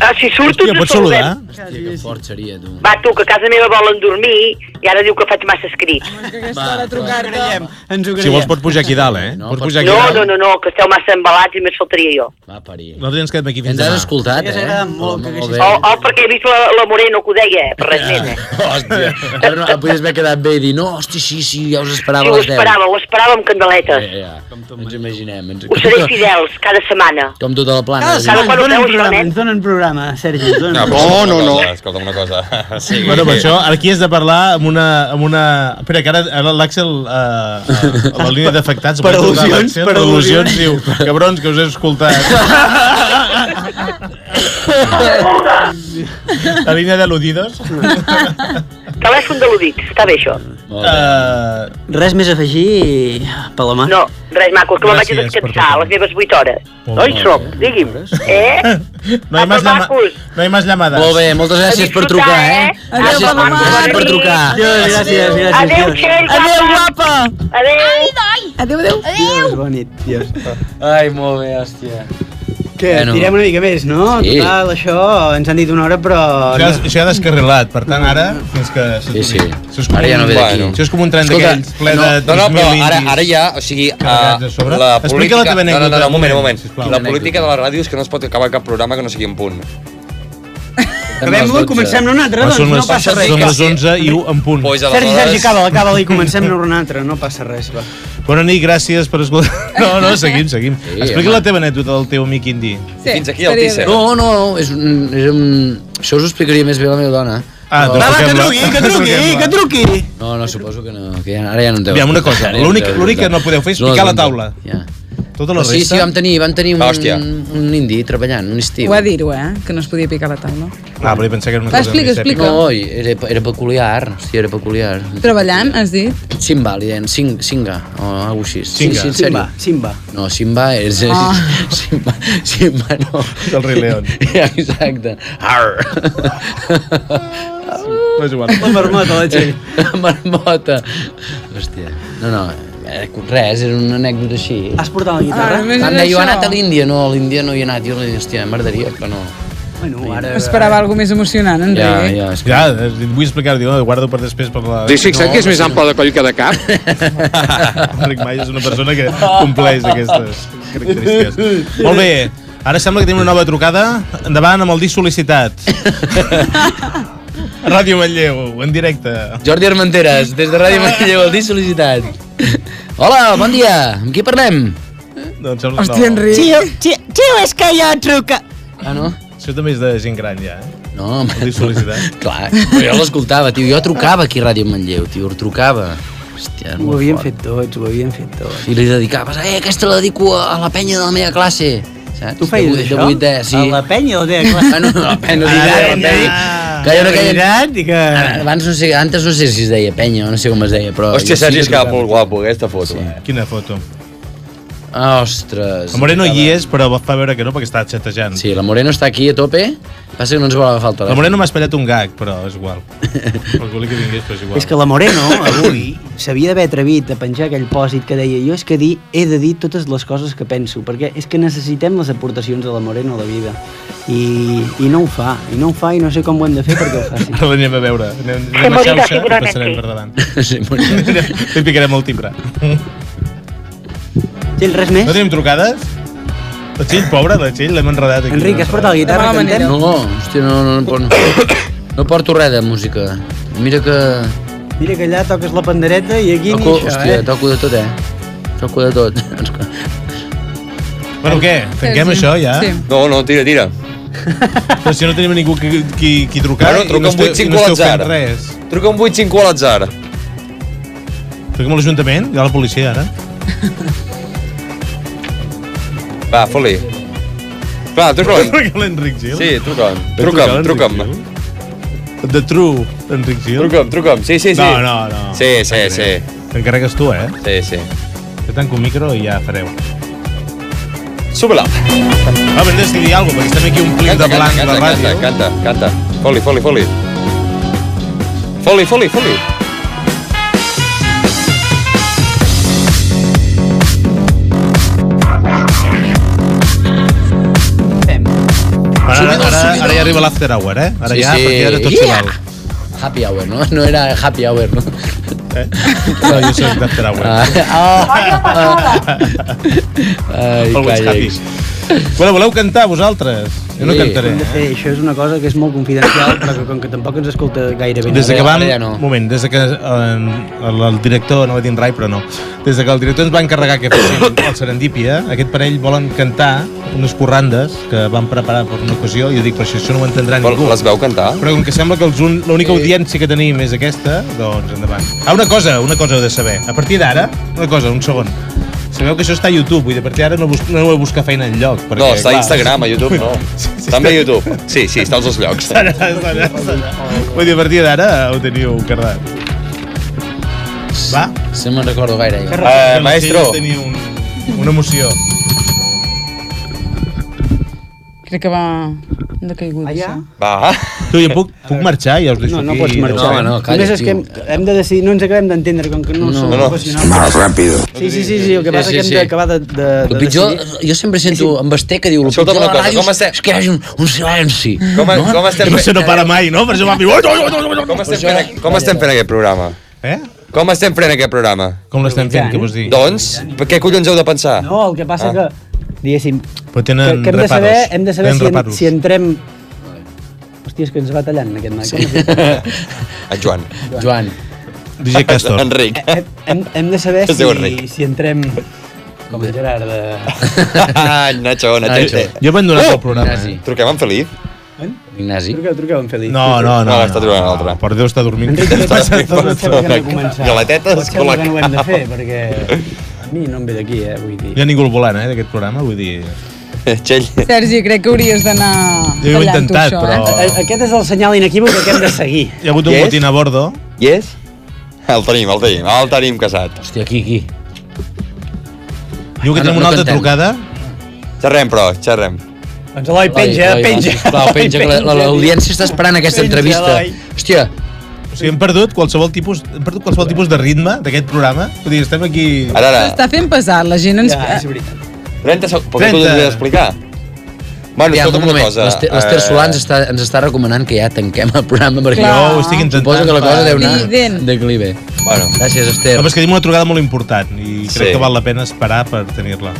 Speaker 6: Ah, si surto,
Speaker 8: Hòstia,
Speaker 6: us
Speaker 8: pots
Speaker 6: saludem.
Speaker 8: saludar? Hòstia, que fort seria, tu.
Speaker 6: Va, tu, que a casa meva volen dormir i ara diu que faig massa escrits.
Speaker 4: Ara trucar-te. Ens ho
Speaker 1: Si vols pots pujar aquí dalt, eh? No, pots pujar aquí
Speaker 6: No,
Speaker 1: dalt.
Speaker 6: no, no, no, que esteu massa embalats i més faltaria jo.
Speaker 8: Va, parir.
Speaker 1: Nosaltres ens quedem aquí fins
Speaker 8: Ens
Speaker 1: demà.
Speaker 8: has escoltat, eh?
Speaker 5: Ah,
Speaker 8: Molt, molt bé.
Speaker 6: O, o Oh, perquè he vist la, la Moreno que ho deia, eh, per res més, eh?
Speaker 8: Hòstia, ara no, podies haver quedat bé i dir, no, hòstia, sí, sí, ja us
Speaker 6: Sí,
Speaker 8: esperava
Speaker 6: ho
Speaker 8: a les Eh, 10.
Speaker 6: esperava, ho esperava amb candeletes.
Speaker 8: Ja, ja, ens ho imaginem. Ens...
Speaker 6: Us seré fidels cada setmana.
Speaker 8: eh. Com tota la plana.
Speaker 4: Cada
Speaker 8: sí.
Speaker 4: setmana ens Ah, donen programa, ens donen programa, Sergi. ens donen programa.
Speaker 2: Escolta'm una cosa. Sí,
Speaker 1: Bueno, per això, aquí has de parlar amb una... Amb una... Espera, que ara, ara l'Àxel, eh, a la línia d'afectats...
Speaker 4: Per
Speaker 1: vull trucar a
Speaker 4: al·lusions,
Speaker 1: l'Àxel,
Speaker 4: per
Speaker 1: per al·lusions,
Speaker 4: al·lusions.
Speaker 1: diu, cabrons, que us he escoltat. La línia d'al·ludidos.
Speaker 6: Telèfon de l'Udit, està bé això.
Speaker 1: Uh,
Speaker 4: Eh, Res més a afegir, Paloma?
Speaker 6: No, res maco, que me'n vaig a
Speaker 4: Gràcies per
Speaker 6: descansar a les meves 8 hores. No hi som, digui'm. Eh?
Speaker 1: No hi més, llama... no hi més llamades.
Speaker 8: Molt bé, moltes gràcies per trucar, eh?
Speaker 6: Adéu,
Speaker 8: Gràcies,
Speaker 6: Paloma.
Speaker 8: gràcies per trucar.
Speaker 4: Gràcies, gràcies, gràcies.
Speaker 6: Adéu, Txell, guapa.
Speaker 5: Adéu, guapa.
Speaker 6: Adéu.
Speaker 5: Ai, doi. Adéu, adéu.
Speaker 4: Dios, bonit, dios.
Speaker 8: Ai, molt bé, hòstia.
Speaker 4: Què,
Speaker 8: Bueno.
Speaker 4: bueno. tirem una mica més, no?
Speaker 8: Sí.
Speaker 4: Total, això ens han dit una hora, però...
Speaker 1: Això, això ja ha descarrilat, per tant, ara, fins que... Sí, sí. Això és com,
Speaker 8: Ara ja
Speaker 1: un-
Speaker 8: no ve d'aquí.
Speaker 1: Això és com un tren
Speaker 8: Escolta,
Speaker 1: d'aquells ple
Speaker 8: no,
Speaker 1: de
Speaker 2: No, no,
Speaker 1: 3.000
Speaker 2: però ara,
Speaker 1: indis.
Speaker 2: ara ja, o sigui... ah,
Speaker 1: carregats a sobre.
Speaker 2: la
Speaker 1: Explica
Speaker 2: política...
Speaker 1: la teva
Speaker 2: no, no, no,
Speaker 1: anècdota,
Speaker 2: un moment, un moment.
Speaker 1: sisplau.
Speaker 2: La política de la ràdio és que no es pot acabar cap programa que no sigui un punt.
Speaker 4: Acabem-lo i comencem-ne un altre, doncs no passa res.
Speaker 1: Són les 11 i 1 en punt.
Speaker 2: Pues,
Speaker 4: Sergi, Sergi, acaba-la, acaba-la i comencem-ne un altre, no passa res, va.
Speaker 1: Bona nit, gràcies per escoltar... No, no, seguim, seguim.
Speaker 4: Sí,
Speaker 1: Explica
Speaker 4: home.
Speaker 1: la teva anècdota del teu amic indi.
Speaker 5: Sí,
Speaker 2: Fins aquí
Speaker 5: estaria bé.
Speaker 8: No, no, no, és un, és un... Això us ho explicaria més bé la meva dona.
Speaker 1: Ah,
Speaker 8: Però-
Speaker 1: doncs Va, va, que truquem-la. truqui, que truqui, Truquem-la. que
Speaker 4: truqui!
Speaker 8: No, no, suposo que no, que ja, ara ja no en té. doncs,
Speaker 1: Aviam, una cosa, l'únic- l'únic que no podeu fer és picar la taula.
Speaker 8: Ja.
Speaker 1: Tota
Speaker 8: Però
Speaker 1: la
Speaker 8: sí,
Speaker 1: resta...
Speaker 8: sí, vam tenir, vam tenir un,
Speaker 1: Ah, hòstia.
Speaker 8: un indi treballant, un estiu.
Speaker 5: Ho ha dit-ho, eh? Que no es podia picar la taula.
Speaker 1: Ah, però pensava que era
Speaker 5: una Va, cosa explica, més èpica. explica.
Speaker 8: No, i era, era peculiar, hòstia, era peculiar.
Speaker 5: Treballant, has dit?
Speaker 8: Simba, li deien, Sing, Singa, o alguna cosa així. Sí, sí, en sèrio.
Speaker 4: Simba, Simba.
Speaker 8: No, Simba és...
Speaker 4: Ah.
Speaker 8: Simba, Simba, no. És
Speaker 1: el Rei León.
Speaker 8: Exacte. Arr.
Speaker 1: No és igual.
Speaker 4: La marmota, la Txell.
Speaker 8: La marmota. Hòstia. No, no, eh, res, és una anècdota així.
Speaker 4: Has portat la
Speaker 1: Ah,
Speaker 4: guitarra?
Speaker 8: Em deia, jo he anat a l'Índia, no, a l'Índia no hi he anat. Jo li dic, hòstia, m'agradaria, però no.
Speaker 4: Bueno, ara...
Speaker 5: Esperava alguna més emocionant, Enric.
Speaker 8: ja,
Speaker 1: ja, eh, vull explicar-ho, diu, no, guardo per després per la...
Speaker 17: Dic, fixa't que és més ample
Speaker 1: de coll que de cap. Enric Mai és una persona que compleix aquestes característiques. Molt bé, ara sembla que tenim una nova trucada. Endavant amb el disc sol·licitat. Ràdio Manlleu, en directe.
Speaker 8: Jordi Armenteres, des de Ràdio Manlleu, el disc sol·licitat. Hola, bon dia, amb qui parlem?
Speaker 1: Doncs sembla
Speaker 8: Hòstia, Enric.
Speaker 4: Tio, tio, tio, és que jo truca...
Speaker 8: Ah, no?
Speaker 1: Això també és de gent gran, ja, eh?
Speaker 8: No, home.
Speaker 1: El disc sol·licitat.
Speaker 8: Clar, però jo l'escoltava, tio, jo trucava aquí a Ràdio Manlleu, tio, trucava. Hòstia,
Speaker 4: Ho
Speaker 8: molt
Speaker 4: havíem
Speaker 8: fort.
Speaker 4: fet tots, ho havíem fet tots.
Speaker 8: I li dedicaves, eh, aquesta la dedico a la penya de la meva classe. Saps?
Speaker 4: Tu feies
Speaker 8: de, vuit-
Speaker 4: això?
Speaker 8: De vuitè, sí.
Speaker 4: A la penya o de la classe?
Speaker 8: Bueno, la penya,
Speaker 4: A la
Speaker 8: la
Speaker 4: penya.
Speaker 8: penya. Que jo no
Speaker 4: Veritat,
Speaker 8: que... Abans no sé, antes no sé si es deia penya o no sé com es deia, però...
Speaker 2: Hòstia,
Speaker 8: jo sí
Speaker 2: Sergi,
Speaker 8: que
Speaker 2: és que
Speaker 8: trucava.
Speaker 2: molt guapo aquesta foto. Sí.
Speaker 1: Quina foto?
Speaker 8: Ah, ostres.
Speaker 1: La Moreno hi és, però va veure que no, perquè està xatejant.
Speaker 8: Sí, la Moreno està aquí a tope, passa que no ens vol agafar el telèfon.
Speaker 1: La Moreno m'ha espatllat un gag, però és igual. El que vingués, però és igual.
Speaker 4: És que la Moreno, avui, s'havia d'haver atrevit a penjar aquell pòsit que deia jo és que dir, he de dir totes les coses que penso, perquè és que necessitem les aportacions de la Moreno a la vida. I, I no ho fa, i no ho fa, i no sé com ho hem de fer perquè ho faci.
Speaker 1: Ara l'anem a veure. Anem,
Speaker 4: Se
Speaker 1: anem a
Speaker 4: morirà
Speaker 1: xarxa i
Speaker 4: segurament,
Speaker 1: passarem per davant.
Speaker 4: sí.
Speaker 8: Se
Speaker 1: morirà. Li picarem el timbre.
Speaker 4: Txell, res més?
Speaker 1: No tenim trucades? La Txell, pobra, la Txell, l'hem enredat aquí.
Speaker 4: Enric, has portat la guitarra, Demà cantem?
Speaker 8: No, hòstia, no, no, no, porto, no porto res de música. Mira que...
Speaker 4: Mira que allà toques la pandereta i aquí
Speaker 8: Toco,
Speaker 4: ni això,
Speaker 8: hòstia,
Speaker 4: eh?
Speaker 8: toco de tot, eh? Toco de tot.
Speaker 1: Bueno, què? Tanquem això, ja? Sí.
Speaker 2: No, no, tira, tira.
Speaker 1: Però si no tenim ningú qui, qui, qui trucar
Speaker 2: Bueno, truca
Speaker 1: i no
Speaker 2: un 8-5 a
Speaker 1: no esteu fent
Speaker 2: l'atzar.
Speaker 1: res.
Speaker 2: Truca un 8-5 a l'atzar.
Speaker 1: Truquem a l'Ajuntament, hi ha la policia ara.
Speaker 2: Va, fot-li. Clar, truca'm.
Speaker 1: Truca l'Enric Gil.
Speaker 2: Sí, truca'm.
Speaker 1: Ve trucar
Speaker 2: Truca'm,
Speaker 1: l'Enric
Speaker 2: truca'm.
Speaker 1: The True, Enric Gil.
Speaker 2: Truca'm, truca'm. Sí, sí, sí.
Speaker 1: No, no, no.
Speaker 2: Sí, sí, sí.
Speaker 1: T'encarregues tu, eh?
Speaker 2: Sí, sí.
Speaker 1: Jo tanco un micro i ja fareu.
Speaker 2: Sube-la.
Speaker 1: Ah, però hem de decidir alguna cosa, perquè estem aquí omplint de blanc la
Speaker 2: canta,
Speaker 1: ràdio.
Speaker 2: canta, canta. Foli, foli, foli. Foli, foli, foli.
Speaker 1: Ara, ara,
Speaker 8: Subidor,
Speaker 1: ara, ara
Speaker 8: subidor.
Speaker 1: ja arriba l'after hour, eh? Ara
Speaker 8: Sí,
Speaker 1: ja,
Speaker 8: sí.
Speaker 1: perquè ara tot se val.
Speaker 8: Happy hour, no? No era happy hour, no?
Speaker 1: No, jo soc d'after hour.
Speaker 8: Ah, ah, ah.
Speaker 2: Ah,
Speaker 8: Ai,
Speaker 1: Always happy.
Speaker 8: callecs.
Speaker 1: Bueno, voleu cantar vosaltres? Jo no cantaré.
Speaker 4: Hem de fer, això és una cosa que és molt confidencial, però que com que tampoc ens escolta gaire bé.
Speaker 1: Des de que vam... Moment, des de que eh, el, el director, no va dir en Rai, però no. Des de que el director ens va encarregar que fessin el Serendípia, aquest parell volen cantar unes corrandes que van preparar per una ocasió, i jo dic, però això, això no ho entendrà
Speaker 2: Vol-
Speaker 1: ningú.
Speaker 2: Les veu cantar?
Speaker 1: Però com que sembla que els un- l'única audiència que tenim és aquesta, doncs endavant. Ah, una cosa, una cosa heu de saber. A partir d'ara, una cosa, un segon. Sabeu que això està a YouTube, vull dir, a partir d'ara no, bus no heu de buscar feina enlloc. Perquè,
Speaker 2: No, està a Instagram, a YouTube no. També a YouTube. Sí, sí, està als dos llocs.
Speaker 1: Estarà, estarà, estarà. Vull dir, a partir d'ara ho teniu cardat. Va? Eh,
Speaker 8: Sí, me'n recordo gaire.
Speaker 1: Que
Speaker 8: Jo.
Speaker 1: recordem, sí, Tenia un, una emoció.
Speaker 5: Crec que va... de caigut, això.
Speaker 2: Va.
Speaker 1: Tu, jo puc, puc marxar? Ja us deixo
Speaker 4: No, no
Speaker 1: aquí.
Speaker 4: pots marxar. Només és que hem, hem de decidir, no ens acabem d'entendre, com que no,
Speaker 8: No.
Speaker 4: som
Speaker 8: No, no.
Speaker 4: professionals.
Speaker 8: Más rápido.
Speaker 4: Sí, sí, sí, sí, el que passa
Speaker 8: Sí,
Speaker 4: sí,
Speaker 8: sí,
Speaker 4: sí, que
Speaker 8: sí.
Speaker 4: hem d'acabar de, de,
Speaker 8: El
Speaker 4: de
Speaker 8: pitjor,
Speaker 4: decidir.
Speaker 8: jo sempre sento en Basté que diu el pitjor de
Speaker 2: una
Speaker 8: la
Speaker 2: cosa,
Speaker 8: ràdio
Speaker 2: com
Speaker 8: és,
Speaker 2: estem-
Speaker 8: és que hi hagi un, un silenci.
Speaker 2: Com, no, com estem...
Speaker 8: Que no para
Speaker 1: mai, no? Per això va dir... "Oi, oi, oi, oi, oi".
Speaker 2: Com estem fent, com estem fent aquest programa?
Speaker 1: Eh?
Speaker 2: Com estem fent aquest programa?
Speaker 1: Com l'estem fent, què vols dir?
Speaker 2: Doncs, per què collons heu de pensar?
Speaker 4: No, el que passa
Speaker 2: Ah.
Speaker 4: que, diguéssim,
Speaker 1: Però
Speaker 4: que,
Speaker 1: tenen
Speaker 4: que hem de saber,
Speaker 1: reparos.
Speaker 4: hem de saber
Speaker 1: Tenen
Speaker 4: si, en,
Speaker 1: reparos.
Speaker 4: si entrem... Hòstia, és que ens va tallant aquest noi. Sí.
Speaker 2: En Joan.
Speaker 8: Joan.
Speaker 1: DJ Castor.
Speaker 2: Enric.
Speaker 4: Eh, Hem, hem de saber
Speaker 2: Es diu
Speaker 4: si,
Speaker 2: Enric.
Speaker 4: si entrem... Com en Gerard Eh, de...
Speaker 2: Nacho, Nacho.
Speaker 4: Nacho.
Speaker 1: Jo he abandonat el programa,
Speaker 2: Ignasi. Truquem en Felip?
Speaker 8: Ignasi.
Speaker 4: Truqueu, truqueu en Feliç.
Speaker 1: No, no, no.
Speaker 2: No, està trucant l'altre.
Speaker 1: Per Déu, està dormint.
Speaker 4: Enric, què passa?
Speaker 1: Està
Speaker 4: Tot sembla que hem de començar.
Speaker 2: Galetetes
Speaker 4: Pot sembla que no ho hem de fer,
Speaker 1: col·locades.
Speaker 4: perquè a mi no em ve d'aquí, eh, vull dir.
Speaker 1: Hi ha ningú al volant, eh, d'aquest programa, vull dir...
Speaker 2: Txell.
Speaker 5: Sergi, crec que hauries d'anar
Speaker 1: Jo ho he
Speaker 5: tallant-ho,
Speaker 1: intentat,
Speaker 5: això,
Speaker 1: però-
Speaker 5: eh?
Speaker 4: A- Aquest és el senyal inequívoc que hem de seguir.
Speaker 1: Hi ha hagut un
Speaker 2: Yes?
Speaker 1: motín a bordo.
Speaker 2: Yes? El tenim, el tenim, el tenim casat.
Speaker 8: Hòstia, aquí, aquí.
Speaker 1: Diu que
Speaker 2: Ah, no,
Speaker 1: tenim una
Speaker 2: no
Speaker 1: altra
Speaker 2: cantem.
Speaker 1: trucada.
Speaker 2: Xerrem, però, xerrem.
Speaker 4: Doncs Eloi, penja,
Speaker 8: Eloi, va,
Speaker 4: penja.
Speaker 8: sisplau, penja, que la- la-
Speaker 4: Penja,
Speaker 8: l'audiència està esperant aquesta
Speaker 4: Penja,
Speaker 8: entrevista.
Speaker 4: Eloi.
Speaker 8: Hòstia.
Speaker 1: O sigui, hem perdut qualsevol tipus, hem perdut qualsevol tipus de ritme d'aquest programa. Vull dir, estem aquí...
Speaker 2: Ara, ara.
Speaker 5: S'està fent pesar, la gent ens...
Speaker 4: Ja, és veritat.
Speaker 2: 30 segons, però tu
Speaker 1: 30.
Speaker 2: t'ho d'explicar. Bueno,
Speaker 8: Ja,
Speaker 2: escolta'm
Speaker 8: un
Speaker 2: una
Speaker 8: moment,
Speaker 2: cosa.
Speaker 8: l'Ester- l'Ester
Speaker 1: Eh,
Speaker 8: Solans
Speaker 2: Eh.
Speaker 8: està, ens està recomanant que ja tanquem el programa perquè
Speaker 1: Clar. No, ho estic intentant,
Speaker 8: suposo que la cosa
Speaker 1: va.
Speaker 8: deu anar
Speaker 1: Evident.
Speaker 8: de clive.
Speaker 2: Bueno.
Speaker 8: Gràcies, Esther.
Speaker 1: No, però és que tenim una trucada molt important i
Speaker 8: Sí.
Speaker 1: crec que val la pena esperar per tenir-la.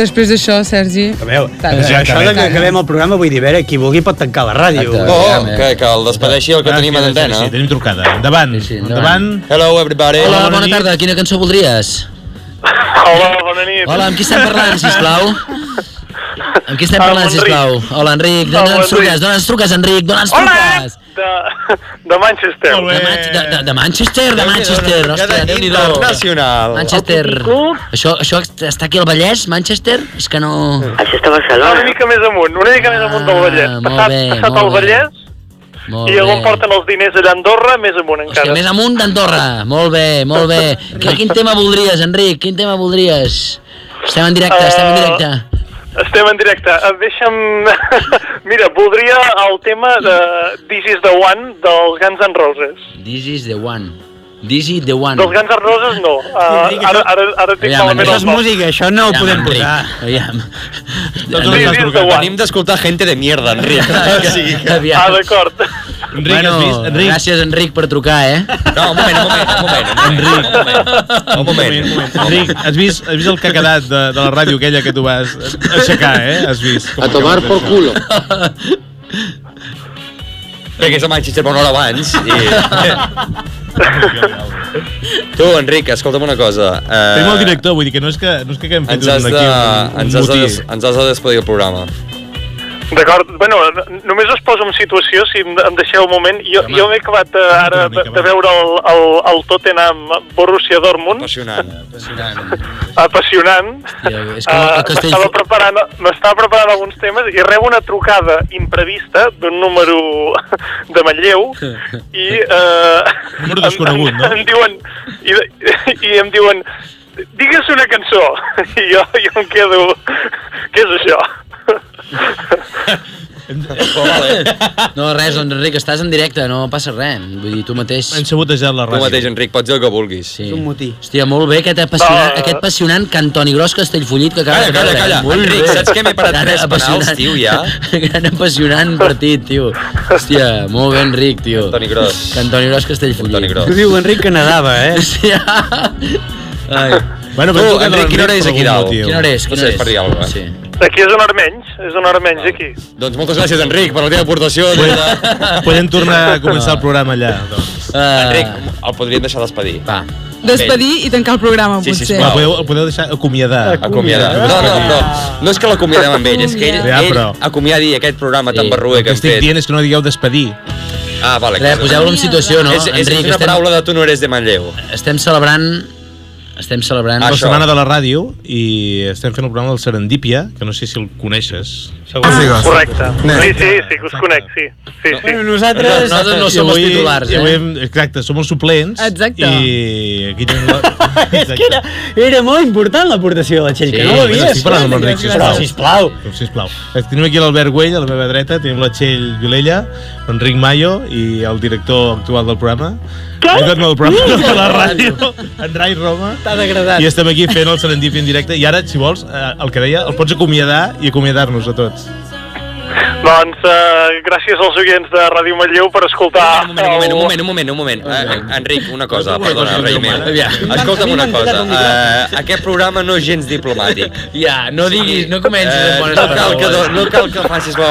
Speaker 5: Després d'això, Sergi...
Speaker 1: A veure,
Speaker 5: Tal.
Speaker 4: Això, això de que acabem el programa, vull dir, a veure, qui vulgui pot tancar la ràdio.
Speaker 2: No, Oh,
Speaker 8: eh.
Speaker 2: que, que el despedeixi el que tenim a l'antena.
Speaker 1: Sí, tenim trucada. Endavant. Sí, sí, endavant.
Speaker 2: Hello, everybody.
Speaker 8: Hola, bona, tarda. Quina cançó voldries?
Speaker 18: Hola, bona nit.
Speaker 8: Hola, amb qui estem parlant, sisplau? Amb qui estem
Speaker 18: Amb
Speaker 8: parlant,
Speaker 18: Enric.
Speaker 8: sisplau? Hola, Enric. Dóna'ns
Speaker 18: Enric.
Speaker 8: truques, dóna'ns truques, Enric. Dóna'ns
Speaker 18: Hola!
Speaker 8: truques.
Speaker 18: De Manchester.
Speaker 8: De, Man- de, de, de Manchester, de
Speaker 18: Déu-n'hi-do, ja
Speaker 8: Manchester. Hòstia,
Speaker 18: de-
Speaker 8: Déu-n'hi-do.
Speaker 18: internacional.
Speaker 8: Manchester. Això, això està aquí al Vallès, Manchester? És que no...
Speaker 18: Això està a Barcelona. Una mica més amunt, una mica més amunt del Vallès.
Speaker 8: Ah, molt
Speaker 18: Passat,
Speaker 8: bé,
Speaker 18: passat
Speaker 8: molt
Speaker 18: el
Speaker 8: bé.
Speaker 18: Vallès
Speaker 8: Molt
Speaker 18: i on
Speaker 8: bé.
Speaker 18: porten els diners allà a Andorra, més amunt encara.
Speaker 8: Hòstia, més amunt d'Andorra. Molt bé, molt bé. Que, quin tema voldries, Enric? Quin tema voldries? Estem en directe, estem en directe.
Speaker 18: Eh, Estem en directe. Eh, Deixa'm... Mira, voldria el tema de This is the One dels Guns N' Roses.
Speaker 8: This is the one. This is the one.
Speaker 18: Dels Eh. Guns N' Roses no. Uh, ara, ara, ara tinc
Speaker 8: Aviam,
Speaker 18: malament
Speaker 8: Enric.
Speaker 18: els noms.
Speaker 4: això no ho podem
Speaker 8: posar. Aviam.
Speaker 18: Doncs Enric, has trucat.
Speaker 2: Venim d'escoltar gente de mierda, Enric. O sigui que-
Speaker 18: Ah, d'acord.
Speaker 1: Enric, has vist? Enric.
Speaker 8: Gràcies, Enric, per trucar, eh?
Speaker 2: No, un moment, un moment, un moment.
Speaker 1: Enric.
Speaker 2: Un moment.
Speaker 1: Enric, has vist, has vist el que ha quedat de, de la ràdio aquella que tu vas aixecar, eh? Has vist. Com
Speaker 2: A tomar
Speaker 1: acabes
Speaker 2: por
Speaker 1: d'això.
Speaker 2: culo. Crec que és a Manchester una hora abans. I... tu, Enric, escolta'm una cosa. Eh,
Speaker 1: Tenim el director, vull dir que no és que, no és que haguem fet
Speaker 2: ens
Speaker 1: un,
Speaker 2: has, de,
Speaker 1: aquí un, un
Speaker 2: ens, has de,
Speaker 1: motí.
Speaker 2: des- ens has de despedir el programa.
Speaker 18: D'acord, bueno, n- només us poso en situació, si em, em deixeu un moment. Jo, jo m'he acabat eh, ara de, de veure el, el, el Tottenham Borussia Dortmund.
Speaker 2: Apassionant.
Speaker 18: Apassionant.
Speaker 8: és
Speaker 18: Eh,
Speaker 8: que el castell...
Speaker 18: M'estava preparant, m'estava preparant alguns temes i rebo una trucada imprevista d'un número de Manlleu i... Eh, número
Speaker 1: desconegut,
Speaker 18: no? Em diuen, i, I em diuen, digues una cançó. I jo, jo em quedo... Què és això?
Speaker 8: No, res, doncs, Enric, estàs en directe, no passa res. Vull dir, tu mateix... Hem
Speaker 1: sabotejat la
Speaker 2: Tu mateix, Enric, pots dir el que vulguis.
Speaker 8: Sí. Hòstia, molt bé aquest apassionant,
Speaker 2: Va.
Speaker 8: aquest apassionant Cantoni Gros Castellfollit que acaba
Speaker 2: Calla, calla,
Speaker 8: de eh?
Speaker 2: calla. Enric, saps que m'he parat tres penals, tio, ja?
Speaker 8: Gran apassionant partit, tio. Hòstia, molt ben Enric, tio. Cantoni
Speaker 2: Gros.
Speaker 8: Cantoni Gros Castellfollit. Cantoni
Speaker 2: Gros.
Speaker 4: Diu l'Enric que nedava, eh?
Speaker 8: Sí. Ai.
Speaker 1: Bueno,
Speaker 2: Tu, Oh, Enric, quina hora és aquí dalt?
Speaker 8: Quina hora és?
Speaker 2: No sé,
Speaker 8: Quina hora és?
Speaker 2: per dir alguna cosa.
Speaker 18: Aquí és una hora menys, és una hora menys aquí.
Speaker 2: Doncs moltes gràcies, Enric, per la teva aportació.
Speaker 1: Podem tornar a començar
Speaker 8: Ah.
Speaker 1: el programa allà, doncs.
Speaker 2: Enric, el podríem deixar despedir.
Speaker 8: Va.
Speaker 5: Despedir i tancar el programa,
Speaker 2: Sí,
Speaker 5: potser.
Speaker 1: El podeu, el podeu deixar acomiadar.
Speaker 2: Acomiadar. No, no, no.
Speaker 8: Ah.
Speaker 2: No és que l'acomiadem amb ell, és que ell,
Speaker 1: Ja,
Speaker 2: ell
Speaker 1: però-
Speaker 2: acomiadi aquest programa tan barruer que
Speaker 1: El que
Speaker 2: hem
Speaker 1: estic
Speaker 2: fet.
Speaker 1: dient és que no digueu despedir.
Speaker 2: Ah, vale.
Speaker 8: Res, poseu-lo en situació, no,
Speaker 2: És, és,
Speaker 8: Enric,
Speaker 2: és una
Speaker 8: estem-
Speaker 2: paraula de tu no eres de Manlleu.
Speaker 8: Estem celebrant Estem celebrant...
Speaker 1: la setmana de la ràdio i estem fent el programa del Serendípia, que no sé si el coneixes.
Speaker 18: Ah, correcte. Sí, sí, sí, que us conec, sí. sí, sí.
Speaker 2: eh,
Speaker 1: Bueno,
Speaker 8: nosaltres- Nosaltres no som els titulars,
Speaker 1: i
Speaker 8: eh?
Speaker 1: avui hem- exacte, som els suplents.
Speaker 8: Exacte.
Speaker 1: I aquí tenim la...
Speaker 4: És que era, era molt important l'aportació de la Txell, que no l'havies.
Speaker 1: Estic parlant amb l'Enric, sisplau.
Speaker 4: Però, sisplau.
Speaker 1: Però, sisplau. Tenim aquí l'Albert Güell, a la meva dreta, tenim la Txell Vilella, l'Enric Mayo i el director actual del programa. Què? Tot el programa de la ràdio, en Rai Roma.
Speaker 4: T'ha degradat.
Speaker 1: I estem aquí fent el Serendip en directe. I ara, si vols, eh, el que deia, el pots acomiadar i acomiadar-nos a tots.
Speaker 18: Doncs eh, gràcies als oients de Ràdio Manlleu per escoltar... Un moment,
Speaker 2: un moment, un moment, un moment. Eh, Enric, una cosa, perdona,
Speaker 8: cosa
Speaker 2: rei
Speaker 8: que
Speaker 2: meu.
Speaker 8: demana. Aviam.
Speaker 2: Escolta'm
Speaker 8: A mi
Speaker 2: una
Speaker 8: m'han
Speaker 2: cosa.
Speaker 8: quedat obligat.
Speaker 2: eh, aquest programa no és gens diplomàtic.
Speaker 8: Ja, no diguis, no comencis amb bones
Speaker 2: Eh, no cal que,
Speaker 8: paraules.
Speaker 2: do- no cal que facis la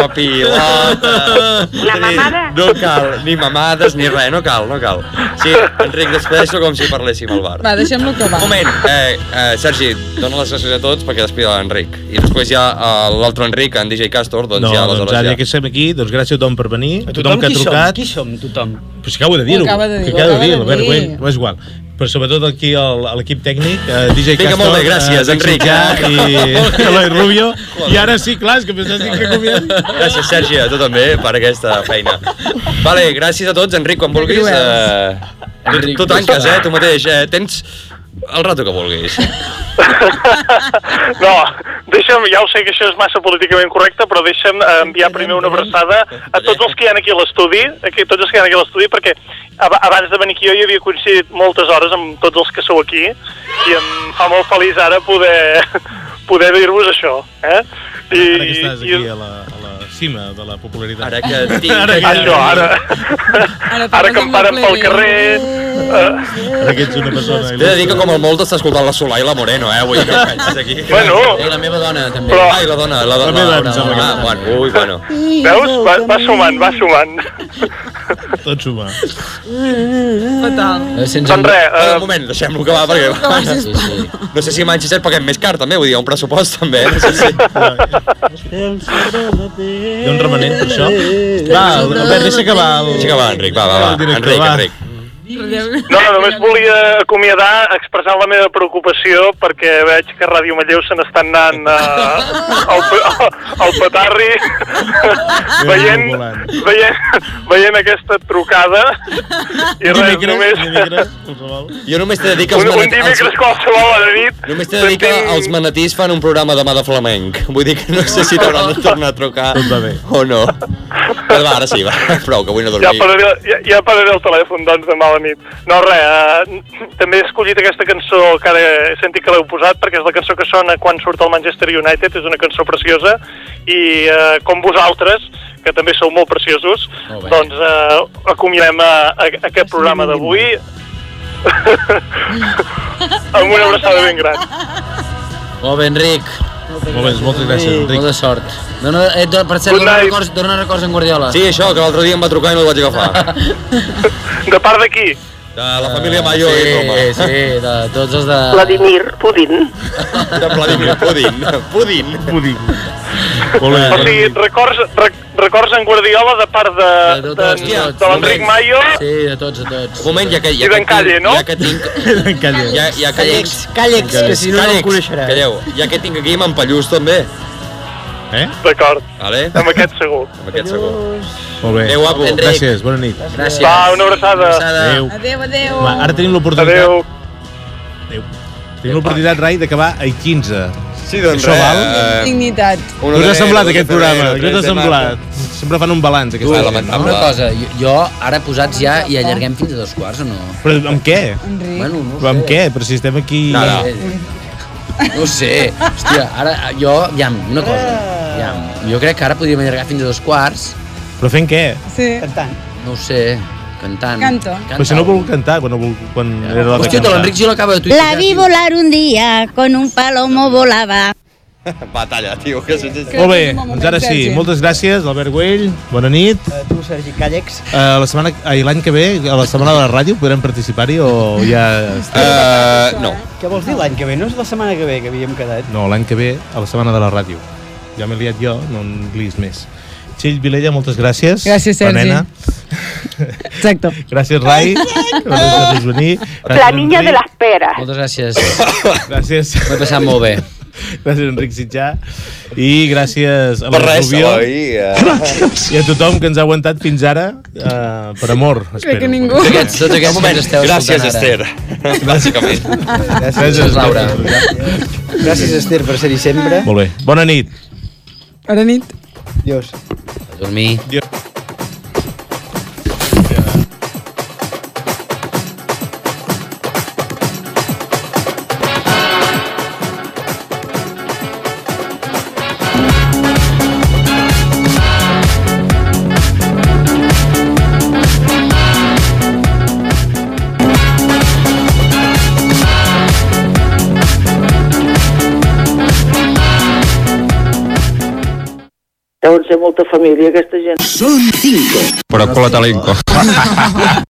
Speaker 2: pilota. La mamada? No cal, ni mamades ni res, no cal, no cal. Sí, Enric, despedeixo com si parléssim al bar.
Speaker 5: Va, deixem-lo acabar.
Speaker 2: Un moment, eh, eh, Sergi, dona les gràcies a tots perquè després l'Enric. I després ja eh, l'altre Enric, en DJ Castor, doncs
Speaker 1: no,
Speaker 2: ja
Speaker 1: doncs
Speaker 2: aleshores
Speaker 1: ara
Speaker 2: ja.
Speaker 1: que estem aquí, doncs gràcies a tothom per venir, a tothom, que ha
Speaker 4: qui som?
Speaker 1: trucat.
Speaker 4: Qui som, tothom?
Speaker 1: Però si acabo de dir-ho.
Speaker 4: Ho acaba de dir,
Speaker 1: que
Speaker 4: ho
Speaker 1: acaba de
Speaker 4: acaba
Speaker 1: dir,
Speaker 4: de
Speaker 1: Albert
Speaker 4: dir.
Speaker 1: Güell, però és igual. Però sobretot aquí el- a l'equip tècnic, eh, DJ
Speaker 2: Vinga,
Speaker 1: Castor,
Speaker 2: molt bé, gràcies,
Speaker 1: eh,
Speaker 2: Enric. eh?
Speaker 1: Sitjar i Eloi Rubio.
Speaker 2: Joder.
Speaker 1: I ara sí, clar, és que pensava que acomiadar.
Speaker 2: Gràcies, Sergi, a tu també, per aquesta feina. Vale, gràcies a tots, Enric, quan vulguis. Eh, tu, tu tanques, eh, tu mateix. Eh, tens el rato que vulguis.
Speaker 18: No, deixa'm, ja ho sé que això és massa políticament correcte, però deixa'm eh, enviar primer una abraçada a tots els que hi ha aquí a l'estudi, aquí, tots els que hi ha aquí a l'estudi, perquè ab- abans de venir aquí jo hi havia coincidit moltes hores amb tots els que sou aquí i em fa molt feliç ara poder, poder dir-vos això. Eh? I,
Speaker 1: Ara que estàs aquí a la, a la cima de la popularitat.
Speaker 2: Ara que tinc-
Speaker 1: Ara que,
Speaker 2: Això, ara.
Speaker 18: ara que em paren pel carrer... Eh,
Speaker 1: Ara que ets una persona...
Speaker 2: T'he de dir que com el molt està escoltant la Solà i la Moreno, eh? Vull dir que penses aquí.
Speaker 18: Bueno.
Speaker 2: I la meva dona, també.
Speaker 18: Però-
Speaker 2: Ai, la dona, la,
Speaker 18: La
Speaker 2: dona.
Speaker 18: meva, em sembla que
Speaker 2: dona. Ah, bueno, ui, bueno.
Speaker 18: Veus? Va, va sumant, va sumant.
Speaker 1: Tot suma.
Speaker 5: Fatal.
Speaker 2: Doncs res, eh, un moment, deixem-lo acabar
Speaker 5: Acabar,
Speaker 2: perquè... Sí, sí. No sé si a Manchester paguem més car, també, vull dir, hi ha un pressupost, també. eh? No sé si...
Speaker 1: Hi ha un remanent, per això? Va, Albert, deixa acabar el...
Speaker 2: Deixa acabar, Enric, va, va, va.
Speaker 1: El director,
Speaker 2: Enric,
Speaker 1: va.
Speaker 2: Enric.
Speaker 18: No, només volia acomiadar expressant la meva preocupació perquè veig que Ràdio Manlleu se n'estan anant eh, al, pe- al petarri veient, veient, veient aquesta trucada i res,
Speaker 2: Dimecres,
Speaker 18: només...
Speaker 2: Jo només t'he de dir que els
Speaker 18: un, un
Speaker 2: manat-
Speaker 18: dimecres qualsevol a la nit
Speaker 2: Només t'he de dir que els manatís fan un programa demà de flamenc. Vull dir que no sé si t'hauran de tornar a trucar o no. Però va, ara sí, va. Prou, que avui no
Speaker 18: Ja
Speaker 2: dormir.
Speaker 18: pararé, ja, ja pararé el telèfon, doncs, demà a la nit. No, res, eh, també he escollit aquesta cançó que ara he sentit que l'heu posat perquè és la cançó que sona quan surt el Manchester United, és una cançó preciosa, i eh, com vosaltres, que també sou molt preciosos, doncs eh, acomiadem a, a, a aquest programa d'avui amb una abraçada ben gran.
Speaker 8: Molt bé, Enric.
Speaker 1: Molt bé, moltes gràcies, Enric.
Speaker 8: Molta sort. Dona, eh, dona, per cert,
Speaker 2: Good
Speaker 8: dona
Speaker 2: night.
Speaker 8: records, dona records en Guardiola.
Speaker 2: Sí, això, que l'altre dia em va trucar i no el vaig agafar.
Speaker 18: De part d'aquí?
Speaker 2: De la família Mayo
Speaker 8: sí,
Speaker 2: i Roma.
Speaker 8: Sí, de tots els de...
Speaker 18: Vladimir Pudin.
Speaker 2: De Vladimir Pudin. Pudin.
Speaker 1: Pudin.
Speaker 18: O sigui, records, rec, records en Guardiola de part de, de, de, de, l'Enric Mayo.
Speaker 8: Sí, de tots, de tots.
Speaker 2: Un moment, ja que... Ja
Speaker 18: I d'en
Speaker 2: que tinc-
Speaker 18: Calle, no?
Speaker 2: Ja que tinc... Ja, ja que tinc...
Speaker 4: Càllex, que si no, no el
Speaker 2: Càllex,
Speaker 4: coneixeràs.
Speaker 2: Calleu, ja que tinc aquí m'empallús també.
Speaker 1: Eh?
Speaker 18: D'acord.
Speaker 2: Vale?
Speaker 18: Amb aquest segur.
Speaker 2: Amb aquest segur.
Speaker 1: Molt bé.
Speaker 2: Adéu, guapo. Enric.
Speaker 1: Gràcies, bona nit.
Speaker 2: Gràcies.
Speaker 18: Va, una abraçada.
Speaker 1: Adéu.
Speaker 5: Adéu, adéu.
Speaker 1: Va, ara tenim l'oportunitat... Adéu. Adéu. Tenim l'oportunitat, Rai, d'acabar a 15.
Speaker 2: Sí,
Speaker 1: doncs Això
Speaker 2: res,
Speaker 1: val?
Speaker 2: eh,
Speaker 5: Dignitat.
Speaker 1: Què us ha semblat aquest programa?
Speaker 2: febrer,
Speaker 1: Què us
Speaker 2: 3
Speaker 1: ha
Speaker 2: de
Speaker 1: semblat? Sempre fan un balanç,
Speaker 8: Tu,
Speaker 1: aquesta gent.
Speaker 8: una cosa, jo, jo ara posats ja i allarguem fins a dos quarts o no?
Speaker 1: Però amb què?
Speaker 8: Bueno, no ho
Speaker 1: Però amb
Speaker 8: sé.
Speaker 1: què? Però si estem aquí...
Speaker 8: No, no. No ho sé. Hòstia, ara jo, ja, una cosa. Ja, jo crec que ara podríem allargar fins a dos quarts.
Speaker 1: Però fent què?
Speaker 5: Sí.
Speaker 4: Cantant.
Speaker 8: No ho sé, cantant.
Speaker 5: Canto.
Speaker 1: Però si no vol cantar, quan, no vol, quan era la
Speaker 8: Hòstia,
Speaker 1: cantar.
Speaker 8: l'Enric Gil acaba de
Speaker 14: La vi volar un día, con un palomo volaba.
Speaker 2: Batalla, tio, que sí, sí, sí.
Speaker 1: Molt bé, doncs ara sí. Moltes gràcies, Albert Güell. Bona nit.
Speaker 4: A tu, Sergi Càllex.
Speaker 1: Uh, la setmana, ai, l'any que ve, a la setmana de la ràdio, podrem participar-hi o
Speaker 8: Eh,
Speaker 1: ja...
Speaker 2: Uh, no.
Speaker 4: Què vols dir l'any que ve? No és la setmana que ve que havíem quedat?
Speaker 1: No, l'any que ve, a la setmana de la ràdio. Ja m'he liat jo, no en liis més. Txell Vilella, moltes gràcies.
Speaker 5: Gràcies,
Speaker 1: La
Speaker 5: Sergi.
Speaker 1: nena.
Speaker 5: Exacto.
Speaker 1: Gràcies, Rai. Gràcies per venir.
Speaker 19: La niña de las peras.
Speaker 1: Moltes gràcies. gràcies. M'he passat molt bé. Gràcies, Enric Sitjà. I gràcies a
Speaker 6: Per
Speaker 1: la
Speaker 6: res,
Speaker 1: Rubio.
Speaker 6: Eloi, eh.
Speaker 1: I a tothom que ens ha aguantat fins ara, eh, per amor, espero.
Speaker 5: que ningú.
Speaker 1: Perquè-
Speaker 5: Aquests- tots aquests
Speaker 1: Un moment.
Speaker 5: que ens esteu
Speaker 1: Gràcies,
Speaker 6: escoltant
Speaker 1: Esther. Bàsicament.
Speaker 16: Gràcies, Laura.
Speaker 4: Gràcies, Esther, per ser-hi sempre.
Speaker 1: Molt bé. Bona nit.
Speaker 5: Bona nit.
Speaker 4: Adiós.
Speaker 20: A dormir.
Speaker 1: Adiós.
Speaker 7: Deuen ser molta família, aquesta gent. Són cinco.
Speaker 11: Ah,
Speaker 6: Però cola talenco.